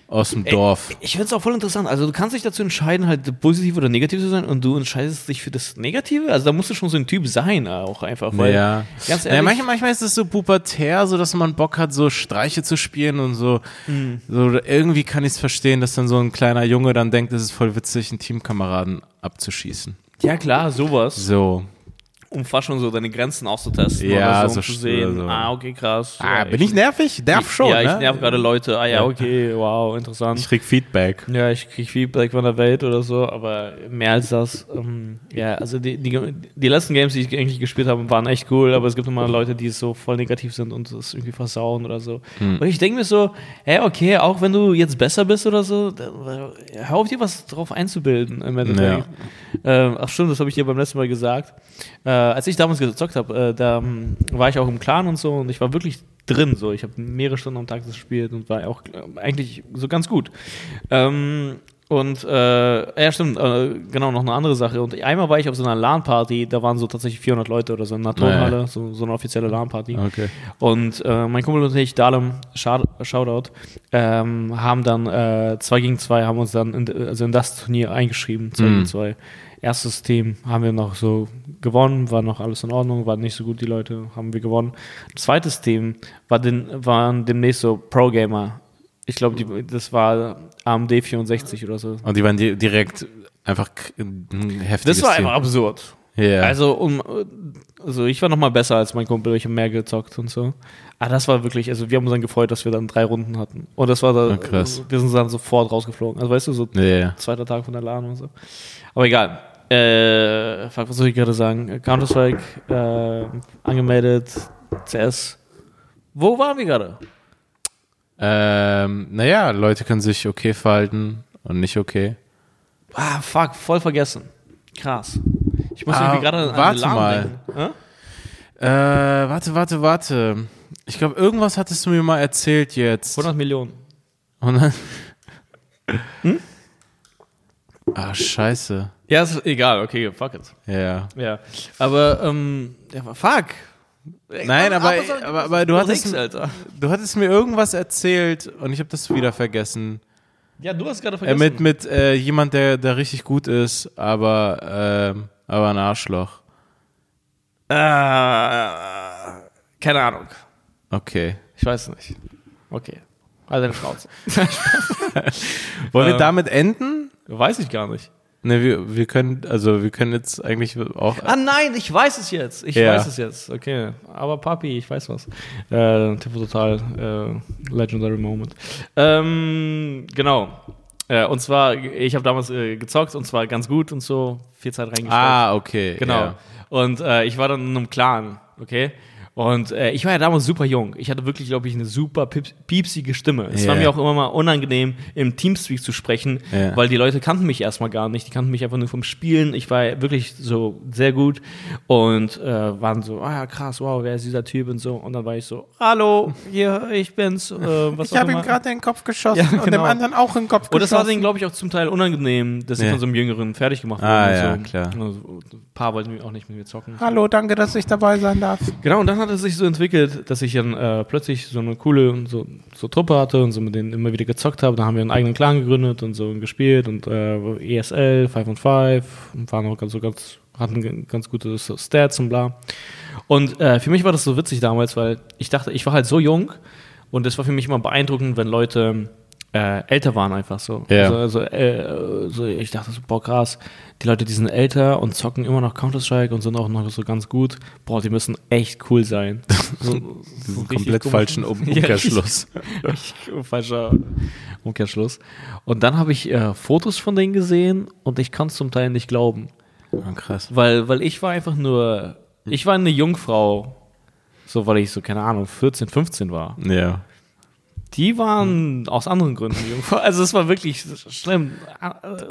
Speaker 2: aus dem Dorf.
Speaker 1: äh, Ich finde es auch voll interessant. Also du kannst dich dazu entscheiden, halt positiv oder negativ zu sein und du entscheidest dich für das Negative. Also da musst du schon so ein Typ sein auch einfach. Weil,
Speaker 2: Ja.
Speaker 1: Ganz
Speaker 2: Naja,
Speaker 1: ehrlich,
Speaker 2: manchmal, manchmal ist es so pubertär, so dass man Bock hat, so Streiche zu spielen und so.
Speaker 1: Mhm.
Speaker 2: so irgendwie kann ich es verstehen, dass dann so ein kleiner Junge dann denkt, es ist voll witzig, einen Teamkameraden abzuschießen.
Speaker 1: ja klar, sowas.
Speaker 2: So.
Speaker 1: Um fast schon so deine Grenzen auszutesten
Speaker 2: Ja,
Speaker 1: oder so,
Speaker 2: so
Speaker 1: um zu
Speaker 2: sch-
Speaker 1: sehen,
Speaker 2: so.
Speaker 1: ah, okay, krass. ja,
Speaker 2: Ah, bin ich nervig? Nerv schon.
Speaker 1: Ja, ich
Speaker 2: ne?
Speaker 1: nerv gerade Leute. Ah ja,
Speaker 2: Ja.
Speaker 1: okay, wow, interessant.
Speaker 2: Ich krieg Feedback.
Speaker 1: Ja, ich krieg Feedback von der Welt oder so, aber mehr als das, ähm, ja, also die, die, die letzten Games, die ich eigentlich gespielt habe, waren echt cool, aber es gibt immer Leute, die so voll negativ sind und es irgendwie versauen oder so.
Speaker 2: Hm.
Speaker 1: Und ich denke mir so, hey, okay, auch wenn du jetzt besser bist oder so, dann, äh, hör auf dir was drauf einzubilden im Endeffekt. Ähm, ach stimmt, das habe ich dir beim letzten Mal gesagt. Äh, als ich damals gezockt habe, äh, da ähm, war ich auch im Clan und so und ich war wirklich drin. So, ich habe mehrere Stunden am Tag gespielt und war auch äh, eigentlich so ganz gut. Ähm, und äh, ja, stimmt, äh, genau, noch eine andere Sache. Und einmal war ich auf so einer LAN-Party, da waren so tatsächlich 400 Leute oder so in einer Turnhalle,
Speaker 2: Naja.
Speaker 1: so, so eine offizielle LAN-Party.
Speaker 2: Okay.
Speaker 1: Und äh, mein Kumpel und ich, Dalem, Shout- Shoutout, ähm, haben dann äh, zwei gegen zwei, haben uns dann in, also in das Turnier eingeschrieben, zwei gegen zwei. Erstes Team haben wir noch so gewonnen, war noch alles in Ordnung, waren nicht so gut die Leute, haben wir gewonnen. Zweites Team war den, waren demnächst so Pro-Gamer. Ich glaube, das war AMD 64 oder so.
Speaker 2: Und die waren di direkt einfach k- ein heftiges
Speaker 1: Das war
Speaker 2: Team.
Speaker 1: einfach absurd.
Speaker 2: Ja.
Speaker 1: Also, um, also ich war noch mal besser als mein Kumpel, ich habe mehr gezockt und so. Aber das war wirklich, also wir haben uns dann gefreut, dass wir dann drei Runden hatten. Und das war dann,
Speaker 2: Ah, krass.
Speaker 1: wir sind dann sofort rausgeflogen. Also weißt du, so
Speaker 2: Ja, ja.
Speaker 1: zweiter Tag von der LAN und so. Aber egal. Äh, fuck, was soll ich gerade sagen? Counter-Strike, äh, angemeldet, CS. Wo waren wir gerade?
Speaker 2: Ähm, naja, Leute können sich okay verhalten und nicht okay.
Speaker 1: Ah, fuck, voll vergessen. Krass. Ich muss
Speaker 2: Ah,
Speaker 1: irgendwie gerade an
Speaker 2: warte
Speaker 1: die LAN
Speaker 2: mal.
Speaker 1: denken. Hä?
Speaker 2: Äh, warte, warte, warte. Ich glaube, irgendwas hattest du mir mal erzählt jetzt.
Speaker 1: 100 Millionen.
Speaker 2: Und dann. Hm? Ah, scheiße.
Speaker 1: Ja, ist egal, okay, fuck it.
Speaker 2: Ja.
Speaker 1: Ja, aber ähm, ja, aber fuck.
Speaker 2: Nein, aber, aber, aber du, hattest,
Speaker 1: nichts, Alter.
Speaker 2: du hattest mir irgendwas erzählt und ich habe das wieder vergessen.
Speaker 1: Ja, du hast gerade
Speaker 2: Äh,
Speaker 1: vergessen.
Speaker 2: mit mit äh, jemand, der, der richtig gut ist, aber, ähm, aber ein Arschloch.
Speaker 1: äh,
Speaker 2: äh,
Speaker 1: keine Ahnung.
Speaker 2: Okay.
Speaker 1: Ich weiß nicht. Okay. Also eine Schnauze.
Speaker 2: Wollen wir
Speaker 1: Ähm.
Speaker 2: damit enden?
Speaker 1: weiß ich gar nicht.
Speaker 2: Ne, wir, wir können, also wir können jetzt eigentlich auch.
Speaker 1: Ah nein, ich weiß es jetzt. Ich
Speaker 2: Ja.
Speaker 1: weiß es jetzt. Okay. Aber Papi, ich weiß was. Äh, Tiffo Total, äh, Legendary Moment. Ähm, genau. Äh, und zwar, ich habe damals äh, gezockt und zwar ganz gut und so. Viel Zeit reingesteckt.
Speaker 2: Ah, okay.
Speaker 1: Genau.
Speaker 2: Ja.
Speaker 1: Und äh, ich war dann in einem Clan, okay? Und äh, ich war ja damals super jung. Ich hatte wirklich, glaube ich, eine super piep piepsige Stimme. Es war
Speaker 2: Ja.
Speaker 1: mir auch immer mal unangenehm, im Teamspeak zu sprechen,
Speaker 2: Ja.
Speaker 1: weil die Leute kannten mich erstmal gar nicht. Die kannten mich einfach nur vom Spielen. Ich war wirklich so sehr gut und äh, waren so, ah ja, krass, wow, wer ist dieser Typ und so. Und dann war ich so, hallo, hier, ich bin's. Äh, was
Speaker 2: Ich habe ihm
Speaker 1: gerade
Speaker 2: gerade den Kopf geschossen
Speaker 1: Ja,
Speaker 2: und dem
Speaker 1: genau.
Speaker 2: anderen auch den Kopf geschossen.
Speaker 1: und das war denen, glaube ich, auch zum Teil unangenehm, dass ich
Speaker 2: Ja.
Speaker 1: von so einem Jüngeren fertig gemacht wurde.
Speaker 2: Ah,
Speaker 1: und
Speaker 2: ja,
Speaker 1: so.
Speaker 2: klar.
Speaker 1: Also, ein paar wollten mich auch nicht mit mir zocken.
Speaker 2: Hallo, danke, dass ich dabei sein darf.
Speaker 1: Genau, und dann hat es sich so entwickelt, dass ich dann äh, plötzlich so eine coole und so, so Truppe hatte und so mit denen immer wieder gezockt habe. Da haben wir einen eigenen Clan gegründet und so und gespielt und äh, ESL, 5 und 5 und waren auch ganz, so ganz, hatten g- ganz gute so Stats und bla. Und äh, für mich war das so witzig damals, weil ich dachte, ich war halt so jung und es war für mich immer beeindruckend, wenn Leute äh, älter waren einfach so.
Speaker 2: Ja.
Speaker 1: Also also, äh, so, ich dachte so, boah, krass, die Leute, die sind älter und zocken immer noch Counter-Strike und sind auch noch so ganz gut. Boah, die müssen echt cool sein. So, so richtig
Speaker 2: Komplett
Speaker 1: komisch.
Speaker 2: falschen um
Speaker 1: Ja, richtig-
Speaker 2: Umkehrschluss.
Speaker 1: richtig um- Falscher Umkehrschluss. Und dann habe ich äh, Fotos von denen gesehen und ich kann es zum Teil nicht glauben.
Speaker 2: Ah, krass.
Speaker 1: Weil, weil ich war einfach nur,
Speaker 2: Hm.
Speaker 1: ich war eine Jungfrau. So, weil ich so, keine Ahnung, 14, 15 war.
Speaker 2: Ja.
Speaker 1: Die waren
Speaker 2: Hm.
Speaker 1: aus anderen Gründen Jungfrau. Also, es war wirklich schlimm.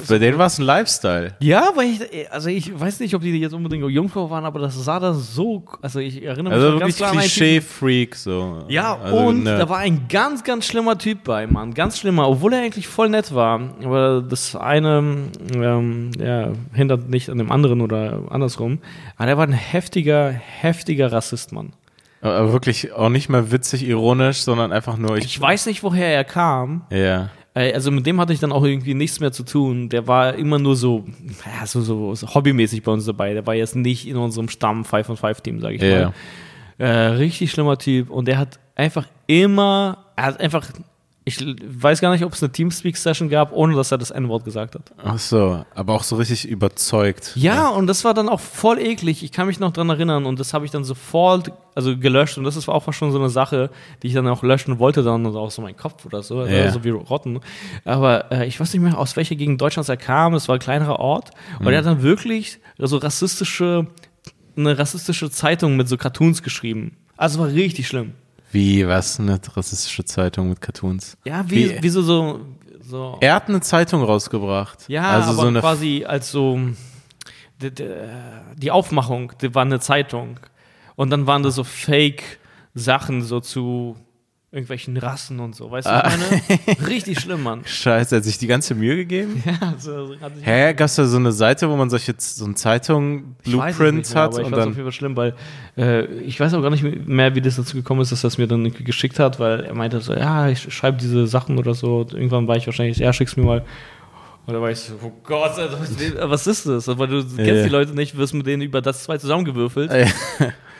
Speaker 2: Bei denen war es ein Lifestyle.
Speaker 1: Ja, weil ich, also ich weiß nicht, ob die jetzt unbedingt Jungfrau waren, aber das sah das so, also ich erinnere mich
Speaker 2: Also
Speaker 1: noch
Speaker 2: wirklich
Speaker 1: einen Typen.
Speaker 2: Klischee-Freak. So.
Speaker 1: Ja,
Speaker 2: also,
Speaker 1: und
Speaker 2: ne.
Speaker 1: da war ein ganz, ganz schlimmer Typ bei, Mann. Ganz schlimmer, obwohl er eigentlich voll nett war. Aber das eine ähm, ja, hindert nicht an dem anderen oder andersrum. Aber der war ein heftiger, heftiger Rassist, Mann.
Speaker 2: Aber wirklich auch nicht mehr witzig, ironisch, sondern einfach nur ich.
Speaker 1: Ich weiß nicht, woher er kam.
Speaker 2: ja.
Speaker 1: Äh, Also mit dem hatte ich dann auch irgendwie nichts mehr zu tun. Der war immer nur so, ja, so, so, so hobbymäßig bei uns dabei. Der war jetzt nicht in unserem Stamm 5 von 5 Team, sage ich
Speaker 2: Ja.
Speaker 1: mal. Äh, richtig schlimmer Typ. Und der hat einfach immer, er hat einfach, ich l- weiß gar nicht, ob es eine Teamspeak-Session gab, ohne dass er das N-Wort gesagt hat.
Speaker 2: Ach so, aber auch so richtig überzeugt.
Speaker 1: Ja, und das war dann auch voll eklig. Ich kann mich noch dran erinnern und das habe ich dann sofort also gelöscht und das ist auch schon so eine Sache, die ich dann auch löschen wollte, dann also auch so mein Kopf oder so, also
Speaker 2: Ja.
Speaker 1: so wie Rotten. Aber äh, ich weiß nicht mehr, aus welcher Gegend Deutschlands er kam. Es war ein kleinerer Ort und er hat dann wirklich so rassistische, eine rassistische Zeitung mit so Cartoons geschrieben. Also war richtig schlimm.
Speaker 2: Wie, was? Eine rassistische Zeitung mit Cartoons.
Speaker 1: Ja, wie,
Speaker 2: Wie-
Speaker 1: wie, so, so, so
Speaker 2: Er hat eine Zeitung rausgebracht.
Speaker 1: Ja,
Speaker 2: also
Speaker 1: aber
Speaker 2: so eine
Speaker 1: quasi als so d- d- die Aufmachung, die war eine Zeitung. Und dann waren das so Fake-Sachen so zu irgendwelchen Rassen und so, weißt du, was
Speaker 2: Ah.
Speaker 1: ich meine? Richtig schlimm, Mann.
Speaker 2: Scheiße, er hat sich die ganze Mühe gegeben.
Speaker 1: Ja, also, hat sich-
Speaker 2: Hä, gab es da so eine Seite, wo man solche Z- so einen
Speaker 1: ich weiß es
Speaker 2: Zeitung-Blueprint
Speaker 1: nicht mehr,
Speaker 2: hat?
Speaker 1: aber ich
Speaker 2: Und
Speaker 1: fand es auf
Speaker 2: dann,
Speaker 1: jeden Fall schlimm, weil äh, ich weiß auch gar nicht mehr, wie das dazu gekommen ist, dass er es mir dann irgendwie geschickt hat, weil er meinte so, ja, ich schreibe diese Sachen oder so. Und irgendwann war ich wahrscheinlich, ja, schick's mir mal. Und da war ich so, oh Gott, Alter, was ist das? Weil du kennst
Speaker 2: Ja.
Speaker 1: die Leute nicht, wirst mit denen über das zwei zusammengewürfelt.
Speaker 2: Ey,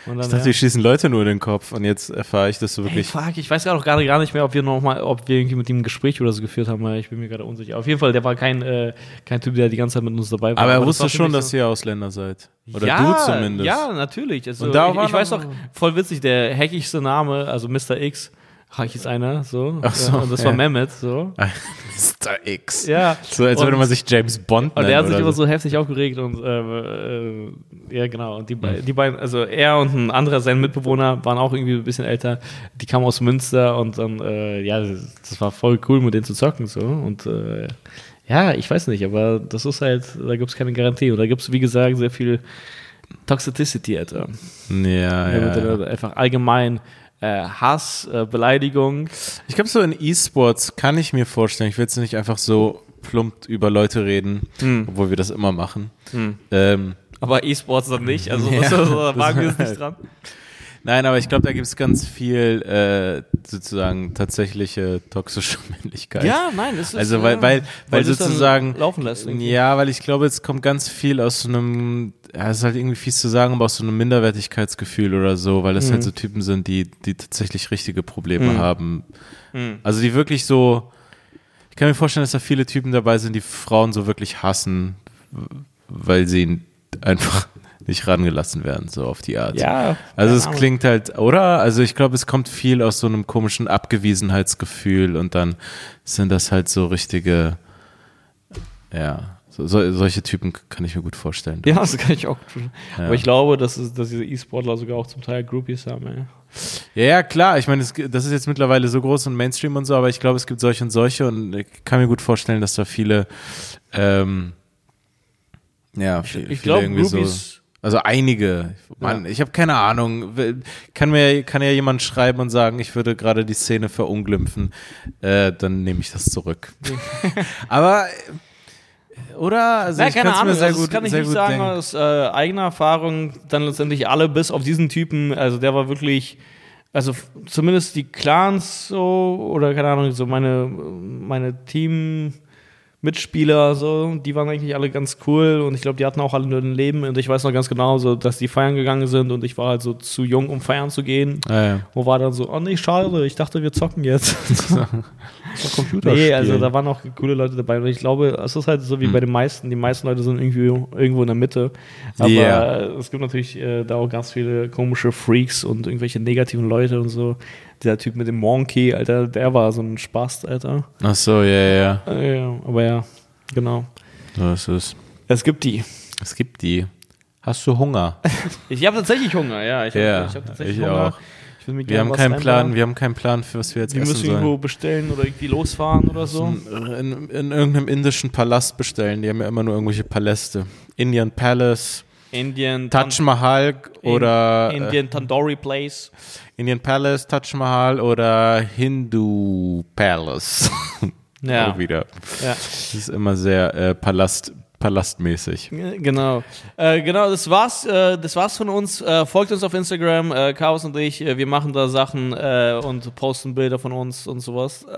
Speaker 1: Und dann,
Speaker 2: ich dachte, die schießen Leute nur in den Kopf und jetzt erfahre ich das so
Speaker 1: ja. Ey,
Speaker 2: wirklich.
Speaker 1: fuck, ich weiß gerade auch gerade gar nicht mehr, ob wir noch mal, ob wir irgendwie mit ihm ein Gespräch oder so geführt haben, weil ich bin mir gerade unsicher. Auf jeden Fall, der war kein, äh, kein Typ, der die ganze Zeit mit uns dabei war.
Speaker 2: aber er
Speaker 1: das war
Speaker 2: wusste
Speaker 1: für
Speaker 2: schon,
Speaker 1: mich
Speaker 2: dass
Speaker 1: so-
Speaker 2: ihr Ausländer seid. Oder
Speaker 1: ja,
Speaker 2: du zumindest.
Speaker 1: Ja, natürlich. Also,
Speaker 2: Und da
Speaker 1: ich,
Speaker 2: war
Speaker 1: ich weiß
Speaker 2: noch-
Speaker 1: doch, voll witzig, der hackigste Name, also Mr. X, hack ist einer, so.
Speaker 2: Ach so,
Speaker 1: Ja, und das war
Speaker 2: ja.
Speaker 1: Mehmet, so.
Speaker 2: Mr. X.
Speaker 1: Ja.
Speaker 2: So, als
Speaker 1: und,
Speaker 2: würde man sich James Bond
Speaker 1: Und
Speaker 2: nennen.
Speaker 1: der hat sich
Speaker 2: oder
Speaker 1: immer
Speaker 2: so.
Speaker 1: so heftig aufgeregt und, äh, äh, ja, genau. Und die, be die beiden, also er und ein anderer, sein Mitbewohner, waren auch irgendwie ein bisschen älter. Die kamen aus Münster und dann, äh, ja, das, das war voll cool, mit denen zu zocken, so. Und, äh, ja, ich weiß nicht, aber das ist halt, da gibt es keine Garantie. Und da gibt es, wie gesagt, sehr viel Toxicity, Alter.
Speaker 2: Ah, Ja,
Speaker 1: Ja,
Speaker 2: ja,
Speaker 1: mit
Speaker 2: ja.
Speaker 1: der- Einfach allgemein äh, Hass, äh, Beleidigung.
Speaker 2: Ich glaube, so in E-Sports kann ich mir vorstellen, ich will jetzt nicht einfach so plump über Leute reden,
Speaker 1: Hm.
Speaker 2: obwohl wir das immer machen. Ähm,
Speaker 1: Aber E-Sports dann nicht. Also das,
Speaker 2: Ja.
Speaker 1: das, da wagen wir es nicht dran.
Speaker 2: nein, aber ich glaube, da gibt es ganz viel äh, sozusagen tatsächliche toxische Männlichkeit.
Speaker 1: nein, es ist
Speaker 2: Also weil, weil, weil,
Speaker 1: du es dann
Speaker 2: sozusagen
Speaker 1: laufen lässt. irgendwie.
Speaker 2: Ähm, Ja, weil ich glaube, es kommt ganz viel aus so einem, ja, es ist halt irgendwie fies zu sagen, aber aus so einem Minderwertigkeitsgefühl oder so, weil es halt so Typen sind, die, die tatsächlich richtige Probleme haben. Also die wirklich so, ich kann mir vorstellen, dass da viele Typen dabei sind, die Frauen so wirklich hassen, w- weil sie einfach nicht rangelassen werden, so auf die Art.
Speaker 1: Ja, keine
Speaker 2: Also es
Speaker 1: Ahnung.
Speaker 2: klingt halt, oder? Also ich glaube, es kommt viel aus so einem komischen Abgewiesenheitsgefühl und dann sind das halt so richtige, ja, So, so, solche Typen kann ich mir gut vorstellen.
Speaker 1: Ja, das kann ich auch. Aber ich glaube, dass, es, dass diese E-Sportler sogar auch zum Teil Groupies haben. Ey.
Speaker 2: Ja, ja, klar. Ich meine, es, das ist jetzt mittlerweile so groß und Mainstream und so, aber ich glaube, es gibt solche und solche und ich kann mir gut vorstellen, dass da viele, ähm, ja,
Speaker 1: Ich-
Speaker 2: viele,
Speaker 1: ich glaube,
Speaker 2: irgendwie so.
Speaker 1: Groupies-
Speaker 2: Also einige. Mann, ich habe keine Ahnung. Kann mir kann ja jemand schreiben und sagen, ich würde gerade die Szene verunglimpfen. Äh, dann nehme ich das zurück. aber äh, oder also
Speaker 1: Na,
Speaker 2: ich
Speaker 1: keine
Speaker 2: kann's
Speaker 1: Ahnung,
Speaker 2: mir sehr
Speaker 1: also,
Speaker 2: gut
Speaker 1: das kann ich
Speaker 2: sehr
Speaker 1: nicht
Speaker 2: gut
Speaker 1: sagen,
Speaker 2: denken.
Speaker 1: aus äh, eigener Erfahrung dann letztendlich alle bis auf diesen Typen, also der war wirklich, also f- zumindest die Clans so, oder keine Ahnung, so meine, meine Team. Mitspieler, so, die waren eigentlich alle ganz cool und ich glaube, die hatten auch alle nur ein Leben und ich weiß noch ganz genau, so, dass die feiern gegangen sind und ich war halt so zu jung, um feiern zu gehen.
Speaker 2: Ja, ja.
Speaker 1: Wo war dann so, oh nee, schade, ich dachte, wir zocken jetzt.
Speaker 2: Computer
Speaker 1: Nee, also da waren auch coole Leute dabei. Und ich glaube, es ist halt so wie bei den meisten. Die meisten Leute sind irgendwie irgendwo in der Mitte. Aber
Speaker 2: Ja.
Speaker 1: äh, es gibt natürlich äh, da auch ganz viele komische Freaks und irgendwelche negativen Leute und so. Dieser Typ mit dem Monkey, Alter, der war so ein Spaß, Alter.
Speaker 2: Ach so, ja, ja, ja.
Speaker 1: Äh, ja, aber ja, genau.
Speaker 2: Das ist.
Speaker 1: Es gibt die.
Speaker 2: Es gibt die. Hast du Hunger?
Speaker 1: Ich habe tatsächlich Hunger, ja. Ich hab,
Speaker 2: Ja,
Speaker 1: ich hab tatsächlich
Speaker 2: ich
Speaker 1: Hunger.
Speaker 2: auch.
Speaker 1: Ich will mir
Speaker 2: Wir
Speaker 1: gerne
Speaker 2: haben
Speaker 1: was
Speaker 2: keinen
Speaker 1: reinbauen.
Speaker 2: Plan, wir haben keinen Plan, für was wir jetzt
Speaker 1: Wir
Speaker 2: essen
Speaker 1: müssen irgendwo
Speaker 2: sollen.
Speaker 1: bestellen oder irgendwie losfahren oder so.
Speaker 2: In, in irgendeinem indischen Palast bestellen. Die haben ja immer nur irgendwelche Paläste. Indian Palace,
Speaker 1: Indian,
Speaker 2: Taj Mahal oder
Speaker 1: Indian,
Speaker 2: äh,
Speaker 1: Tandoori Place.
Speaker 2: Indian Palace, Taj Mahal oder Hindu Palace.
Speaker 1: Ja.
Speaker 2: Auch wieder.
Speaker 1: ja.
Speaker 2: Das ist immer sehr äh, Palast, palastmäßig.
Speaker 1: Genau. Äh, genau, das war's. Äh, das war's von uns. Äh, folgt uns auf Instagram, äh, Chaos und ich. Äh, wir machen da Sachen äh, und posten Bilder von uns und sowas.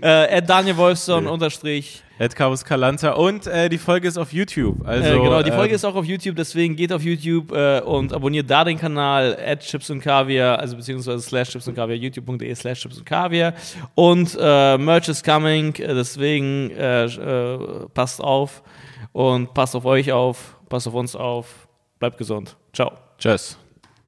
Speaker 1: äh, at Daniel Wolfson unterstrich.
Speaker 2: Ed Carus Kalanta und äh, die Folge ist auf YouTube. Also,
Speaker 1: Äh, genau, die Folge
Speaker 2: ähm,
Speaker 1: ist auch auf YouTube, deswegen geht auf YouTube äh, und abonniert da den Kanal at Chips und Kaviar, also beziehungsweise slash Chips und Kaviar, youtube.de slash Chips und Kaviar. Und äh, Merch is coming, äh, deswegen äh, äh, passt auf und passt auf euch auf, passt auf uns auf. Bleibt gesund. Ciao.
Speaker 2: Tschüss.